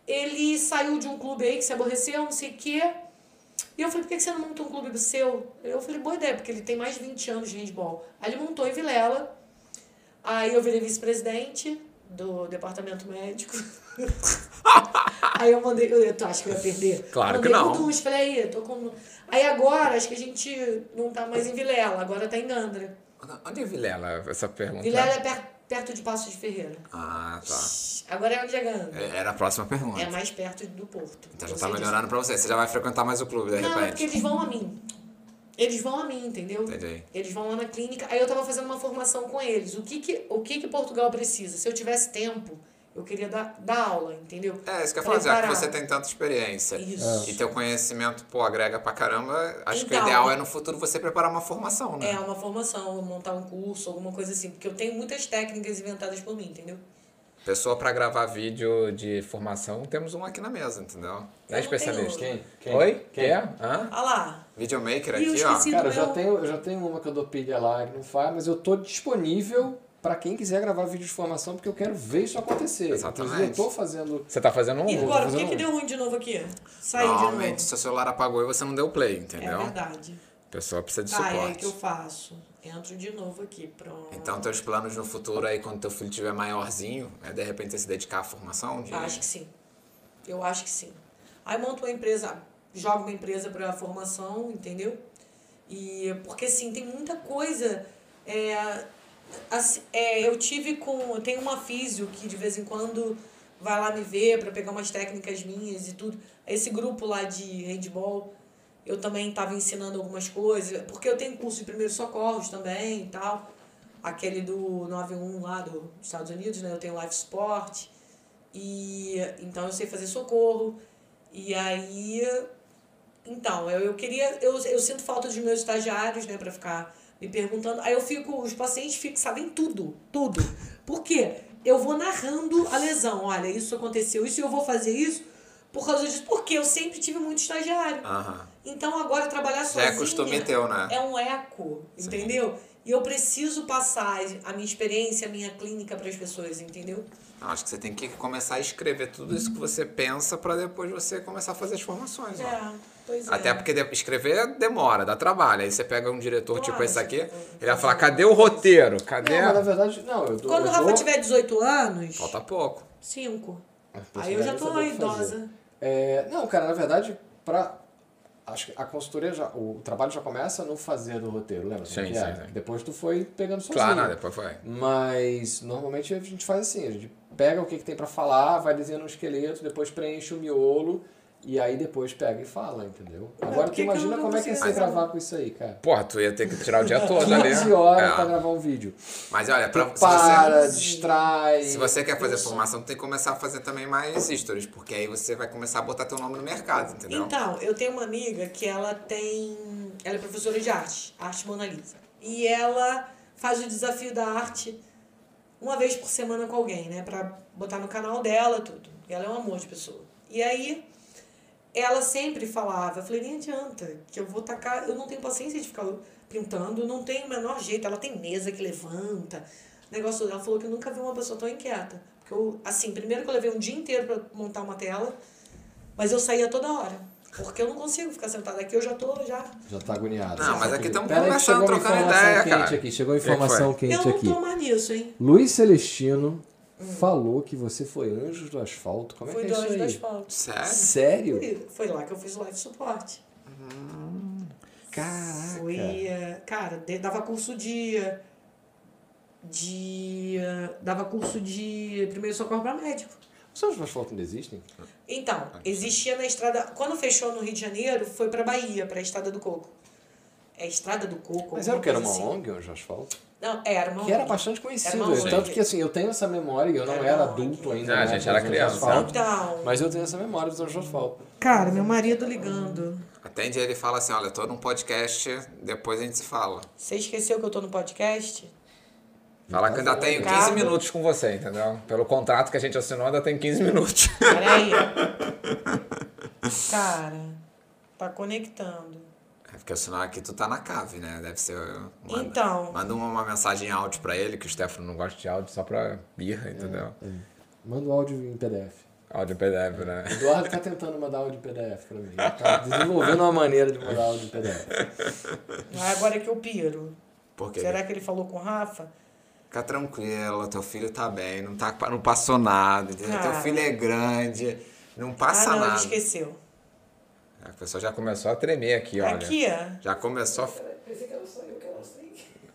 Speaker 3: ele saiu de um clube aí que se aborreceu, não sei o quê. E eu falei, por que que você não monta um clube seu? Eu falei, boa ideia, porque ele tem mais de 20 anos de handball. Aí ele montou em Vilela. Aí eu virei vice-presidente do departamento médico. <laughs> aí eu mandei, eu, tu acha que eu ia perder?
Speaker 1: Claro que
Speaker 3: mandei
Speaker 1: não.
Speaker 3: pro Duns, falei, aí, tô com... Aí agora, acho que a gente não tá mais em Vilela, agora tá em Gandra.
Speaker 1: Onde é Vilela essa pergunta?
Speaker 3: Vilela é per- perto de Passos de Ferreira.
Speaker 1: Ah, tá.
Speaker 3: Agora é onde é Gandra.
Speaker 1: É- Era a próxima pergunta.
Speaker 3: É mais perto do Porto.
Speaker 1: Então já
Speaker 3: Eu
Speaker 1: tá
Speaker 3: sei disso.
Speaker 1: melhorando pra você. Você já vai frequentar mais o clube, de
Speaker 3: Não, é
Speaker 1: repente.
Speaker 3: porque eles vão a mim. Eles vão a mim, entendeu?
Speaker 1: Entendi.
Speaker 3: Eles vão lá na clínica. Aí eu tava fazendo uma formação com eles. O que que, o que, que Portugal precisa? Se eu tivesse tempo, eu queria dar, dar aula, entendeu?
Speaker 1: É, isso que eu ia falar, já que
Speaker 3: Preparar.
Speaker 1: você tem tanta experiência
Speaker 3: Isso.
Speaker 1: e teu conhecimento, pô, agrega pra caramba, acho que o
Speaker 3: Então.
Speaker 1: ideal é no futuro você preparar uma formação, né?
Speaker 3: É uma formação, montar um curso, alguma coisa assim. Porque eu tenho muitas técnicas inventadas por mim, entendeu?
Speaker 1: Pessoa pra gravar vídeo de formação, temos um aqui na mesa, entendeu?
Speaker 3: não
Speaker 1: É especialista.
Speaker 3: tenho.
Speaker 1: Oi? Quem? é? Hã?
Speaker 3: Ah lá.
Speaker 1: Videomaker
Speaker 3: E eu
Speaker 1: aqui, ó.
Speaker 3: esqueci
Speaker 5: Cara, eu
Speaker 3: do
Speaker 5: já,
Speaker 3: meu...
Speaker 5: tenho, eu já tenho uma que eu dou pilha lá que não faz, mas eu tô disponível pra quem quiser gravar vídeo de formação, porque eu quero ver isso acontecer.
Speaker 1: Exatamente.
Speaker 5: Inclusive, eu tô fazendo.
Speaker 1: Você tá fazendo
Speaker 3: E
Speaker 1: um? é
Speaker 3: agora, por
Speaker 5: fazer
Speaker 3: que, que
Speaker 5: um-
Speaker 3: deu ruim de novo aqui? Saiu de novo.
Speaker 1: Normalmente, seu celular apagou e você não deu play,
Speaker 3: É
Speaker 1: entendeu?
Speaker 3: verdade.
Speaker 1: A pessoa precisa de
Speaker 3: Ah, é o
Speaker 1: suporte.
Speaker 3: que eu faço. Entro de novo aqui, pronto.
Speaker 1: Então, teus planos no futuro aí, quando teu filho tiver maiorzinho, é de repente você se dedicar à formação? De...
Speaker 3: Acho que sim. Eu acho que sim. Aí monto uma empresa, jogo uma empresa para formação, entendeu? E porque assim, tem muita coisa. É, assim, é, eu tive com. Eu tenho uma físio que de vez em quando vai lá me ver para pegar umas técnicas minhas e tudo. Esse grupo lá de handball, eu também estava ensinando algumas coisas, porque eu tenho curso de primeiros socorros também e tal. Aquele do 91 lá do- dos Estados Unidos, né? Eu tenho life sport. E então eu sei fazer socorro. E aí então, eu, eu queria. Eu, eu sinto falta dos meus estagiários, né, pra ficar me perguntando. Aí eu fico, os pacientes fixados em tudo, tudo. Por quê? Eu vou narrando a lesão. Olha, isso aconteceu, isso eu vou fazer isso por causa disso. Porque eu sempre tive muito estagiário.
Speaker 1: Aham.
Speaker 3: Então agora trabalhar
Speaker 1: Já
Speaker 3: sozinha
Speaker 1: é costume teu, né?
Speaker 3: é um eco,
Speaker 1: Sim.
Speaker 3: entendeu? E eu preciso passar a minha experiência, a minha clínica pras pessoas, entendeu?
Speaker 1: Não, Então, acho que você tem que começar a escrever tudo isso que você pensa pra depois você começar a fazer as formações. né? ó.
Speaker 3: É, pois
Speaker 1: Até
Speaker 3: é.
Speaker 1: porque de- escrever demora, dá trabalho. Aí você pega um diretor tipo
Speaker 3: Claro,
Speaker 1: esse aqui,
Speaker 3: tipo,
Speaker 1: ele vai falar: cadê o roteiro? Cadê?
Speaker 5: Não, mas na verdade, não, eu dou.
Speaker 3: Quando o
Speaker 5: eu
Speaker 3: Rafa
Speaker 5: dou...
Speaker 3: tiver 18 anos,
Speaker 1: Falta pouco.
Speaker 3: cinco.
Speaker 5: Pô,
Speaker 3: Aí eu já
Speaker 5: isso
Speaker 3: tô
Speaker 5: dou pra fazer.
Speaker 3: idosa.
Speaker 5: É, não, cara, na verdade, pra. Acho que a consultoria já. O trabalho já começa no fazer do roteiro, lembra?
Speaker 1: Sim,
Speaker 5: Que
Speaker 1: sim,
Speaker 5: é,
Speaker 1: sim.
Speaker 5: Depois tu foi pegando sozinho.
Speaker 1: Claro, não, depois vai.
Speaker 5: Mas normalmente a gente faz assim, a gente pega o que, que tem pra falar, vai desenhando um esqueleto, depois preenche o miolo E aí depois pega e fala, entendeu?
Speaker 3: por
Speaker 5: Agora tu
Speaker 3: que que eu
Speaker 5: imagina
Speaker 3: não
Speaker 5: como é que ia ser
Speaker 3: consigo fazer? um
Speaker 5: gravar com isso aí, cara.
Speaker 1: Porra, tu ia ter que tirar o dia
Speaker 5: <laughs>
Speaker 1: todo ali.
Speaker 5: 15 horas
Speaker 1: É.
Speaker 5: pra gravar um vídeo.
Speaker 1: Mas olha, pra, se,
Speaker 5: Para,
Speaker 1: você,
Speaker 5: distrai.
Speaker 1: se você quer fazer formação, tu tem que começar a fazer também mais stories, porque aí você vai começar a botar teu nome no mercado, entendeu?
Speaker 3: Então, eu tenho uma amiga que ela tem. Ela é professora de arte, arte Mona Lisa. E ela faz o desafio da arte uma vez por semana com alguém, né? Pra botar no canal dela tudo. E ela é um amor de pessoa. E aí, ela sempre falava, eu falei, nem adianta, que eu vou tacar, eu não tenho paciência de ficar pintando, não tem o menor jeito. Ela tem mesa que levanta, negócio dela. Ela falou que eu nunca vi uma pessoa tão inquieta. Porque eu, assim, primeiro que eu levei um dia inteiro pra montar uma tela, mas eu saía toda hora. Porque eu não consigo ficar sentada aqui, eu já tô, já.
Speaker 5: Já tá agoniado.
Speaker 1: Não,
Speaker 5: Já
Speaker 1: mas
Speaker 5: tá
Speaker 1: aqui
Speaker 5: agoniado.
Speaker 1: tamo
Speaker 5: Pera aí que
Speaker 1: conversando,
Speaker 5: chegou uma
Speaker 1: trocando
Speaker 5: informação
Speaker 1: ideia,
Speaker 5: quente
Speaker 1: cara.
Speaker 5: Aqui. Chegou
Speaker 1: que
Speaker 5: informação
Speaker 3: Eu
Speaker 5: quente
Speaker 3: não
Speaker 5: aqui.
Speaker 3: tô Hum. mais nisso, hein?
Speaker 5: Luiz Celestino falou que você foi Anjos do Asfalto. Como é
Speaker 3: Foi
Speaker 5: que é
Speaker 3: dois das
Speaker 5: isso aí?
Speaker 3: fotos.
Speaker 1: Sério?
Speaker 5: Sério?
Speaker 3: Foi lá que eu fiz o live suporte.
Speaker 5: Caraca.
Speaker 3: Foi, eh, cara, de- dava curso de. De. eh, Dava curso de primeiro socorro para médico.
Speaker 5: Os Anjos do Asfalto não existem?
Speaker 3: Então, existia na estrada. Quando fechou no Rio de Janeiro, foi pra Bahia, pra Estrada do Coco. É Estrada do Coco.
Speaker 5: Mas era o que era uma
Speaker 1: assim.
Speaker 3: alguma coisa
Speaker 5: ONG, Anjos do Asfalto?
Speaker 3: assim. Não, era uma
Speaker 5: assim. Que era
Speaker 3: ONG.
Speaker 5: bastante conhecido.
Speaker 3: uma ONG.
Speaker 5: Tanto que assim, eu tenho essa memória e eu não
Speaker 3: Era
Speaker 5: era
Speaker 3: uma ONG.
Speaker 5: adulto ainda.
Speaker 1: Ah,
Speaker 5: né,
Speaker 1: gente,
Speaker 5: dos
Speaker 1: era
Speaker 5: Anjos do
Speaker 1: criança,
Speaker 5: Asfalto.
Speaker 3: Então,
Speaker 5: Mas eu tenho essa memória dos Anjos do Asfalto.
Speaker 3: cara, meu marido ligando.
Speaker 1: Atende ele e fala assim: olha, tô num podcast, depois a gente se fala.
Speaker 3: Você esqueceu que eu tô no podcast?
Speaker 1: Fala que ainda
Speaker 5: é
Speaker 1: tenho 15
Speaker 3: Ricardo.
Speaker 1: minutos com você, entendeu? Pelo contrato que a gente assinou, ainda tem 15 minutos. <laughs>
Speaker 3: Peraí. Cara, tá conectando.
Speaker 1: É porque o sinal aqui tu tá na cave, né? Deve ser. Manda,
Speaker 3: Então.
Speaker 1: Manda uma, uma mensagem em áudio pra ele, que o Stefano não gosta de áudio só pra birra, entendeu?
Speaker 3: Hum,
Speaker 5: Manda o áudio em PDF.
Speaker 1: Áudio PDF, né?
Speaker 5: Eduardo tá tentando mandar áudio em PDF pra mim. Ele <laughs> Tá desenvolvendo uma maneira de mandar áudio em PDF.
Speaker 3: Agora é que eu piro.
Speaker 1: Por quê?
Speaker 3: Será que ele falou com o Rafa?
Speaker 1: Fica tranquila, teu filho tá bem, não, tá, não passou nada, entendeu?
Speaker 3: Cara.
Speaker 1: Teu filho é grande, não
Speaker 3: ah,
Speaker 1: passa
Speaker 3: não, ele
Speaker 1: nada.
Speaker 3: esqueceu.
Speaker 1: A pessoa já começou a tremer aqui, olha.
Speaker 3: Aqui, ó.
Speaker 1: Já começou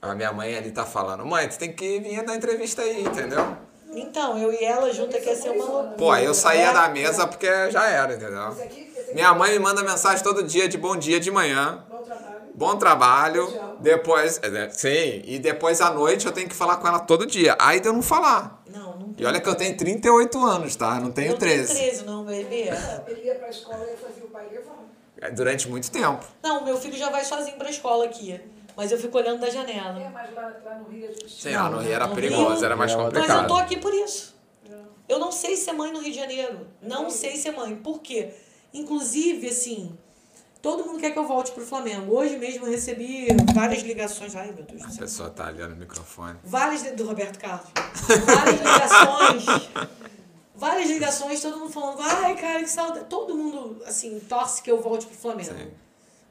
Speaker 1: a... A minha mãe ali tá falando, mãe, tu tem que vir dar entrevista aí, entendeu?
Speaker 3: Então, eu e ela junta que ia ser uma loucura.
Speaker 1: Pô, aí eu saía
Speaker 3: É.
Speaker 1: da mesa porque já era, entendeu? Minha mãe me manda mensagem todo dia de bom dia de manhã. Bom trabalho. Depois. é, né, Sim, e depois à noite eu tenho que falar com ela todo dia. Aí de eu não falar.
Speaker 3: Não, não
Speaker 1: E olha que eu tenho 38 anos, tá? Não tenho
Speaker 3: não tem
Speaker 1: 13.
Speaker 3: 13, não, bebê.
Speaker 6: Ele ia pra escola e fazia o pai levar.
Speaker 1: É, Durante muito tempo.
Speaker 3: Não, meu filho já vai sozinho pra escola aqui. Mas eu fico olhando da
Speaker 6: É,
Speaker 3: janela.
Speaker 6: mas lá, lá no Rio a gente
Speaker 1: Sim, lá no Rio era
Speaker 3: no
Speaker 1: perigoso,
Speaker 3: Rio-
Speaker 1: era mais
Speaker 5: Mas eu
Speaker 3: Mas eu tô
Speaker 1: complicado.
Speaker 3: aqui por isso. Eu não sei ser mãe no Rio de Janeiro. Não sei ser mãe. Por quê? Inclusive, assim, todo mundo quer que eu volte pro Flamengo. Hoje mesmo eu recebi várias ligações. Ai, meu Deus do
Speaker 1: A
Speaker 3: céu.
Speaker 1: pessoa tá ali no microfone.
Speaker 3: Várias do Roberto Carlos. Várias ligações. Várias ligações, todo mundo falando, ai, cara, que saudade. Todo mundo, assim, torce que eu volte pro Flamengo.
Speaker 1: Sim.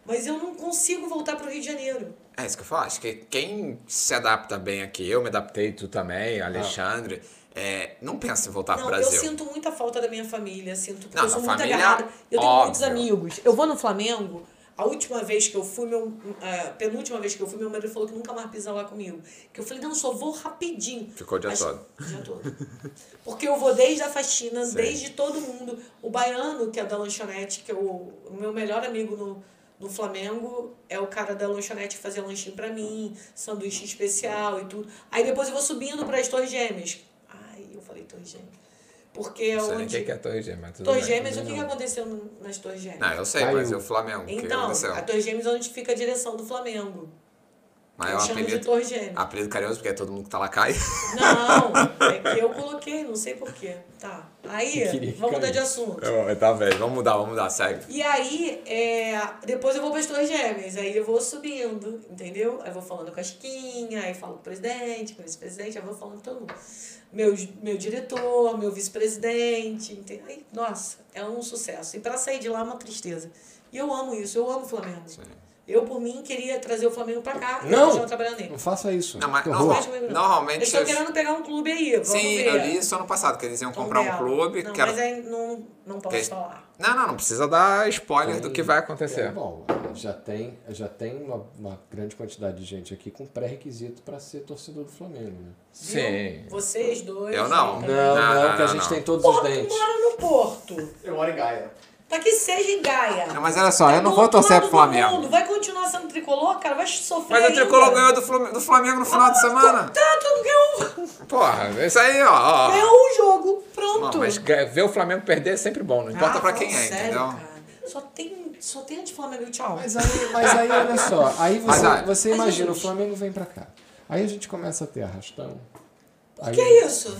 Speaker 3: Mas eu não consigo voltar pro Rio de Janeiro.
Speaker 1: É isso que eu falo. Acho que quem se adapta bem aqui, eu me adaptei, tu
Speaker 5: Ah.
Speaker 1: também, Alexandre, é, não pensa em voltar
Speaker 3: não,
Speaker 1: pro Brasil.
Speaker 3: eu sinto muita falta da minha família, sinto, porque
Speaker 1: Não,
Speaker 3: eu sou
Speaker 1: da
Speaker 3: muito
Speaker 1: família,
Speaker 3: agarrada. Eu tenho
Speaker 1: óbvio.
Speaker 3: muitos amigos. Eu vou no Flamengo, a última vez que eu fui, meu, a penúltima vez que eu fui, meu marido falou que nunca mais pisa lá comigo. Que eu falei, não, só vou rapidinho.
Speaker 1: Ficou o dia todo.
Speaker 3: O dia
Speaker 1: <laughs>
Speaker 3: todo. Porque eu vou desde a faxina, desde todo mundo. O baiano, que é da lanchonete, que é o, o meu melhor amigo no, no Flamengo, é o cara da lanchonete que fazia lanchinho pra mim, sanduíche especial e tudo. Aí depois eu vou subindo para as Torres Gêmeas. Ai, eu falei Torres Gêmeas. Porque é
Speaker 1: Não sei nem o
Speaker 3: onde.
Speaker 1: que que é Torre Gêmea. mas tudo
Speaker 3: Torres
Speaker 1: bem.
Speaker 3: Gêmeas, o que, que aconteceu no- nas Torres Gêmeas?
Speaker 1: Não, eu sei,
Speaker 5: Caiu.
Speaker 1: mas e o Flamengo? O que
Speaker 3: então,
Speaker 1: aconteceu?
Speaker 3: a Torres Gêmeas é onde fica a direção do Flamengo.
Speaker 1: Mas é
Speaker 3: eu
Speaker 1: um
Speaker 3: chamo de
Speaker 1: apelido,
Speaker 3: Torres Gêmeas.
Speaker 1: apelido carinhoso, porque todo mundo que tá lá <laughs> cai.
Speaker 3: Não, é que eu coloquei, não sei porquê. Tá. Aí,
Speaker 5: queria que
Speaker 3: vamos mudar de
Speaker 5: caísse.
Speaker 3: assunto.
Speaker 1: tá bem, vamos mudar, vamos mudar, segue.
Speaker 3: E aí, é, depois eu vou para as Torres Gêmeas, aí eu vou subindo, entendeu? Aí eu vou falando com a Chiquinha, aí falo com o presidente, com o vice-presidente, aí eu vou falando com todo mundo. Meu, meu diretor, meu vice-presidente, entendeu? Aí, nossa, é um sucesso. E para sair de lá é uma tristeza. E eu amo isso, eu amo o Flamengo. Eu, por mim, queria trazer o Flamengo para cá e
Speaker 5: Não!
Speaker 3: continuar trabalhando nele.
Speaker 5: Não faça isso.
Speaker 1: Não, mas
Speaker 5: Que
Speaker 1: normal-
Speaker 5: horror.
Speaker 3: Mas comigo não.
Speaker 1: normalmente
Speaker 3: Eles estão
Speaker 1: os-
Speaker 3: querendo pegar um clube aí, vamos
Speaker 1: Sim,
Speaker 3: ver.
Speaker 1: eu li isso ano passado, que eles iam
Speaker 3: Vamos
Speaker 1: comprar
Speaker 3: ver.
Speaker 1: um clube.
Speaker 3: Não,
Speaker 1: que era-
Speaker 3: mas é- aí não, não posso
Speaker 1: Eles-
Speaker 3: falar.
Speaker 1: Não, não, não precisa dar spoiler do que vai
Speaker 5: É,
Speaker 1: acontecer.
Speaker 5: bom, já tem, já tem uma, uma grande quantidade de gente aqui com pré-requisito pra ser torcedor do Flamengo, né?
Speaker 1: Sim.
Speaker 3: Vocês dois.
Speaker 1: Eu não.
Speaker 5: Não,
Speaker 3: né?
Speaker 5: não,
Speaker 1: não,
Speaker 5: que a
Speaker 1: não,
Speaker 5: gente
Speaker 1: não.
Speaker 5: tem todos os
Speaker 3: Porra, tu
Speaker 5: dentes.
Speaker 3: mora no Porto. Tá
Speaker 4: Eu moro em Gaia.
Speaker 3: Pra que seja em Gaia.
Speaker 1: Não, mas olha só, eu
Speaker 3: Tá
Speaker 1: não
Speaker 3: do
Speaker 1: vou
Speaker 3: outro
Speaker 1: torcer
Speaker 3: lado
Speaker 1: pro
Speaker 3: do
Speaker 1: Flamengo.
Speaker 3: mundo, Vai continuar sendo tricolor, cara? Vai sofrer
Speaker 1: Mas o
Speaker 3: ainda.
Speaker 1: Tricolor ganhou do Flamengo, do Flamengo no final de semana.
Speaker 3: Tá, tu ganhou,
Speaker 1: Porra, isso aí, ó. ó.
Speaker 3: ganhou um jogo. Pronto.
Speaker 1: Ah. Não, mas ga- ver o Flamengo perder é sempre bom, não importa
Speaker 3: Ah,
Speaker 1: pra
Speaker 3: fala
Speaker 1: quem é,
Speaker 3: sério,
Speaker 1: entendeu?
Speaker 3: cara. Só tem, só tem a de Flamengo e tchau.
Speaker 2: Mas aí, mas aí olha só, aí
Speaker 1: Mas,
Speaker 2: você,
Speaker 1: ah,
Speaker 2: você
Speaker 3: mas,
Speaker 2: imagina,
Speaker 3: gente.
Speaker 2: o Flamengo vem pra cá. Aí a gente começa a ter arrastão. Aí,
Speaker 3: Que é isso?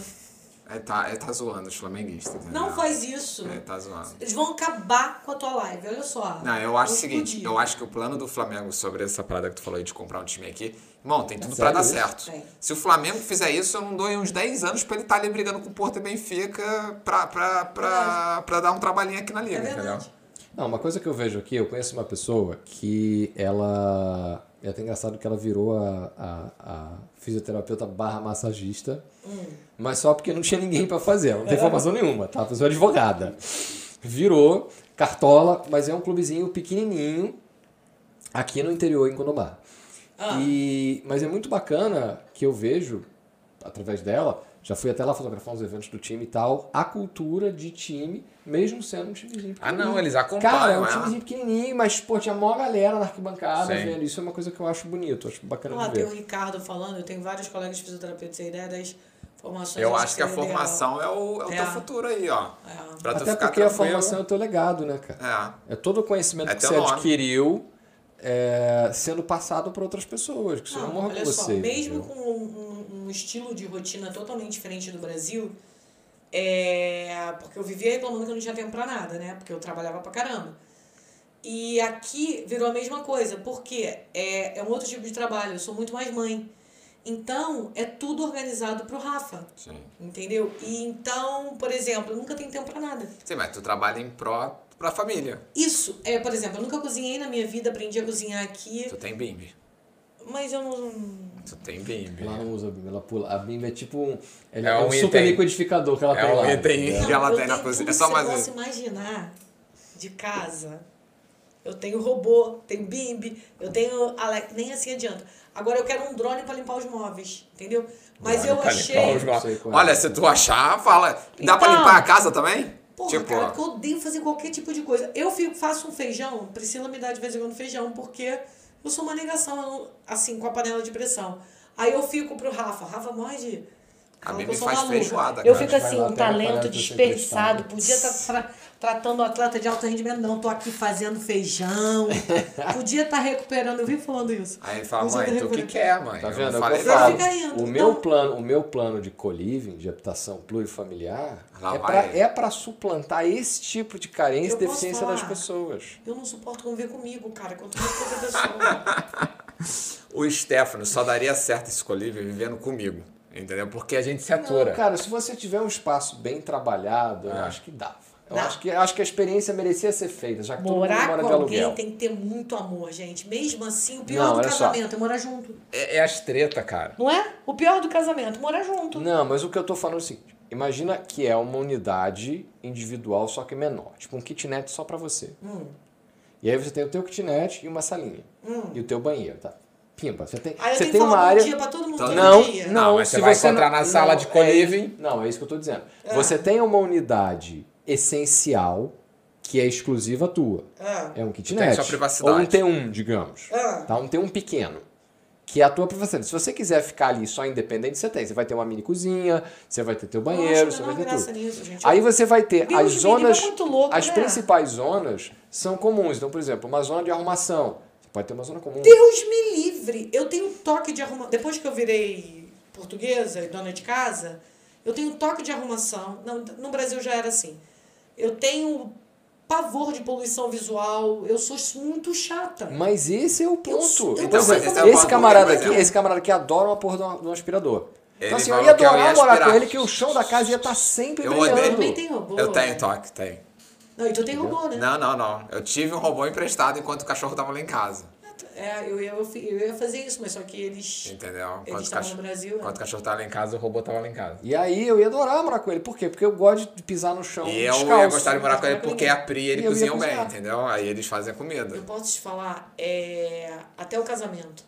Speaker 1: É, tá, é, tá zoando os flamenguistas, entendeu?
Speaker 3: Não faz isso.
Speaker 1: É, tá zoando.
Speaker 3: Eles vão acabar com a tua live, olha só.
Speaker 1: Não, eu acho o
Speaker 3: Vão
Speaker 1: seguinte,
Speaker 3: explodir.
Speaker 1: eu acho que o plano do Flamengo sobre essa parada que tu falou aí de comprar um time aqui, irmão, tem tudo
Speaker 2: É
Speaker 1: pra
Speaker 2: sério
Speaker 1: dar
Speaker 2: isso?
Speaker 1: certo.
Speaker 3: Tem.
Speaker 1: Se o Flamengo fizer isso, eu não dou aí uns 10 anos pra ele estar ali brigando com o Porto e Benfica pra, pra, pra,
Speaker 3: É Verdade.
Speaker 1: pra dar um trabalhinho aqui na liga,
Speaker 3: É
Speaker 1: entendeu?
Speaker 3: verdade.
Speaker 2: Não, uma coisa que eu vejo aqui, eu conheço uma pessoa que ela. É até engraçado que ela virou a, a- a fisioterapeuta barra massagista, mas só porque não tinha ninguém pra fazer, ela não tem formação nenhuma, tá? A pessoa é advogada. Virou, cartola, mas é um clubezinho pequenininho aqui no interior, em Condomar.
Speaker 3: Ah.
Speaker 2: E, mas é muito bacana que eu vejo, através dela, já fui até lá fotografar uns eventos do time e tal, a cultura de time, mesmo sendo um timezinho
Speaker 3: Uhum.
Speaker 1: Ah, não,
Speaker 2: pequenininho.
Speaker 1: eles acompanham
Speaker 2: Cara, é um
Speaker 1: ela.
Speaker 2: timezinho pequenininho, mas, pô, tinha a maior galera na arquibancada
Speaker 1: Sim.
Speaker 2: vendo. Isso é uma coisa que eu acho bonito, acho bacana
Speaker 3: Lá
Speaker 2: de
Speaker 3: Ah, tem um- o
Speaker 2: ver.
Speaker 3: Ricardo falando, eu tenho vários colegas fisioterapeutas aí, né, das formações.
Speaker 1: Eu acho que a
Speaker 3: seria legal.
Speaker 1: formação é o, é o
Speaker 3: É.
Speaker 1: teu futuro aí, ó.
Speaker 3: É.
Speaker 1: Pra tu ficar
Speaker 2: Até porque a
Speaker 1: tranquilo.
Speaker 2: formação é o teu legado, né, cara?
Speaker 1: É.
Speaker 2: É todo o conhecimento
Speaker 1: É
Speaker 2: que
Speaker 1: teu
Speaker 2: você
Speaker 1: nome.
Speaker 2: adquiriu é, sendo passado por outras pessoas, que isso é um
Speaker 3: Não,
Speaker 2: honra pra
Speaker 3: Ah, olha só,
Speaker 2: você.
Speaker 3: mesmo
Speaker 2: entendeu?
Speaker 3: com um, um- um estilo de rotina totalmente diferente do Brasil, é, porque eu vivia reclamando que eu não tinha tempo pra nada, né? Porque eu trabalhava pra caramba. E aqui virou a mesma coisa, porque é, é um outro tipo de trabalho, eu sou muito mais mãe. Então, é tudo organizado pro Rafa,
Speaker 1: Sim.
Speaker 3: entendeu? E então, por exemplo, eu nunca tenho tempo pra nada.
Speaker 1: Sim, mas tu trabalha em pró pra família.
Speaker 3: Isso, é, por exemplo, eu nunca cozinhei na minha vida, aprendi a cozinhar aqui,
Speaker 1: Tu tem bimbi.
Speaker 3: mas eu não.
Speaker 1: Tu tem bimbi.
Speaker 2: Ela não usa a Bimba, ela pula. A Bimba é tipo um. Ele
Speaker 1: É
Speaker 2: é, um,
Speaker 1: um
Speaker 2: super
Speaker 1: item.
Speaker 2: liquidificador que ela
Speaker 1: É
Speaker 2: tem
Speaker 1: um
Speaker 2: lá.
Speaker 1: item.
Speaker 2: entendeu?
Speaker 1: que ela
Speaker 3: eu
Speaker 1: tem na
Speaker 3: tenho
Speaker 1: cozinha.
Speaker 3: tudo
Speaker 1: É só
Speaker 3: que
Speaker 1: mais
Speaker 3: você possa imaginar de casa. Eu tenho robô, tenho bimbi, eu tenho Alex, nem assim adianta. Agora eu quero um drone pra limpar os móveis, entendeu? Mas eu
Speaker 1: Pra
Speaker 3: achei.
Speaker 1: limpar os
Speaker 2: Não sei
Speaker 1: móveis.
Speaker 2: qual é.
Speaker 1: Olha, se tu achar, fala. Dá pra
Speaker 3: Então.
Speaker 1: limpar a casa também?
Speaker 3: Porra,
Speaker 1: tipo,
Speaker 3: cara, porque eu odeio fazer qualquer tipo de coisa. Eu fico, faço um feijão, Priscila me dá de vez em quando feijão, porque eu sou uma negação, eu não- assim, com a panela de pressão. Aí eu fico pro Rafa, Rafa morre de.
Speaker 1: A
Speaker 3: fala que
Speaker 1: Bibi
Speaker 3: eu sou
Speaker 1: faz
Speaker 3: maluca.
Speaker 1: feijoada,
Speaker 3: Eu
Speaker 1: cara.
Speaker 3: fico
Speaker 2: Vai
Speaker 3: assim,
Speaker 2: lá,
Speaker 3: um
Speaker 2: pega a panela
Speaker 3: talento
Speaker 2: pra você
Speaker 3: desperdiçado. Podia estar tratando o atleta de alto rendimento, não. Tô aqui
Speaker 1: <laughs>
Speaker 3: fazendo feijão. Podia estar recuperando. Eu vim falando isso.
Speaker 1: Aí ele fala,
Speaker 3: Podia
Speaker 1: mãe,
Speaker 3: tá
Speaker 1: tu o que
Speaker 3: recuperando.
Speaker 1: quer, mãe?
Speaker 2: Tá
Speaker 1: Eu
Speaker 2: vendo? É o que
Speaker 1: falei,
Speaker 2: eu
Speaker 3: Ele
Speaker 2: falo.
Speaker 1: não.
Speaker 3: fica indo, então-
Speaker 2: O meu plano, o meu plano de co-living, de habitação plurifamiliar,
Speaker 1: Lá
Speaker 2: é
Speaker 1: vai
Speaker 2: pra,
Speaker 1: ele.
Speaker 2: é pra suplantar esse tipo de carência
Speaker 3: Eu
Speaker 2: e deficiência
Speaker 3: posso
Speaker 2: das
Speaker 3: falar?
Speaker 2: pessoas.
Speaker 3: Eu não suporto conviver comigo, cara. Quanto mais com outra pessoa.
Speaker 1: O Stefano só daria certo esse colívio vivendo comigo. Entendeu? Porque a gente se
Speaker 2: Não,
Speaker 1: atura.
Speaker 2: cara, se você tiver um espaço bem trabalhado, eu
Speaker 1: É.
Speaker 2: acho que dava. Eu
Speaker 3: Dá.
Speaker 2: acho que, acho que a experiência merecia ser feita, já que Tá todo mundo
Speaker 3: Morar
Speaker 2: mora
Speaker 3: com
Speaker 2: de
Speaker 3: alguém
Speaker 2: aluguel.
Speaker 3: tem que ter muito amor, gente. Mesmo assim, o pior
Speaker 2: Não,
Speaker 3: do
Speaker 2: olha só.
Speaker 3: casamento é morar junto.
Speaker 1: é, é as treta, cara.
Speaker 3: Não é? O pior do casamento, é morar junto.
Speaker 2: Não, mas o que eu tô falando é o seguinte: imagina que é uma unidade individual, só que menor, tipo um kitnet só pra você.
Speaker 3: Hum.
Speaker 2: E aí você tem o teu kitnet e uma salinha. E o teu banheiro, tá? Pimba, você tem,
Speaker 3: Aí eu
Speaker 2: você
Speaker 3: tenho
Speaker 2: tem
Speaker 3: que falar
Speaker 2: uma
Speaker 3: bom
Speaker 2: área. Tá.
Speaker 3: dia pra todo mundo todo
Speaker 2: Não,
Speaker 3: dia.
Speaker 2: não,
Speaker 1: Não, Ah, mas
Speaker 2: se
Speaker 1: você vai
Speaker 2: você
Speaker 1: encontrar
Speaker 2: não-
Speaker 1: na sala
Speaker 2: não,
Speaker 1: de
Speaker 2: é-
Speaker 1: co-living.
Speaker 2: não, é isso que eu tô dizendo. Você tem uma unidade essencial que é exclusiva tua.
Speaker 3: Ah,
Speaker 2: É um kitnet.
Speaker 1: sua privacidade.
Speaker 2: Ou um T1, digamos.
Speaker 3: Ah.
Speaker 2: Tá? Um T1 pequeno. Que é a tua privacidade. Se você quiser ficar ali só independente, você tem. Você vai ter uma mini cozinha, você vai ter teu
Speaker 3: acho
Speaker 2: banheiro,
Speaker 3: a
Speaker 2: você vai
Speaker 3: menor
Speaker 2: ter
Speaker 3: graça
Speaker 2: tudo.
Speaker 3: nisso, gente.
Speaker 2: Aí você vai ter
Speaker 3: Deus
Speaker 2: as
Speaker 3: me livre,
Speaker 2: zonas.
Speaker 3: é muito louco,
Speaker 2: as
Speaker 3: né?
Speaker 2: principais zonas são comuns. Então, por exemplo, uma zona de arrumação. Você pode ter uma zona comum.
Speaker 3: Deus me livre! Eu tenho toque de arrumação. Depois que eu virei portuguesa e dona de casa, eu tenho toque de arrumação. Não, no Brasil já era assim. Eu tenho pavor de poluição visual. Eu sou muito chata.
Speaker 2: Mas esse é o ponto.
Speaker 3: sou- eu
Speaker 2: Então,
Speaker 3: sei
Speaker 2: esse,
Speaker 3: como é.
Speaker 2: esse camarada
Speaker 1: Mas
Speaker 2: aqui,
Speaker 1: é.
Speaker 2: esse camarada aqui adora uma porra de um- de um aspirador.
Speaker 1: Ele
Speaker 2: Então, assim,
Speaker 1: falou
Speaker 2: eu ia
Speaker 1: que eu ia
Speaker 2: adorar morar com
Speaker 1: aspirar.
Speaker 2: ele, que o chão da casa ia estar sempre
Speaker 1: Eu
Speaker 2: brilhando.
Speaker 1: odeio.
Speaker 3: Também tem robô.
Speaker 1: Eu tenho
Speaker 3: né?
Speaker 1: toque, tenho.
Speaker 3: Não, e tu tem robô, né?
Speaker 1: Não, não, não. Eu tive um robô emprestado enquanto o cachorro tava lá em casa.
Speaker 3: É, eu, ia- eu, fi- eu ia fazer isso, mas só que eles.
Speaker 1: Entendeu?
Speaker 3: Eles
Speaker 1: o
Speaker 3: estavam
Speaker 1: cachorro-
Speaker 3: no Brasil, né?
Speaker 1: Enquanto o cachorro tava lá em casa, o robô tava lá em casa.
Speaker 2: E aí eu ia adorar morar com ele. Por quê? Porque eu gosto de pisar no chão.
Speaker 1: E eu
Speaker 2: descalço.
Speaker 1: ia gostar de morar com ele
Speaker 3: um Descalço. né?
Speaker 1: porque a Pri e ele
Speaker 2: E eu ia
Speaker 1: cozinham bem,
Speaker 2: cozinhar.
Speaker 1: entendeu? Aí eles fazem a comida.
Speaker 3: Eu posso te falar, é, até o casamento.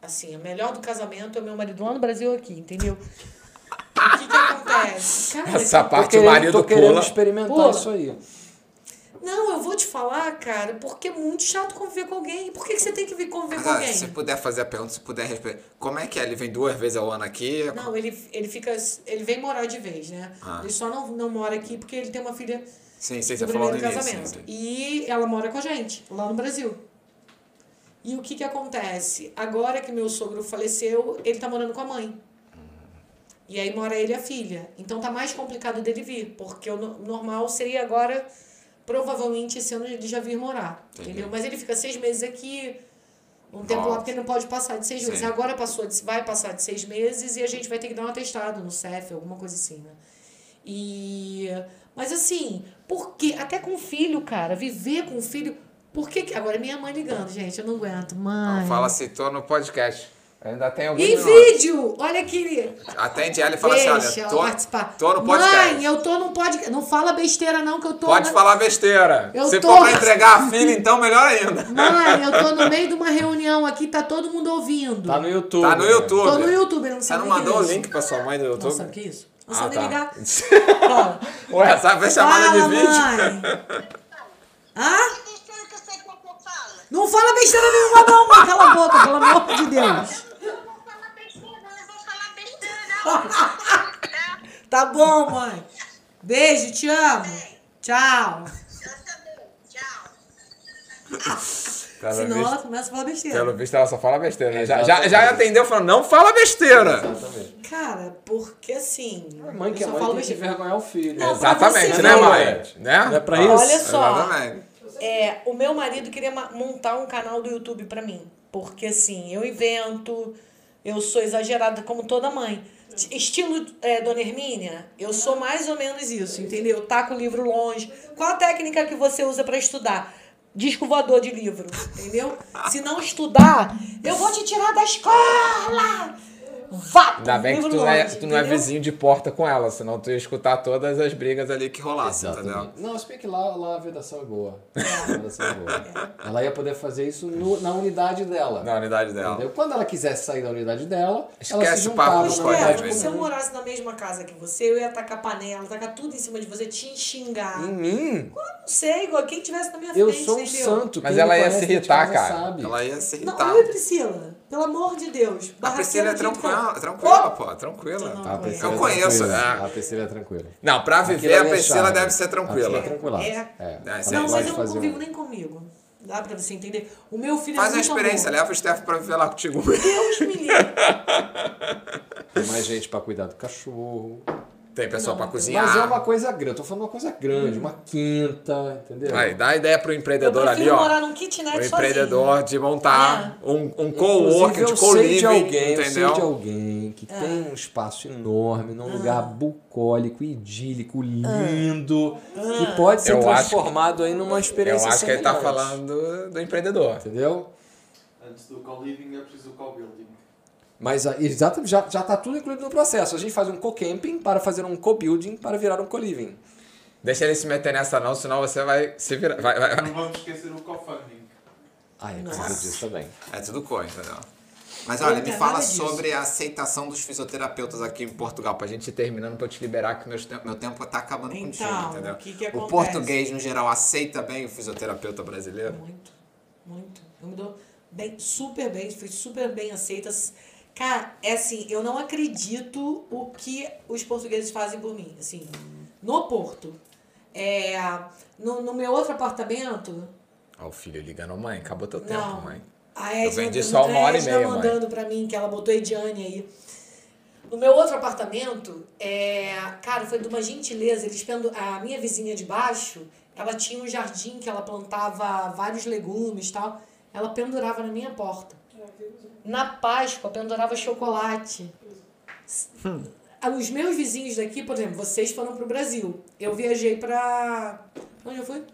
Speaker 3: Assim, o melhor do casamento é meu marido lá no Brasil aqui, entendeu? O que que acontece? Cara,
Speaker 1: Essa
Speaker 3: que-
Speaker 1: <laughs>
Speaker 2: Tô
Speaker 1: parte o
Speaker 2: querendo,
Speaker 1: marido
Speaker 2: tô querendo
Speaker 1: pula.
Speaker 2: experimentar
Speaker 3: Pula.
Speaker 2: isso aí.
Speaker 3: Não, eu vou te falar, cara, porque é muito chato conviver com alguém. Por que, que você tem que vir conviver com
Speaker 1: Ah,
Speaker 3: alguém?
Speaker 1: se puder fazer a pergunta, se puder responder. Como é que é? Ele vem duas vezes ao ano aqui?
Speaker 3: Não, ele, ele fica. Ele vem morar de vez, né?
Speaker 1: Ah.
Speaker 3: Ele só não, não mora aqui porque ele tem uma filha
Speaker 1: Sim, sim,
Speaker 3: do
Speaker 1: você falou no
Speaker 3: primeiro
Speaker 1: é início.
Speaker 3: casamento.
Speaker 1: sim, sim.
Speaker 3: E ela mora com a gente, lá no Brasil. E o que que acontece? Agora que meu sogro faleceu, ele tá morando com a mãe. E aí mora ele e a filha. Então tá mais complicado dele vir, porque o no- normal seria agora, provavelmente esse ano ele já vir morar.
Speaker 1: Entendi.
Speaker 3: Entendeu? Mas ele fica seis meses aqui, um tempo lá,
Speaker 1: Nossa.
Speaker 3: porque ele não pode passar de seis
Speaker 1: Sim.
Speaker 3: meses. Agora passou de- vai passar de seis meses e a gente vai ter que dar um atestado no CEF, alguma coisa assim, né? E. Mas assim, por quê? Até com filho, cara, viver com filho. Por que que. Agora é minha mãe ligando, gente, eu não aguento. Mãe.
Speaker 1: Não, Então, fala assim, se tô no podcast. Ainda tem algum
Speaker 3: Em
Speaker 1: minuto.
Speaker 3: vídeo! Olha que.
Speaker 1: Atende ela e fala
Speaker 3: Deixa
Speaker 1: assim,
Speaker 3: ela
Speaker 1: olha, tô,
Speaker 3: participar.
Speaker 1: tô no podcast.
Speaker 3: Mãe, eu tô num podcast. Não fala besteira, não, que eu tô.
Speaker 1: Pode
Speaker 3: na-
Speaker 1: falar besteira.
Speaker 3: Eu
Speaker 1: se
Speaker 3: tô-
Speaker 1: for pra entregar a filha, então melhor
Speaker 3: <laughs>
Speaker 1: ainda.
Speaker 3: Mãe, eu tô no meio de uma reunião aqui, tá todo mundo ouvindo.
Speaker 5: Tá no YouTube.
Speaker 1: Tá no
Speaker 5: né?
Speaker 1: YouTube.
Speaker 3: Tô no YouTube, ele não
Speaker 1: Você
Speaker 3: sabe
Speaker 1: não
Speaker 3: nem
Speaker 1: mandou o
Speaker 3: que é isso.
Speaker 1: link pra sua mãe do
Speaker 3: Não
Speaker 1: YouTube?
Speaker 3: sabe o que é isso? Não
Speaker 1: Ah,
Speaker 3: sabe
Speaker 1: tá. <laughs>
Speaker 3: nem ligar. Fala.
Speaker 1: Ué, sabe ver chamada de
Speaker 3: Fala,
Speaker 1: vídeo?
Speaker 3: mãe. Ah? Hã?
Speaker 7: Que besteira que eu sei que o cocô fala.
Speaker 3: Não fala besteira nenhuma, não, mãe. Cala a boca, pelo amor de Deus.
Speaker 7: Eu não vou falar besteira, não. Eu vou falar besteira, não.
Speaker 3: Tá bom, mãe. Beijo, te amo. Tchau.
Speaker 7: Eu também. Tchau.
Speaker 1: Pelo
Speaker 3: Senão
Speaker 1: visto-
Speaker 3: ela começa a falar
Speaker 1: Pelo
Speaker 3: besteira.
Speaker 1: visto, ela só fala besteira, né? Já, já,
Speaker 5: Exatamente.
Speaker 1: já atendeu falando, não fala besteira.
Speaker 3: Cara, porque assim.
Speaker 5: A mãe que
Speaker 3: eu
Speaker 5: é
Speaker 3: só
Speaker 5: mãe
Speaker 3: falo
Speaker 5: tem que
Speaker 3: besteira.
Speaker 5: envergonhar o filho.
Speaker 2: É.
Speaker 3: Não, pra
Speaker 1: Exatamente,
Speaker 3: você
Speaker 1: né,
Speaker 3: ver.
Speaker 1: mãe? Né?
Speaker 5: Não é pra isso?
Speaker 3: Olha só.
Speaker 1: Exatamente.
Speaker 3: É, o meu marido queria ma- montar um canal do YouTube pra mim. Porque assim, eu invento, eu sou exagerada como toda mãe. T- Estilo é, Dona Hermínia, eu sou mais ou menos isso, entendeu? Eu taco o livro longe. Qual a técnica que você usa pra estudar? Disco voador de livro, entendeu? Se não estudar, eu vou te tirar da escola! Vá! pro
Speaker 1: Ainda bem que
Speaker 3: livro
Speaker 1: tu não, é,
Speaker 3: longe,
Speaker 1: tu não é
Speaker 3: entendeu?
Speaker 1: vizinho de porta com ela, senão tu ia escutar todas as brigas ali que rolassem, entendeu?
Speaker 5: Não, se bem que lá, lá a vedação <laughs> é boa. A vedação é boa. Ela ia poder fazer isso no- na unidade dela.
Speaker 1: Na unidade dela.
Speaker 5: Entendeu? Quando ela quisesse sair da unidade dela, ela se
Speaker 1: Esquece o papo
Speaker 5: juntava na
Speaker 1: dos
Speaker 3: Mas,
Speaker 1: pais,
Speaker 5: unidade
Speaker 1: às
Speaker 3: Pedro,
Speaker 1: vezes.
Speaker 3: é, se eu
Speaker 5: comum.
Speaker 3: morasse na mesma casa que você, eu ia tacar panela, tacar tudo em cima de você, te xingar.
Speaker 5: Em mim,
Speaker 3: Não sei, igual quem tivesse na minha
Speaker 5: eu
Speaker 3: frente,
Speaker 5: sou um
Speaker 3: entendeu?
Speaker 5: santo.
Speaker 1: Mas
Speaker 5: Quem me
Speaker 1: ela ia
Speaker 5: conhece
Speaker 1: se
Speaker 5: de casa
Speaker 1: irritar, cara.
Speaker 5: sabe.
Speaker 1: Ela ia se
Speaker 3: Não,
Speaker 1: irritar.
Speaker 3: eu e Priscila, pelo amor de Deus.
Speaker 1: Tá. A Priscila é tranquila, tranquila, pô, tranquila.
Speaker 3: Não,
Speaker 5: A
Speaker 3: não
Speaker 5: Priscila
Speaker 1: Eu
Speaker 5: é
Speaker 1: conheço,
Speaker 5: tranquila.
Speaker 1: é.
Speaker 5: A Priscila é tranquila.
Speaker 1: Não, pra
Speaker 5: Aquilo
Speaker 1: viver
Speaker 5: ali
Speaker 1: a
Speaker 5: é
Speaker 1: Priscila
Speaker 5: charme.
Speaker 1: deve ser
Speaker 5: Aquilo
Speaker 1: tranquila.
Speaker 5: é tranquila.
Speaker 3: É.
Speaker 5: É.
Speaker 1: Não, isso
Speaker 5: Ela
Speaker 1: aí
Speaker 3: Não,
Speaker 1: Sim.
Speaker 3: mas
Speaker 5: pode
Speaker 3: eu né? não
Speaker 5: fazer
Speaker 3: convivo
Speaker 5: um-
Speaker 3: nem comigo. Dá pra você entender? O meu filho
Speaker 1: Faz
Speaker 3: é
Speaker 1: uma
Speaker 3: muito
Speaker 1: experiência,
Speaker 3: amor.
Speaker 1: leva o Steph pra viver lá contigo.
Speaker 3: Deus me livre.
Speaker 5: Tem um, mais gente pra cuidar do cachorro.
Speaker 1: Tem pessoal pra cozinhar.
Speaker 5: Mas é uma coisa grande. Eu tô falando uma coisa grande, uma quinta, entendeu?
Speaker 1: Aí, dá ideia pro
Speaker 3: Eu
Speaker 1: empreendedor ali,
Speaker 3: prefiro
Speaker 1: ó.
Speaker 3: morar num
Speaker 1: O
Speaker 3: kitnet sozinho. É.
Speaker 1: empreendedor de montar um, um
Speaker 5: Inclusive,
Speaker 1: co-working,
Speaker 5: eu
Speaker 1: de
Speaker 5: sei de
Speaker 1: co-living,
Speaker 5: alguém, eu sei de
Speaker 1: entendeu?
Speaker 5: alguém que
Speaker 3: É.
Speaker 5: tem um espaço enorme,
Speaker 3: Ah.
Speaker 5: num lugar bucólico, idílico, lindo,
Speaker 3: Ah.
Speaker 5: que pode ser
Speaker 1: Eu acho-
Speaker 5: transformado aí numa experiência
Speaker 1: Eu acho que ele tá
Speaker 5: semelhante,
Speaker 1: falando do empreendedor.
Speaker 5: Entendeu?
Speaker 4: Antes do call living é preciso o call building.
Speaker 5: Mas ah, exatamente, já, já tá tudo incluído no processo. A gente faz um co-camping para fazer um co-building para virar um co-living.
Speaker 1: Deixa ele se meter nessa não, senão você vai se virar. Vai, vai, vai.
Speaker 4: Não vamos esquecer o co-funding.
Speaker 5: Ah, é
Speaker 3: Nossa.
Speaker 5: preciso disso também. <laughs>
Speaker 1: É tudo co, entendeu? Mas
Speaker 3: Não
Speaker 1: olha, me
Speaker 3: tem
Speaker 1: fala
Speaker 3: nada disso.
Speaker 1: sobre a aceitação dos fisioterapeutas aqui em Portugal, pra gente ir terminando, pra eu te liberar, que meu tempo, meu tempo tá acabando
Speaker 3: Então,
Speaker 1: contigo, entendeu?
Speaker 3: o que que
Speaker 1: o
Speaker 3: acontece?
Speaker 1: português, no geral, aceita bem o fisioterapeuta brasileiro?
Speaker 3: Muito, muito. Eu me dou bem, super bem, fui super bem aceita. Cara, é assim, eu não acredito o que os portugueses fazem por mim, assim, no Porto. É, no, no meu outro apartamento,
Speaker 1: Ó, o filho ligando, mãe, acabou teu tempo,
Speaker 3: não.
Speaker 1: mãe.
Speaker 3: A
Speaker 1: Eu
Speaker 3: Edna,
Speaker 1: vendi só uma hora e
Speaker 3: a Edna
Speaker 1: meia, mãe.
Speaker 3: mandando é, pra mim, que ela botou Ediane aí. No meu outro apartamento, é, cara, foi de uma gentileza. Eles pendo... A minha vizinha de baixo, ela tinha um jardim que ela plantava vários legumes e tal. Ela pendurava na minha porta. Na Páscoa, pendurava chocolate. Ah, Os meus vizinhos daqui, por exemplo, vocês foram pro Brasil. Eu viajei pra... Onde eu fui?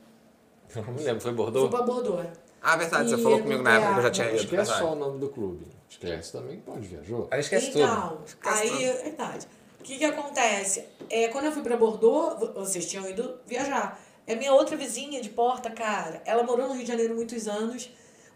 Speaker 5: Não me lembro, foi
Speaker 3: Fui
Speaker 5: Bordeaux?
Speaker 3: pra Bordeaux. é.
Speaker 1: Ah, verdade, você
Speaker 3: E
Speaker 1: falou comigo na
Speaker 3: é,
Speaker 1: época que eu já tinha
Speaker 5: Não
Speaker 1: ido,
Speaker 5: esquece
Speaker 1: verdade.
Speaker 5: só o nome do clube. Esquece também, pode viajou.
Speaker 1: Ela esquece
Speaker 3: então,
Speaker 1: tudo.
Speaker 3: aí, é verdade. O que que acontece? É, quando eu fui pra Bordeaux, vo- vocês tinham ido viajar. É minha outra vizinha de porta, cara. Ela morou no Rio de Janeiro muitos anos.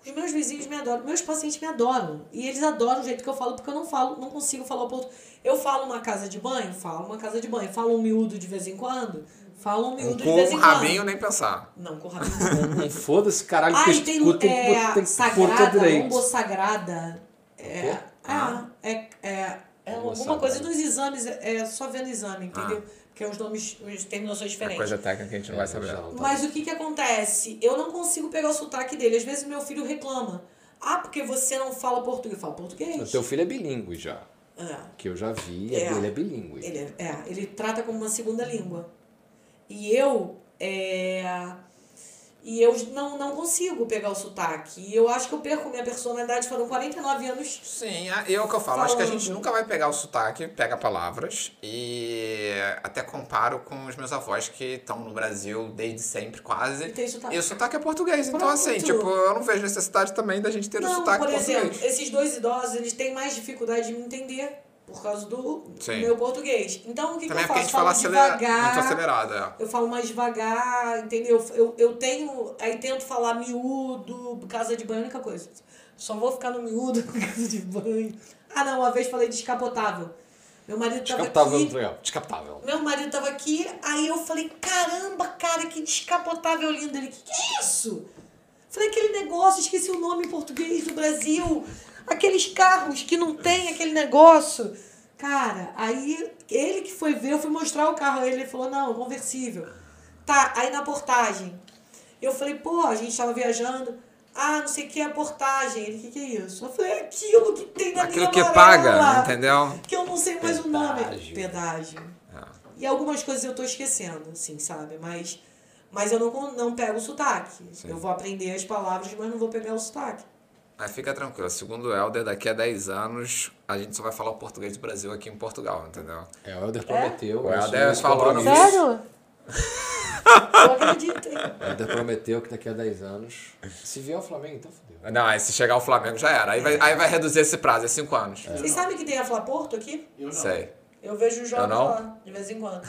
Speaker 3: Os meus vizinhos me adoram, meus pacientes me adoram. E eles adoram o jeito que eu falo, porque eu não falo, não consigo falar o ponto. Eu falo uma casa de banho, falo uma casa de banho, falo um miúdo de vez em quando, Falam miúdo de
Speaker 1: Com
Speaker 3: vez
Speaker 1: o
Speaker 3: em quando.
Speaker 1: um rabinho nem pensar.
Speaker 3: Não, com o rabinho não.
Speaker 1: <laughs>
Speaker 2: Não foda-se, caralho,
Speaker 3: Ah,
Speaker 2: porque
Speaker 3: e tem,
Speaker 2: escuta,
Speaker 3: é,
Speaker 2: tem que botar- tem que botar
Speaker 3: sagrada,
Speaker 2: direito.
Speaker 3: lombo sagrada. É,
Speaker 1: Lombô?
Speaker 3: ah, é, é, é
Speaker 2: Lombo
Speaker 3: alguma
Speaker 2: sagrada.
Speaker 3: coisa dos exames, é é só vendo exame, entendeu? Porque os nomes, as terminações
Speaker 1: É
Speaker 3: diferentes.
Speaker 1: coisa técnica que a gente não vai saber.
Speaker 2: Já não tá.
Speaker 3: Mas o que que acontece? Eu não consigo pegar o sotaque dele. Às vezes meu filho reclama. Ah, porque você não fala português. Eu falo
Speaker 2: O
Speaker 3: português.
Speaker 2: teu filho é bilíngue já.
Speaker 3: É.
Speaker 2: Que eu já vi,
Speaker 3: É.
Speaker 2: ele é bilíngue.
Speaker 3: Ele, é- é, ele trata como uma segunda língua. E eu. é, e eu não, não consigo pegar o sotaque. E eu acho que eu perco minha personalidade. Foram 49 anos.
Speaker 1: Sim, é é o que eu falo. Acho que a gente
Speaker 3: Falando.
Speaker 1: nunca vai pegar o sotaque, pega palavras. E até comparo com os meus avós que estão no Brasil desde sempre, quase.
Speaker 3: E tem sotaque.
Speaker 1: E o sotaque é português. Então,
Speaker 3: Pronto.
Speaker 1: assim, tipo, eu não vejo necessidade também da gente ter o
Speaker 3: Não,
Speaker 1: sotaque
Speaker 3: por
Speaker 1: português.
Speaker 3: exemplo, esses dois idosos, eles têm mais dificuldade de me entender. Por causa do
Speaker 1: Sim.
Speaker 3: meu português. Então, o que, que eu
Speaker 1: também é
Speaker 3: faço?
Speaker 1: porque a gente
Speaker 3: Falo
Speaker 1: fala acelera...
Speaker 3: devagar.
Speaker 1: muito acelerado. É.
Speaker 3: Eu falo mais devagar, entendeu? Eu, eu tenho. Aí tento falar miúdo, casa de banho, é a única coisa. Só vou ficar no miúdo, <laughs> casa de banho. Ah, não, uma vez falei descapotável. Meu marido tava
Speaker 2: Descapotável,
Speaker 3: aqui.
Speaker 2: André. Descapotável.
Speaker 3: Meu marido tava aqui, aí eu falei, caramba, cara, que descapotável lindo. Ele, que que é isso? Falei, aquele negócio, esqueci o nome em português do Brasil. Aqueles carros que não tem aquele negócio. Cara, aí ele que foi ver, eu fui mostrar o carro a ele, ele falou, não, é conversível. Tá, aí na portagem. Eu falei, pô, a gente tava viajando. Ah, não sei o que é portagem. Ele, o que, que é isso? Eu falei, é aquilo que tem na
Speaker 1: Aquilo
Speaker 3: linha
Speaker 1: que
Speaker 3: amarela."
Speaker 1: paga, entendeu?
Speaker 3: que eu não sei mais o nome.
Speaker 2: Pedágio.
Speaker 3: Pedágio.
Speaker 1: Ah.
Speaker 3: E algumas coisas eu tô esquecendo, assim, sabe? Mas, mas eu não, con- não pego o sotaque. Eu vou aprender as palavras, mas não vou pegar
Speaker 1: <laughs>
Speaker 3: o sotaque.
Speaker 1: Mas fica tranquilo. Segundo o Helder, daqui a 10 anos, a gente só vai falar o português do Brasil aqui em Portugal, entendeu?
Speaker 2: É, o Helder prometeu.
Speaker 1: O Helder
Speaker 2: assumiu esse
Speaker 1: falou
Speaker 2: é compromisso.
Speaker 1: nisso.
Speaker 3: Eu acredito. hein?
Speaker 2: O Helder prometeu que daqui a 10 anos. Se vier o Flamengo, então fodeu.
Speaker 1: Não, aí se chegar ao Flamengo já era. Aí vai, aí vai reduzir esse prazo, é 5 anos.
Speaker 3: Vocês sabem que tem a Flaporto aqui?
Speaker 4: Eu não.
Speaker 1: Sei.
Speaker 3: Eu vejo os
Speaker 1: Eu
Speaker 3: jogos
Speaker 1: não.
Speaker 3: lá, de vez em quando.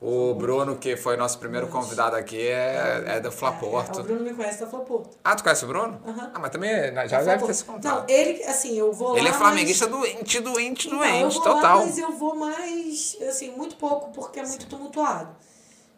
Speaker 1: O Bruno, que foi nosso primeiro convidado aqui, é, é da
Speaker 3: É, o
Speaker 1: Flaporto.
Speaker 3: Bruno me conhece da Flaporto.
Speaker 1: Ah, tu conhece o Bruno?
Speaker 3: Aham.
Speaker 1: Ah, mas também é- já deve ter se
Speaker 3: Não,
Speaker 1: contado.
Speaker 3: ele, assim, eu vou
Speaker 1: Ele
Speaker 3: lá,
Speaker 1: é
Speaker 3: mas-
Speaker 1: flamenguista doente, doente,
Speaker 3: Então, eu
Speaker 1: doente,
Speaker 3: vou
Speaker 1: total.
Speaker 3: Lá, mas eu vou mais, assim, muito pouco, porque é muito tumultuado.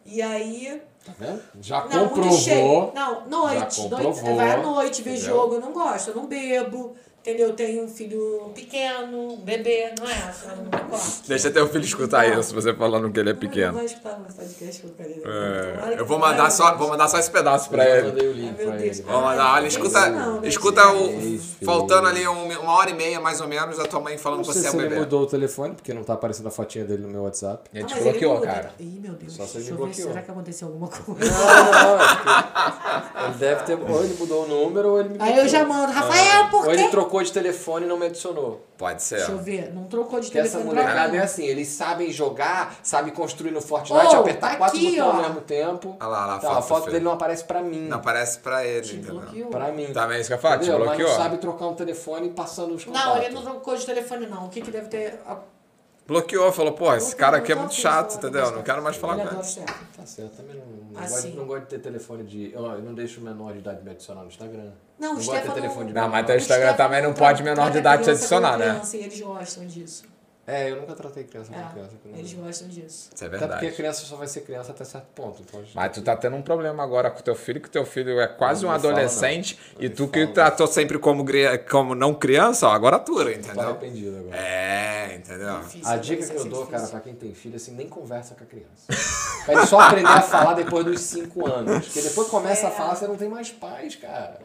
Speaker 3: E aí,
Speaker 2: Tá vendo? Já
Speaker 3: Não, muito cheio.
Speaker 2: comprovou.
Speaker 3: Não, noite.
Speaker 2: Já
Speaker 3: noite
Speaker 2: comprovou.
Speaker 3: vai à noite ver
Speaker 2: Entendeu?
Speaker 3: jogo. Eu não gosto, eu não bebo. Entendeu? Eu tenho um filho pequeno, um bebê, não é? Eu não gosto.
Speaker 1: Deixa teu filho escutar
Speaker 3: Não.
Speaker 1: isso, você falando que ele é
Speaker 3: Eu não
Speaker 1: pequeno.
Speaker 3: vou escutar meu podcast com o Karina.
Speaker 1: É,
Speaker 3: Tomara Então. que
Speaker 1: eu vou
Speaker 3: não
Speaker 1: mandar
Speaker 3: vai.
Speaker 1: só, vou mandar só esse pedaço pra
Speaker 2: Eu já
Speaker 1: ele.
Speaker 2: mandei o link
Speaker 3: Ai, meu
Speaker 2: pra
Speaker 3: Deus.
Speaker 2: ele.
Speaker 1: Vamos mandar, olha,
Speaker 3: Isso
Speaker 1: escuta,
Speaker 3: não, né,
Speaker 1: escuta o.
Speaker 2: gente?
Speaker 1: Faltando ali um- uma hora e meia, mais ou menos, a tua mãe falando
Speaker 2: Não
Speaker 1: que
Speaker 2: sei
Speaker 1: você é
Speaker 2: se
Speaker 1: um
Speaker 2: ele
Speaker 1: bebê.
Speaker 2: mudou o telefone, porque não tá aparecendo a fotinha dele no meu WhatsApp.
Speaker 1: É
Speaker 3: Ah,
Speaker 1: tipo-
Speaker 3: mas
Speaker 2: Gente,
Speaker 3: ele muda. Ih, meu Deus.
Speaker 2: Só se ele
Speaker 3: deixa eu ver,
Speaker 2: bloqueou.
Speaker 3: será que aconteceu alguma
Speaker 2: <laughs> Não,
Speaker 3: coisa?
Speaker 2: não, não. é porque Ele deve ter. Ou ele mudou o número ou ele me.
Speaker 3: Aí eu já
Speaker 1: Ah.
Speaker 3: mando, Rafael, por
Speaker 2: Ou
Speaker 3: quê?
Speaker 2: ele trocou de telefone e não me adicionou.
Speaker 1: Pode ser.
Speaker 3: Deixa eu ver, não trocou de
Speaker 2: Que essa
Speaker 3: telefone pra
Speaker 2: molecada
Speaker 3: cá.
Speaker 2: é assim, eles sabem jogar, sabem construir no Fortnite,
Speaker 3: Oh,
Speaker 2: apertar quatro
Speaker 3: aqui,
Speaker 2: botões
Speaker 3: ó.
Speaker 2: ao mesmo tempo.
Speaker 1: Olha lá, olha lá, a
Speaker 2: Tá, a
Speaker 1: foto do
Speaker 2: foto
Speaker 1: filho.
Speaker 2: dele não aparece pra mim.
Speaker 1: Não aparece pra ele,
Speaker 3: Te
Speaker 1: entendeu?
Speaker 3: bloqueou.
Speaker 2: Pra mim.
Speaker 1: Tá vendo isso que eu falo? Te
Speaker 2: Entendeu? Mas não
Speaker 1: bloqueou?
Speaker 2: sabe trocar um telefone passando os contatos.
Speaker 3: Não, ele não trocou de telefone, não. O que, que deve ter. a-
Speaker 1: Bloqueou, falou, pô, esse
Speaker 3: Bloqueou,
Speaker 1: cara aqui é
Speaker 3: não
Speaker 1: muito
Speaker 3: gosto
Speaker 1: chato,
Speaker 3: disso,
Speaker 1: entendeu?
Speaker 3: não
Speaker 1: Não quero mais falar
Speaker 3: Ele
Speaker 1: com
Speaker 3: adora
Speaker 1: ele.
Speaker 3: o chefe.
Speaker 2: Tá certo, eu também não, não,
Speaker 3: Assim.
Speaker 2: gosto, não gosto de ter telefone de... Eu, eu não deixo menor de idade me adicionar no Instagram.
Speaker 3: Não, o
Speaker 2: gosto de ter
Speaker 3: Stefano-
Speaker 2: telefone de
Speaker 1: Não,
Speaker 2: menor.
Speaker 1: mas teu Instagram também não pode menor de idade te adicionar, né?
Speaker 3: Criança, e eles gostam disso.
Speaker 2: É, eu nunca tratei criança com criança.
Speaker 3: É,
Speaker 2: Não.
Speaker 3: eles gostam disso.
Speaker 1: Isso é
Speaker 2: Até porque a
Speaker 1: verdade.
Speaker 2: criança só vai ser criança até certo ponto. Então, a gente-
Speaker 1: Mas tu tá tendo um problema agora com teu filho, que teu filho é quase
Speaker 2: Não
Speaker 1: um
Speaker 2: me fala,
Speaker 1: adolescente
Speaker 2: não.
Speaker 1: e
Speaker 2: Não
Speaker 1: tu
Speaker 2: me
Speaker 1: que
Speaker 2: fala.
Speaker 1: tratou sempre como, gri- como não criança, ó, agora atura,
Speaker 2: Tô
Speaker 1: entendeu?
Speaker 2: tá arrependido agora.
Speaker 1: É, entendeu?
Speaker 3: Difícil,
Speaker 2: A
Speaker 3: né?
Speaker 2: dica
Speaker 3: Isso
Speaker 2: que eu
Speaker 3: é
Speaker 2: dou,
Speaker 3: difícil.
Speaker 2: cara, pra quem tem filho, assim, nem conversa com a criança. Pra ele só aprender a falar depois dos 5 anos. Porque depois que começa
Speaker 3: É.
Speaker 2: a falar, você não tem mais paz, cara.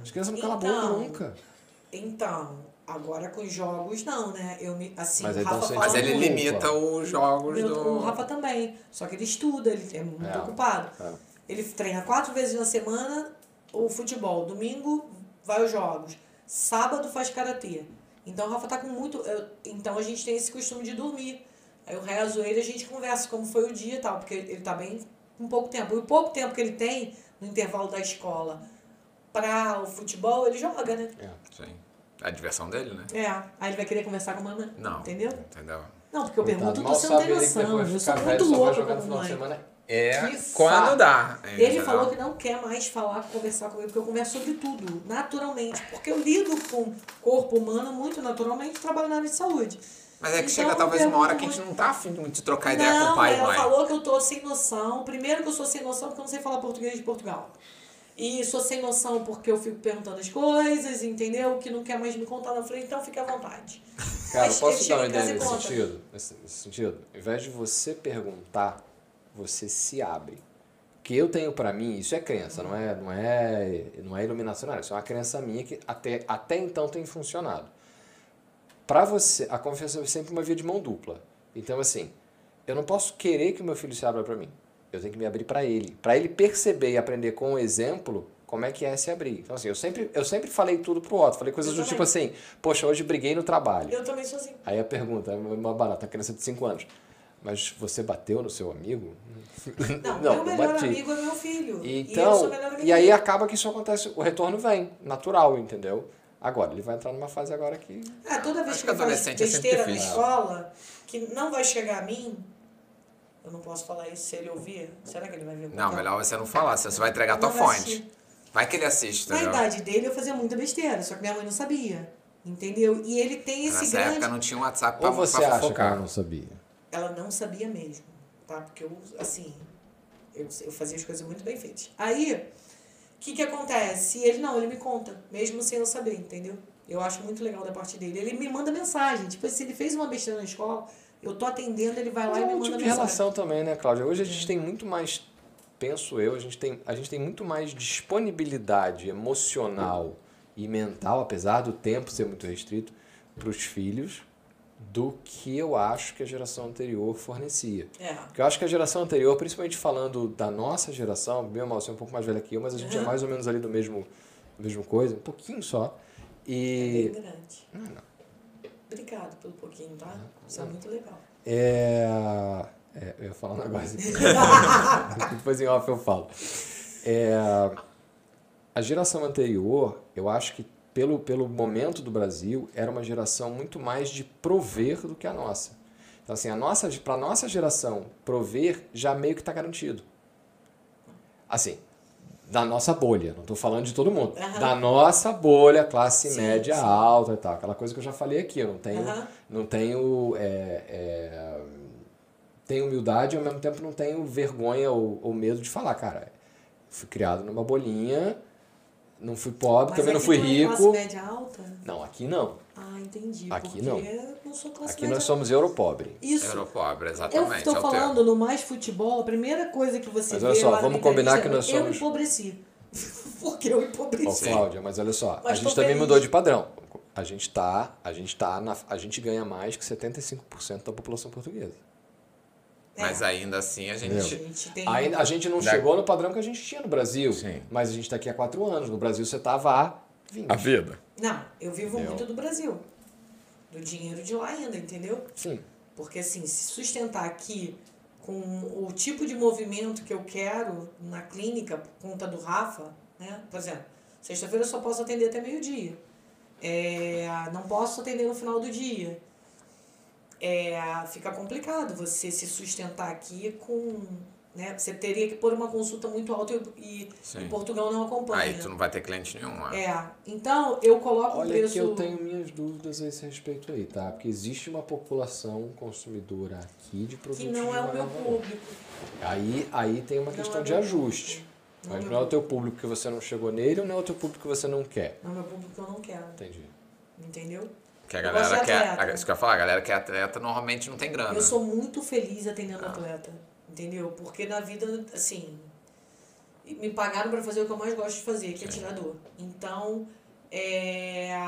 Speaker 2: As crianças não calam a boca
Speaker 3: Então,
Speaker 2: nunca.
Speaker 3: Então, agora com os jogos, não, né? Eu me. Assim,
Speaker 2: Mas
Speaker 3: o
Speaker 2: ele tá
Speaker 3: Rafa
Speaker 2: sendo-
Speaker 3: fala
Speaker 1: Mas ele
Speaker 3: muito.
Speaker 1: limita os jogos
Speaker 3: Meu- O
Speaker 1: do.
Speaker 3: Rafa também. Só que ele estuda, ele é muito
Speaker 2: É.
Speaker 3: ocupado.
Speaker 2: É.
Speaker 3: Ele treina quatro vezes na semana o futebol. Domingo vai aos jogos. Sábado faz karatê. Então o Rafa tá com muito. eu- então a gente tem esse costume de dormir. Aí eu rezo ele a gente conversa como foi o dia e tal, porque ele tá bem com pouco tempo. E o pouco tempo que ele tem no intervalo da escola pra o futebol, ele joga, né?
Speaker 1: Sim. É a diversão dele, né?
Speaker 3: É. Aí ele vai querer conversar com a mamãe.
Speaker 1: Não.
Speaker 3: Entendeu?
Speaker 1: Entendeu?
Speaker 3: Não, porque eu
Speaker 2: Coitado,
Speaker 3: pergunto,
Speaker 2: Tá, mal
Speaker 3: você não tem
Speaker 2: sabe ele que
Speaker 3: noção.
Speaker 2: depois
Speaker 3: Eu
Speaker 2: ficar
Speaker 3: sou muito
Speaker 2: velho, só vai
Speaker 3: louca
Speaker 2: jogar
Speaker 3: com a
Speaker 2: no final de
Speaker 3: mamãe.
Speaker 2: semana.
Speaker 1: É
Speaker 3: Que
Speaker 1: quando
Speaker 3: saco.
Speaker 1: dá.
Speaker 3: Ele
Speaker 1: entendeu?
Speaker 3: falou que não quer mais falar, conversar comigo, porque eu converso sobre tudo, naturalmente. Porque eu lido com o corpo humano muito naturalmente, trabalho na área de saúde.
Speaker 1: Mas é que
Speaker 3: Então,
Speaker 1: chega talvez uma hora que a gente
Speaker 3: pergunta-
Speaker 1: não tá afim muito de trocar ideia com o pai e
Speaker 3: ela
Speaker 1: mãe.
Speaker 3: falou que eu tô sem noção. Primeiro que eu sou sem noção porque eu não sei falar português de Portugal. E sou sem noção porque eu fico perguntando as coisas, entendeu? Que não quer mais me contar. Eu falei, então fica à vontade.
Speaker 2: Cara,
Speaker 3: Mas
Speaker 2: posso
Speaker 3: eu
Speaker 2: te dar
Speaker 3: chego
Speaker 2: uma
Speaker 3: em
Speaker 2: ideia
Speaker 3: casa e
Speaker 2: nesse
Speaker 3: conto.
Speaker 2: sentido? Nesse, nesse sentido? Ao invés de você perguntar, você se abre. O que eu tenho pra mim, isso é crença, não é, não é, não é iluminação, nada. isso é uma crença minha que até, até então tem funcionado. Pra você, a confiança é sempre uma via de mão dupla. Então, assim, eu não posso querer que o meu filho se abra pra mim. Eu tenho que me abrir pra ele. Pra ele perceber e aprender com o exemplo como é que é se abrir. Então, assim, eu sempre, eu sempre falei tudo pro outro. Falei coisas
Speaker 3: Eu
Speaker 2: do
Speaker 3: também.
Speaker 2: tipo assim, poxa, hoje briguei no trabalho.
Speaker 3: Eu também sou
Speaker 2: <clears throat>
Speaker 3: assim.
Speaker 2: Aí a pergunta, é uma barata, uma criança de 5 anos. Mas você bateu no seu amigo?
Speaker 3: Não, meu melhor amigo é meu filho. e eu sou
Speaker 2: Então,
Speaker 3: melhor amiga
Speaker 2: e, aí
Speaker 3: dele.
Speaker 2: acaba que isso acontece, o retorno vem, natural, entendeu? Agora, ele vai entrar numa fase agora que...
Speaker 3: Ah, toda vez
Speaker 1: Acho
Speaker 3: que,
Speaker 1: que
Speaker 3: eu faço
Speaker 1: adolescente é sempre
Speaker 3: besteira na
Speaker 1: difícil.
Speaker 3: escola, que não vai chegar a mim, eu não posso falar isso se ele ouvir. Será que ele vai ver?
Speaker 1: Não, melhor você não falar, senão você vai entregar a tua
Speaker 3: Não vai
Speaker 1: fonte.
Speaker 3: assistir.
Speaker 1: Vai que ele assiste,
Speaker 3: Na
Speaker 1: entendeu?
Speaker 3: idade dele, eu fazia muita besteira, só que minha mãe não sabia. Entendeu? E ele tem esse
Speaker 1: Nessa
Speaker 3: grande.
Speaker 1: época não tinha um WhatsApp pra,
Speaker 2: Ou você
Speaker 1: pra
Speaker 2: acha que
Speaker 1: fofocar.
Speaker 2: ela não sabia?
Speaker 3: Ela não sabia mesmo, tá? Porque eu, assim, eu, eu fazia as coisas muito bem feitas. Aí, o que que acontece? Ele não, ele me conta, mesmo sem eu saber, entendeu? Eu acho muito legal da parte dele. Ele me manda mensagem. Tipo, se ele fez uma besteira na escola, eu tô atendendo, ele vai Ah, lá
Speaker 2: Mas
Speaker 3: e me
Speaker 2: é um
Speaker 3: manda
Speaker 2: tipo de
Speaker 3: mensagem.
Speaker 2: relação também, né, Cláudia? Hoje a gente tem muito mais, penso eu, a gente tem, a gente tem muito mais disponibilidade emocional e mental, apesar do tempo ser muito restrito, para os filhos do que eu acho que a geração anterior fornecia.
Speaker 3: É.
Speaker 2: Porque eu acho que a geração anterior, principalmente falando da nossa geração, meu mal, você é um pouco mais velha que eu, mas a gente é mais ou menos ali do mesmo, do mesmo coisa, um pouquinho só.
Speaker 3: Bem
Speaker 2: E Ah,
Speaker 3: grande. Obrigado pelo pouquinho, tá? Isso é muito legal.
Speaker 2: <laughs> é... é, eu ia falar um negócio. aqui. <laughs> Depois em off eu falo. É, a geração anterior, eu acho que pelo, pelo momento do Brasil, era uma geração muito mais de prover do que a nossa. Então, assim, a nossa, para nossa geração, prover já meio que está garantido. Assim, da nossa bolha, não estou falando de todo mundo.
Speaker 3: Aham.
Speaker 2: Da nossa bolha, classe
Speaker 3: Sim,
Speaker 2: média
Speaker 3: sim.
Speaker 2: alta e tal. Aquela coisa que eu já falei aqui, eu não tenho,
Speaker 3: Aham.
Speaker 2: não tenho é, é, tenho humildade e ao mesmo tempo não tenho vergonha ou, ou medo de falar, cara. Fui criado numa bolinha, não fui pobre, também não
Speaker 3: aqui
Speaker 2: fui
Speaker 3: tu é
Speaker 2: rico.
Speaker 3: Classe média alta?
Speaker 2: Não, aqui não.
Speaker 3: Ah, entendi.
Speaker 2: Aqui
Speaker 3: porque
Speaker 2: não.
Speaker 3: eu não sou classe
Speaker 2: Aqui
Speaker 3: média
Speaker 2: nós somos europobre.
Speaker 3: Isso.
Speaker 1: Europobre,
Speaker 3: Eu
Speaker 1: exatamente. é
Speaker 3: estou
Speaker 1: o termo.
Speaker 3: falando no Mais Futebol, a primeira coisa que você
Speaker 2: Mas
Speaker 3: vê
Speaker 2: olha só,
Speaker 3: lá na
Speaker 2: vamos combinar
Speaker 3: entrevista
Speaker 2: que nós
Speaker 3: é Eu
Speaker 2: somos-
Speaker 3: empobreci. <laughs> Porque eu empobreci.
Speaker 2: Ó, Cláudia, mas olha só,
Speaker 3: Mas
Speaker 2: a gente
Speaker 3: tô
Speaker 2: também
Speaker 3: feliz.
Speaker 2: mudou de padrão. A gente tá, a gente tá, na, a gente ganha mais que 75% da população portuguesa.
Speaker 3: é.
Speaker 1: Mas ainda assim a
Speaker 3: A
Speaker 1: gente.
Speaker 3: gente tem...
Speaker 2: Ainda, a gente não
Speaker 1: Da-
Speaker 2: chegou no padrão que a gente tinha no Brasil,
Speaker 1: Sim.
Speaker 2: mas a gente tá aqui há quatro anos. No Brasil você tava há 20.
Speaker 1: vida.
Speaker 3: Não, eu vivo
Speaker 2: Entendeu?
Speaker 3: muito do Brasil. Do dinheiro de lá ainda, entendeu?
Speaker 2: Sim.
Speaker 3: Porque assim, se sustentar aqui com o tipo de movimento que eu quero na clínica por conta do Rafa, né? Por exemplo, sexta-feira eu só posso atender até meio-dia. É, não posso atender no final do dia. É, fica complicado você se sustentar aqui com. Né? Você teria que pôr uma consulta muito alta e, e
Speaker 1: Sim.
Speaker 3: Portugal não acompanha.
Speaker 1: Aí tu não vai ter cliente nenhum, né?
Speaker 3: Tipo, né? É, então eu coloco o
Speaker 2: Olha
Speaker 3: preço.
Speaker 2: que eu tenho minhas dúvidas a esse respeito aí, tá? Porque existe uma população consumidora aqui de produtos
Speaker 3: Que não
Speaker 2: de
Speaker 3: é o meu
Speaker 2: maior valor.
Speaker 3: público.
Speaker 2: Aí, aí tem uma
Speaker 3: Não
Speaker 2: questão
Speaker 3: é o
Speaker 2: de
Speaker 3: meu
Speaker 2: ajuste.
Speaker 3: público. Não é
Speaker 2: Mas
Speaker 3: o
Speaker 2: não é o
Speaker 3: meu
Speaker 2: teu público que você não chegou nele ou não é o teu público que você não quer.
Speaker 3: Não é o meu público que eu não quero,
Speaker 2: Entendi.
Speaker 3: entendeu?
Speaker 1: Que a
Speaker 3: Eu gosto
Speaker 1: galera
Speaker 3: de
Speaker 1: que é.
Speaker 3: atleta.
Speaker 1: a- Isso que eu ia falar, a galera que é atleta normalmente não tem grana.
Speaker 3: Eu sou muito feliz atendendo atleta, entendeu? Porque na vida, assim, me pagaram pra fazer o que eu mais gosto de fazer, que é tirador. Então, é.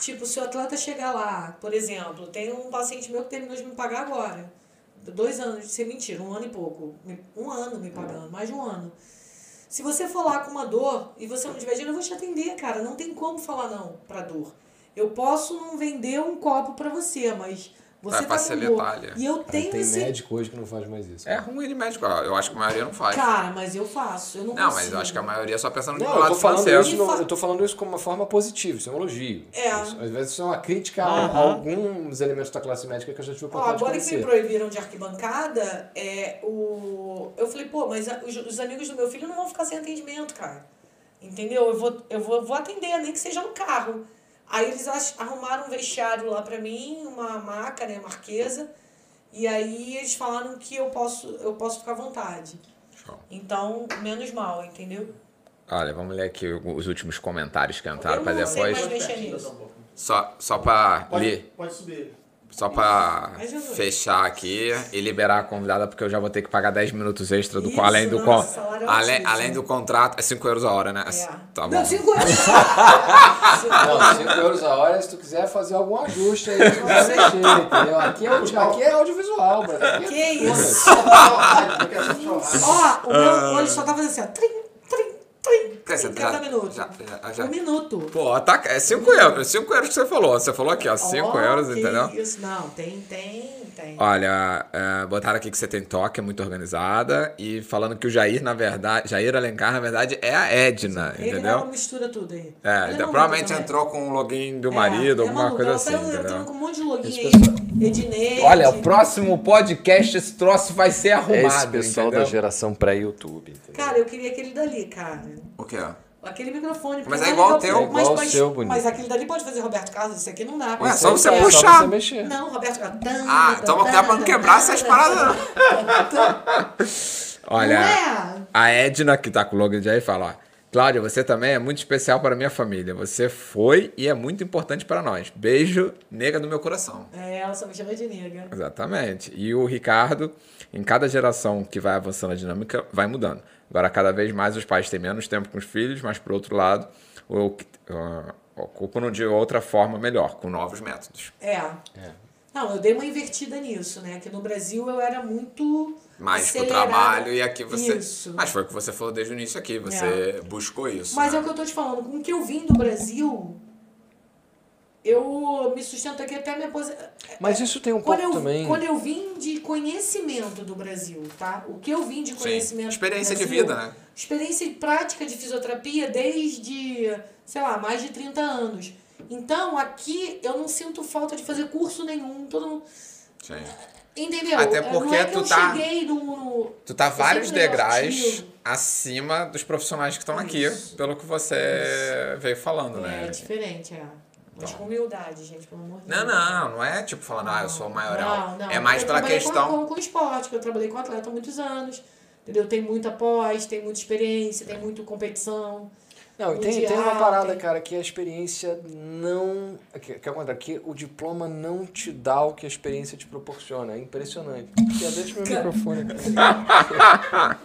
Speaker 3: Tipo, se o atleta chegar lá, por exemplo, tem um paciente meu que terminou de me pagar agora. Dois anos, sem mentira, um ano e pouco. Me- Um ano me pagando, mais de um ano. Se você for lá com uma dor e você não tiver dinheiro, eu vou te atender, cara. Não tem como falar não pra dor. Eu posso não vender um copo pra você, mas você
Speaker 1: Vai
Speaker 3: tá com
Speaker 1: facilitar
Speaker 3: dor.
Speaker 1: ali.
Speaker 3: E eu
Speaker 2: Aí
Speaker 3: tenho
Speaker 2: tem
Speaker 3: esse...
Speaker 2: médico hoje que não faz mais isso.
Speaker 1: É ruim de médico, ó, eu acho que a maioria não faz.
Speaker 3: Cara, mas eu faço. Eu não,
Speaker 1: não,
Speaker 3: consigo.
Speaker 1: mas eu acho que é a maioria só pensa no
Speaker 2: Não, eu
Speaker 1: lado
Speaker 2: tô, falando
Speaker 1: financeiro.
Speaker 2: isso, no- eu tô falando isso como uma forma positiva, isso é um elogio.
Speaker 3: É.
Speaker 2: Isso, às vezes isso é uma crítica a a alguns elementos da classe médica que eu já tive
Speaker 3: Ó,
Speaker 2: a oportunidade de
Speaker 3: agora que me
Speaker 2: conhecer.
Speaker 3: proibiram de arquibancada, é, o... eu falei, pô, mas a- os, os amigos do meu filho não vão ficar sem atendimento, cara. Entendeu? Eu vou, eu vou, vou atender, nem que seja no carro. Aí eles ach- arrumaram um vestiário lá pra mim, uma maca, né, marquesa. E aí eles falaram que eu posso, eu posso ficar à vontade.
Speaker 1: Show.
Speaker 3: Então, menos mal, entendeu?
Speaker 1: Olha, vamos ler aqui os últimos comentários que entraram
Speaker 3: Eu
Speaker 1: pra
Speaker 3: não sei
Speaker 1: depois.
Speaker 3: mais mexer
Speaker 4: Pertinho,
Speaker 3: nisso.
Speaker 4: dá um pouco.
Speaker 1: Só, só pra
Speaker 4: Pode,
Speaker 1: ler,
Speaker 4: pode subir.
Speaker 1: só pra
Speaker 3: Ai, Jesus.
Speaker 1: fechar aqui e liberar a convidada, porque eu já vou ter que pagar 10 minutos extra do
Speaker 3: Isso,
Speaker 1: qual além do
Speaker 3: nossa,
Speaker 1: con-
Speaker 3: salário é
Speaker 1: além,
Speaker 3: altíssimo.
Speaker 1: além do contrato. É 5 euros a hora, né?
Speaker 3: É.
Speaker 1: Tá bom.
Speaker 8: Não, cinco anos.
Speaker 5: Não, 5 euros a hora, se tu quiser fazer algum ajuste aí, tu vai mexer, entendeu? Aqui é, audi- aqui é audiovisual, brother. Aqui
Speaker 3: Que
Speaker 5: é
Speaker 3: isso?
Speaker 4: Eu quero só chorar.
Speaker 3: Ó, o
Speaker 1: Ah.
Speaker 3: meu olho só tá fazendo assim, ó. Trim, trim, trim.
Speaker 1: Quer dizer,
Speaker 3: em cada
Speaker 1: já-
Speaker 3: minuto.
Speaker 1: já- já- ah, já-
Speaker 3: Um minuto.
Speaker 1: Pô, tá, é 5 euros. 5 euros que você falou. Você falou aqui, ó. 5
Speaker 3: Ó,
Speaker 1: euros,
Speaker 3: que
Speaker 1: entendeu?
Speaker 3: Isso, não, tem, tem, tem.
Speaker 1: Olha, é, botaram aqui que você tem toque, é muito organizada. E falando que o Jair, na verdade, Jair Alencar, na verdade, é a Edna,
Speaker 3: Ele
Speaker 1: entendeu?
Speaker 3: ela mistura tudo aí.
Speaker 1: É,
Speaker 3: Ele
Speaker 1: ainda-
Speaker 3: não
Speaker 1: provavelmente
Speaker 3: muda também.
Speaker 1: entrou com o login do
Speaker 3: É,
Speaker 1: marido,
Speaker 3: é
Speaker 1: alguma
Speaker 3: maluco,
Speaker 1: coisa
Speaker 3: ela
Speaker 1: assim,
Speaker 3: saiu
Speaker 1: entendeu?
Speaker 3: entrando com um monte de login aí. Ednei.
Speaker 1: Olha, é o próximo podcast, esse troço vai ser arrumado,
Speaker 2: É Esse pessoal
Speaker 1: entendeu?
Speaker 2: da geração pré-YouTube. entendeu?
Speaker 3: Cara, eu queria aquele dali, cara.
Speaker 1: O quê?
Speaker 3: Aquele microfone. porque
Speaker 1: Mas é
Speaker 3: não
Speaker 1: igual
Speaker 3: legal-
Speaker 1: o teu.
Speaker 2: É igual o seu, bonito.
Speaker 3: Mas aquele dali pode fazer Roberto Carlos, esse aqui não dá.
Speaker 1: Ué, só você
Speaker 3: É,
Speaker 2: Só
Speaker 1: puxar.
Speaker 2: você mexer.
Speaker 3: Não, Roberto Carlos.
Speaker 1: Ah, toma cuidado pra não quebrar essas paradas. não.
Speaker 3: <laughs>
Speaker 1: Olha,
Speaker 3: Não é?
Speaker 1: a Edna, que tá com o logo de aí, fala, ó. Cláudia, você também é muito especial para minha família. Você foi e é muito importante para nós. Beijo, nega do meu coração.
Speaker 3: É, ela só me chama de nega.
Speaker 1: Exatamente. E o Ricardo, em cada geração que vai avançando a dinâmica, vai mudando. Agora, cada vez mais os pais têm menos tempo com os filhos, mas por outro lado, o- ah, ocupam de outra forma melhor, com novos métodos.
Speaker 3: É. Não, eu dei uma invertida nisso, né? Que no Brasil eu era muito.
Speaker 1: Mais pro
Speaker 3: acelerada.
Speaker 1: trabalho e aqui você.
Speaker 3: Isso. É.
Speaker 1: Mas foi o que você falou desde o início aqui, você buscou isso.
Speaker 3: Mas
Speaker 1: né?
Speaker 3: é o que eu tô te falando, com o que eu vim do Brasil, eu me sustento aqui até me aposentar.
Speaker 2: Mas isso tem um
Speaker 3: Quando
Speaker 2: pouco
Speaker 3: eu,
Speaker 2: também.
Speaker 3: quando eu vim de conhecimento do Brasil, tá? O que eu vim de conhecimento. do
Speaker 1: Experiência de
Speaker 3: Brasil,
Speaker 1: vida, né?
Speaker 3: Experiência e prática de fisioterapia desde, sei lá, mais de 30 anos. Então, aqui eu não sinto falta de fazer curso nenhum. Todo mundo...
Speaker 1: Sim.
Speaker 3: Entendeu?
Speaker 1: Até
Speaker 3: É, não
Speaker 1: porque
Speaker 3: é que
Speaker 1: tu
Speaker 3: eu
Speaker 1: tá-
Speaker 3: cheguei no. no-
Speaker 1: Tu tá vários
Speaker 3: sempre
Speaker 1: degraus
Speaker 3: relativo.
Speaker 1: acima dos profissionais que estão aqui,
Speaker 3: Isso.
Speaker 1: pelo que você veio falando, né?
Speaker 3: É diferente, é. Mas
Speaker 1: Bom.
Speaker 3: com humildade, gente, pelo amor de
Speaker 1: Não,
Speaker 3: Deus.
Speaker 1: não, não é tipo falando, ah, eu sou maioral.
Speaker 3: Não, não.
Speaker 1: É mais
Speaker 3: eu
Speaker 1: pela
Speaker 3: trabalhei com-
Speaker 1: questão.
Speaker 3: Com, com esporte, que eu trabalhei com atleta há muitos anos. Entendeu? Tem muita pós, tem muita experiência, tem muita
Speaker 1: <laughs>
Speaker 3: competição.
Speaker 2: Não, e tem,
Speaker 3: mundial,
Speaker 2: tem uma parada,
Speaker 3: tem-
Speaker 2: cara, que a experiência não. Que, que é o contrário, que o diploma não te dá o que a experiência te proporciona. É impressionante. Já deixa meu microfone
Speaker 3: <laughs>
Speaker 2: aqui. tá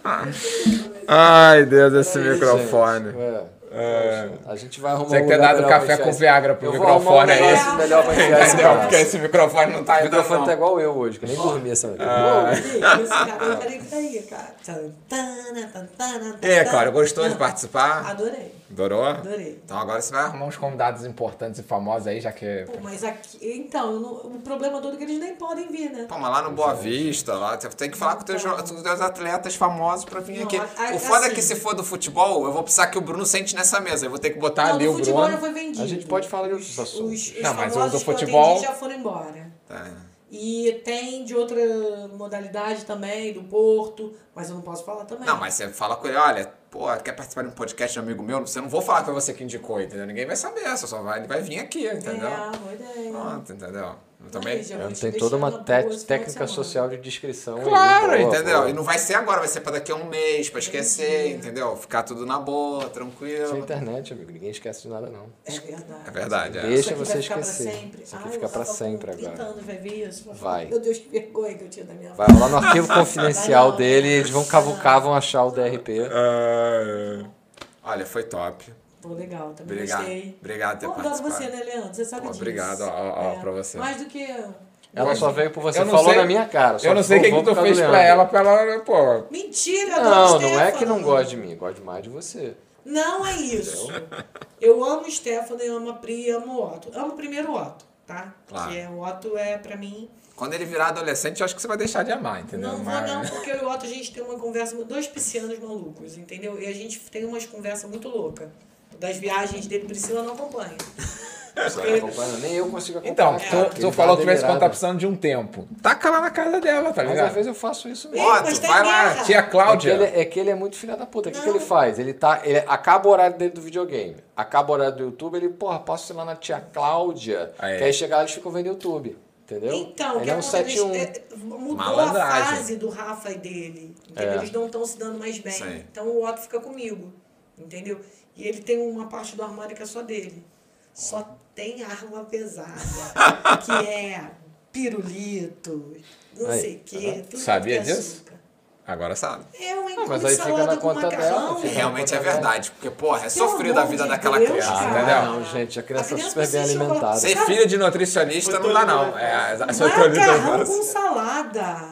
Speaker 1: Ai, Deus, esse
Speaker 2: Aí,
Speaker 1: microfone.
Speaker 2: gente, é. A gente vai arrumar
Speaker 1: Você
Speaker 2: um
Speaker 1: que ter
Speaker 2: lugar
Speaker 1: dado
Speaker 2: melhor pra
Speaker 1: café com
Speaker 2: enfiar esse-
Speaker 1: Viagra pro
Speaker 2: Eu vou arrumar um
Speaker 1: microfone aí.
Speaker 2: negócio melhor
Speaker 3: É.
Speaker 2: pra então. enfiar esse
Speaker 1: Entendeu?
Speaker 2: negócio.
Speaker 1: Porque esse microfone não tá
Speaker 2: O microfone tá
Speaker 1: ajudando.
Speaker 2: igual eu hoje, que eu nem dormi essa noite.
Speaker 3: Esse cara, peraí, peraí, cara. Tantana, tantana,
Speaker 1: não. É,
Speaker 3: tantana.
Speaker 1: cara, gostou de participar?
Speaker 3: Adorei,
Speaker 1: Adorou?
Speaker 3: adorei.
Speaker 1: Então agora você vai arrumar uns convidados importantes e famosos aí, já que.
Speaker 3: Pô, mas aqui. Então, eu não- o problema todo é que eles nem podem vir, né?
Speaker 1: Pô, mas lá no Boa Vista, lá, você tem que falar com teus, jo- com os teus atletas famosos pra vir
Speaker 3: Não,
Speaker 1: aqui.
Speaker 3: a- a-
Speaker 1: o foda é
Speaker 3: assim-
Speaker 1: que se for do futebol, eu vou precisar que o Bruno sente nessa mesa. Eu vou ter que botar
Speaker 3: não,
Speaker 1: Tá ali
Speaker 3: do
Speaker 1: o
Speaker 3: futebol
Speaker 1: Bruno.
Speaker 3: já foi vendido.
Speaker 2: A gente pode falar de outros
Speaker 3: Os,
Speaker 2: assuntos.
Speaker 3: os
Speaker 1: Não, mas o
Speaker 3: famosos
Speaker 1: do
Speaker 3: que eu
Speaker 1: futebol-
Speaker 3: atendi já foram embora.
Speaker 1: Tá.
Speaker 3: E tem de outra modalidade também, do Porto, mas eu não posso falar também.
Speaker 1: Não, mas você fala com ele, olha, pô, quer participar de um podcast de um amigo meu? Você não vou falar que foi você que indicou, entendeu? Ninguém vai saber, você só vai, ele vai vir aqui, entendeu?
Speaker 3: É, boa ideia.
Speaker 1: Pronto, entendeu? Eu também.
Speaker 3: já vou
Speaker 2: Então
Speaker 3: te
Speaker 2: Tem
Speaker 3: deixar
Speaker 2: toda
Speaker 3: na
Speaker 2: uma
Speaker 3: boa
Speaker 2: te-
Speaker 3: esse final de
Speaker 2: técnica
Speaker 3: semana.
Speaker 2: social de descrição. aí,
Speaker 1: Claro,
Speaker 2: boa,
Speaker 1: entendeu?
Speaker 2: boa.
Speaker 1: E não vai ser agora, vai ser pra daqui a um mês, pra esquecer, entendeu? Ficar tudo na boa, tranquilo.
Speaker 2: Isso é internet, amigo. Ninguém esquece de nada, não.
Speaker 3: É verdade.
Speaker 1: É verdade, é.
Speaker 2: Deixa
Speaker 3: Isso aqui vai
Speaker 2: você
Speaker 3: ficar pra
Speaker 2: esquecer.
Speaker 3: sempre.
Speaker 2: Isso aqui
Speaker 3: Ai,
Speaker 2: fica
Speaker 3: você
Speaker 2: pra
Speaker 3: tá com
Speaker 2: sempre
Speaker 3: 30
Speaker 2: agora.
Speaker 3: anos vai ver isso. Vai.
Speaker 2: Vai.
Speaker 3: falar, Meu Deus, que vergonha que eu tinha da minha
Speaker 2: Vai <laughs> lá no arquivo confidencial
Speaker 3: Vai lá.
Speaker 2: dele, eles vão cavucar, vão achar o DRP.
Speaker 1: Ah, Olha, foi top.
Speaker 3: Pô, legal, também
Speaker 1: Obrigado.
Speaker 3: gostei.
Speaker 1: Obrigado por ter
Speaker 3: Pô, adoro
Speaker 1: participado.
Speaker 3: você, né, Leandro? Você sabe
Speaker 1: Pô,
Speaker 3: disso. É.
Speaker 1: obrigado, ó, ó, ó, pra você.
Speaker 3: Mais do que eu.
Speaker 2: Ela
Speaker 1: Mas-
Speaker 2: só veio por você,
Speaker 1: Eu não
Speaker 2: falou
Speaker 1: sei-
Speaker 2: na minha cara. só
Speaker 1: Eu não sei o que,
Speaker 2: falou,
Speaker 1: que tu
Speaker 2: "Vou por
Speaker 1: fez
Speaker 2: causa do
Speaker 1: pra ela,
Speaker 2: Leandro."
Speaker 1: pra ela, pô.
Speaker 3: Mentira,
Speaker 2: Não,
Speaker 3: adoro o
Speaker 2: não é que
Speaker 3: Stefano.
Speaker 2: não gosta de mim, gosta demais de você.
Speaker 3: Não é isso. Eu amo o Stefano, eu amo a Pri, amo o Otto. Amo primeiro o Otto, tá?
Speaker 1: Claro.
Speaker 3: Que é, o Otto é, pra mim,
Speaker 1: Quando ele virar adolescente, eu acho que você vai deixar de amar, entendeu?
Speaker 3: Não vou um
Speaker 1: Mas-
Speaker 3: não, porque eu e o Otto, a gente tem uma conversa, dois piscianos malucos, entendeu? E a gente tem umas conversas muito loucas. Das viagens dele, Priscila não acompanha.
Speaker 2: Então, Acompanha, tá Nem eu consigo
Speaker 9: Então,
Speaker 2: acompanhar.
Speaker 9: se
Speaker 2: cara,
Speaker 9: eu-
Speaker 2: porque
Speaker 9: se eu
Speaker 2: ele
Speaker 9: falar
Speaker 2: dá
Speaker 9: que tivesse quando tá
Speaker 2: delirada.
Speaker 9: precisando de um tempo, taca lá na casa dela, tá
Speaker 2: Mas às
Speaker 9: ligado?
Speaker 2: vezes eu faço isso mesmo.
Speaker 1: Ó,
Speaker 3: mas
Speaker 1: tu
Speaker 3: tá
Speaker 1: vai
Speaker 3: em
Speaker 1: lá.
Speaker 3: guerra.
Speaker 9: Tia
Speaker 2: É que,
Speaker 9: Cláudia,
Speaker 2: ele, é que ele é muito filha da puta. O que, que ele faz? Ele tá. Ele acaba o horário dele do videogame. Acaba o horário do YouTube, ele, porra, posso ir lá na tia Cláudia.
Speaker 9: Ah, é.
Speaker 2: que aí chegar lá eles ficam vendo YouTube. Entendeu?
Speaker 3: Então, o
Speaker 2: ele
Speaker 3: que
Speaker 2: é um
Speaker 3: acontece?
Speaker 2: 7-1.
Speaker 3: é, Mudou a
Speaker 9: Malandragem.
Speaker 3: fase do Rafa e dele.
Speaker 2: É.
Speaker 3: Entendeu? Eles não estão se dando mais bem.
Speaker 1: Sim.
Speaker 3: Então o Otto fica comigo. Entendeu? E ele tem uma parte do armário que é só dele. Só tem arma
Speaker 1: <laughs>
Speaker 3: pesada. que é pirulito, não
Speaker 2: Aí.
Speaker 3: sei o quê. tudo
Speaker 9: Sabia
Speaker 3: que tem
Speaker 9: disso?
Speaker 3: açúcar.
Speaker 1: é-
Speaker 9: Agora sabe.
Speaker 3: Eu, hein?
Speaker 2: Ah, mas
Speaker 3: como
Speaker 2: aí fica
Speaker 3: salada
Speaker 2: na
Speaker 3: com
Speaker 2: conta dela,
Speaker 3: macarrão.
Speaker 2: fica na
Speaker 1: Realmente é verdade, porque, porra, é
Speaker 3: Pelo
Speaker 1: sofrido a
Speaker 3: amor
Speaker 1: vida
Speaker 3: de
Speaker 1: daquela
Speaker 3: Deus,
Speaker 1: criança.
Speaker 3: cara.
Speaker 9: entendeu?
Speaker 2: Não, gente, a criança
Speaker 3: A
Speaker 2: é
Speaker 3: criança
Speaker 2: super bem
Speaker 3: precisa de chocolate.
Speaker 2: alimentada.
Speaker 1: Ser filha de nutricionista não dá, não. É, a- a nutricionista
Speaker 3: Macarrão com salada.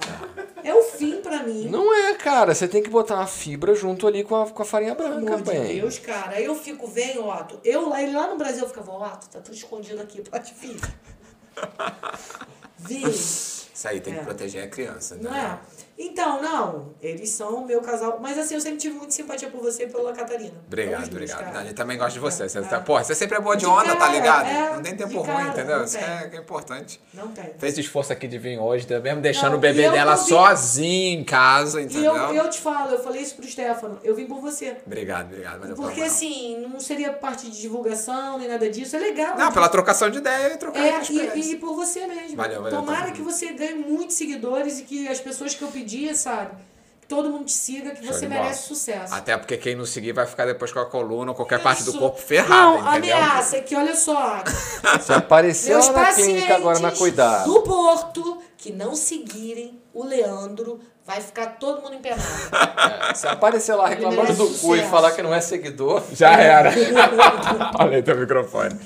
Speaker 3: É o fim pra mim.
Speaker 2: Não é, cara. Você tem que botar uma fibra junto ali com a, com a farinha
Speaker 3: Pelo
Speaker 2: branca,
Speaker 3: amor
Speaker 2: bem.
Speaker 3: de Deus, cara. Aí eu fico, vem, Otto. Eu lá, ele lá no Brasil eu ficava, Otto, tá tudo escondido aqui, pode vir. Vim,
Speaker 1: Isso aí tem que
Speaker 3: É.
Speaker 1: proteger a criança,
Speaker 3: não
Speaker 1: né?
Speaker 3: é? Então, não, eles são o meu casal. Mas assim, eu sempre tive muita simpatia por você e pela Catarina.
Speaker 1: Obrigado,
Speaker 3: Pelos dois,
Speaker 1: obrigado.
Speaker 3: cara.
Speaker 1: A gente também gosta de você. Você,
Speaker 3: É.
Speaker 1: tá, porra, você sempre é boa de
Speaker 3: De
Speaker 1: onda, tá
Speaker 3: cara,
Speaker 1: ligado?
Speaker 3: é,
Speaker 1: não tem
Speaker 3: de
Speaker 1: tempo ruim,
Speaker 3: cara,
Speaker 1: entendeu?
Speaker 3: não
Speaker 1: Isso
Speaker 3: tem.
Speaker 1: é, que é importante.
Speaker 3: Não tem.
Speaker 9: Fez o esforço aqui de vir hoje, tá? mesmo deixando
Speaker 3: Não,
Speaker 9: o bebê
Speaker 3: e eu
Speaker 9: dela
Speaker 3: não vi-
Speaker 9: sozinha em casa,
Speaker 3: E
Speaker 9: entendeu?
Speaker 3: eu, eu te falo, eu falei isso pro Stefano, eu vim por você.
Speaker 1: Obrigado, obrigado. Valeu
Speaker 3: Porque
Speaker 1: pela moral.
Speaker 3: assim, não seria parte de divulgação nem nada disso, é legal.
Speaker 1: Não, pela trocação de ideia e trocar de
Speaker 3: É,
Speaker 1: experiência.
Speaker 3: e, e por você mesmo.
Speaker 1: Valeu, valeu,
Speaker 3: Tomara
Speaker 1: tamo
Speaker 3: que você ganhe muitos seguidores e que as pessoas que eu pedia, sabe? Que todo mundo te siga, que
Speaker 1: Show
Speaker 3: você
Speaker 1: de bola.
Speaker 3: merece sucesso.
Speaker 1: Até porque quem não seguir vai ficar depois com a coluna ou qualquer parte do
Speaker 3: Isso.
Speaker 1: corpo ferrada,
Speaker 3: Não,
Speaker 1: entendeu?
Speaker 3: ameaça é que, olha só,
Speaker 2: Se aparecer
Speaker 3: meus
Speaker 2: lá na
Speaker 3: pacientes
Speaker 2: clínica agora na Cuidar.
Speaker 3: do Porto que não seguirem o Leandro, vai ficar todo mundo empenado.
Speaker 1: <laughs>
Speaker 2: Se aparecer lá reclamando do cu e
Speaker 3: Sucesso.
Speaker 2: falar que não é seguidor,
Speaker 9: Já
Speaker 1: <laughs>
Speaker 9: era. Olha aí teu microfone.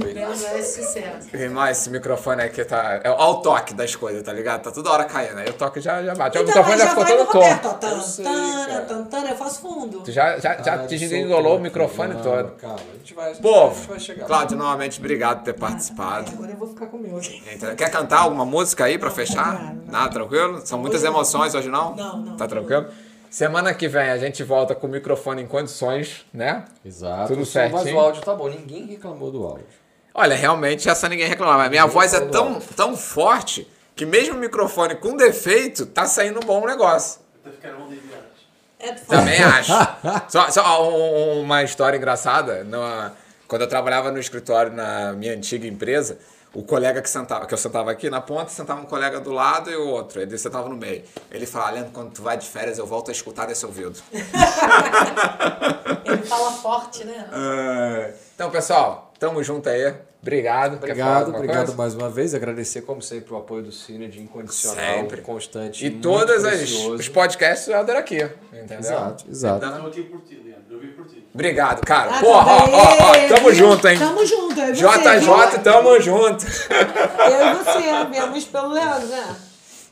Speaker 3: o Leandro é sucesso.
Speaker 1: Irmão, esse microfone aqui tá. É o toque das coisas, tá ligado? Tá toda hora caindo. Aí o toque já, já bate. o
Speaker 3: Então,
Speaker 9: microfone
Speaker 3: aí
Speaker 9: já
Speaker 3: já
Speaker 9: ficou
Speaker 3: vai no
Speaker 9: todo
Speaker 3: Roberto.
Speaker 9: torto.
Speaker 3: ó,
Speaker 2: Eu
Speaker 3: tan,
Speaker 2: sei, cara.
Speaker 3: tan, tan, tan, Eu faço fundo.
Speaker 9: Tu já, já, já
Speaker 5: Caralho, soltou
Speaker 9: te desengolou o
Speaker 5: aqui.
Speaker 9: microfone
Speaker 5: Não,
Speaker 9: todo.
Speaker 5: Calma, a gente vai-
Speaker 2: vai,
Speaker 1: Povo,
Speaker 2: a gente vai chegar. lá.
Speaker 1: Cláudio, novamente, obrigado por ter participado.
Speaker 3: Agora eu vou ficar com o meu aqui.
Speaker 1: Entendeu? Quer cantar alguma música aí pra fechar?
Speaker 3: não, não.
Speaker 1: Nada, tranquilo? São muitas emoções hoje, não?
Speaker 3: Não, não.
Speaker 1: Tá tranquilo?
Speaker 9: Semana que vem a gente volta com o microfone em condições, né?
Speaker 5: Exato.
Speaker 9: Tudo
Speaker 5: Mas
Speaker 9: certinho.
Speaker 5: o áudio tá bom, ninguém reclamou do áudio.
Speaker 1: Olha, realmente essa ninguém reclama. Mas minha voz é tão, tão forte que mesmo o microfone com defeito tá saindo um bom negócio.
Speaker 4: Tá ficando mão de viagem.
Speaker 3: É,
Speaker 1: <laughs>
Speaker 3: tu fala.
Speaker 5: <laughs>
Speaker 1: Também acho. Só, só um- um- uma história engraçada. numa- quando eu trabalhava no escritório na minha antiga empresa, o colega que sentava, que eu sentava aqui na ponta, sentava um colega do lado e o outro. Ele sentava no meio. Ele falava, Leandro, quando tu vai de férias, eu volto a escutar desse
Speaker 3: <laughs>
Speaker 1: ouvido.
Speaker 3: Ele fala forte, né?
Speaker 1: Ah, então, pessoal, tamo junto aí. Obrigado. Quer falar
Speaker 5: Obrigado,
Speaker 1: alguma
Speaker 5: obrigado
Speaker 1: coisa?
Speaker 5: mais uma vez. Agradecer, como sempre, o apoio do Cine de incondicional,
Speaker 1: Sempre.
Speaker 5: constante.
Speaker 1: E
Speaker 5: muito
Speaker 1: todas as
Speaker 5: precioso.
Speaker 1: os podcasts eu adoro aqui. Entendeu?
Speaker 5: Exato, exato.
Speaker 1: Então,
Speaker 4: Estou aqui por ti, Leandro. Eu vim por ti.
Speaker 1: Obrigado, cara.
Speaker 3: Ah,
Speaker 1: Porra, ó, ó, ó, tamo
Speaker 3: viu?
Speaker 1: junto, hein?
Speaker 3: Tamo junto, é você,
Speaker 1: JJ,
Speaker 3: viu?
Speaker 1: tamo junto.
Speaker 3: Eu e você, viemos pelo Leandro, né?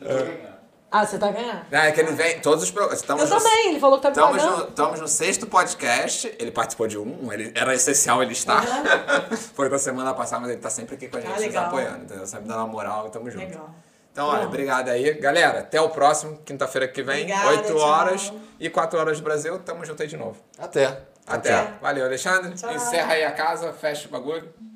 Speaker 4: Eu tô ganhando.
Speaker 3: Ah, você tá ganhando?
Speaker 1: Não, é que ele vem todos os programas. Estamos
Speaker 3: Eu também, ele falou que tá me
Speaker 1: Estamos
Speaker 3: pagando.
Speaker 1: no, estamos no sexto podcast. Ele participou de um, ele, era essencial ele estar. <laughs> Foi da semana passada, mas ele tá sempre aqui com a gente,
Speaker 3: Ah,
Speaker 1: nos
Speaker 3: legal.
Speaker 1: apoiando, entendeu? Sempre dando uma moral e tamo junto.
Speaker 3: Legal.
Speaker 1: Então, olha,
Speaker 3: Bom.
Speaker 1: obrigado aí. Galera, até o próximo, quinta-feira que vem,
Speaker 3: Obrigada,
Speaker 1: 8 horas
Speaker 3: tchau.
Speaker 1: e 4 horas do Brasil. Tamo junto aí de novo.
Speaker 2: Até.
Speaker 1: Até. Valeu, Alexandre.
Speaker 3: Tchau.
Speaker 1: Encerra aí a casa, fecha o bagulho.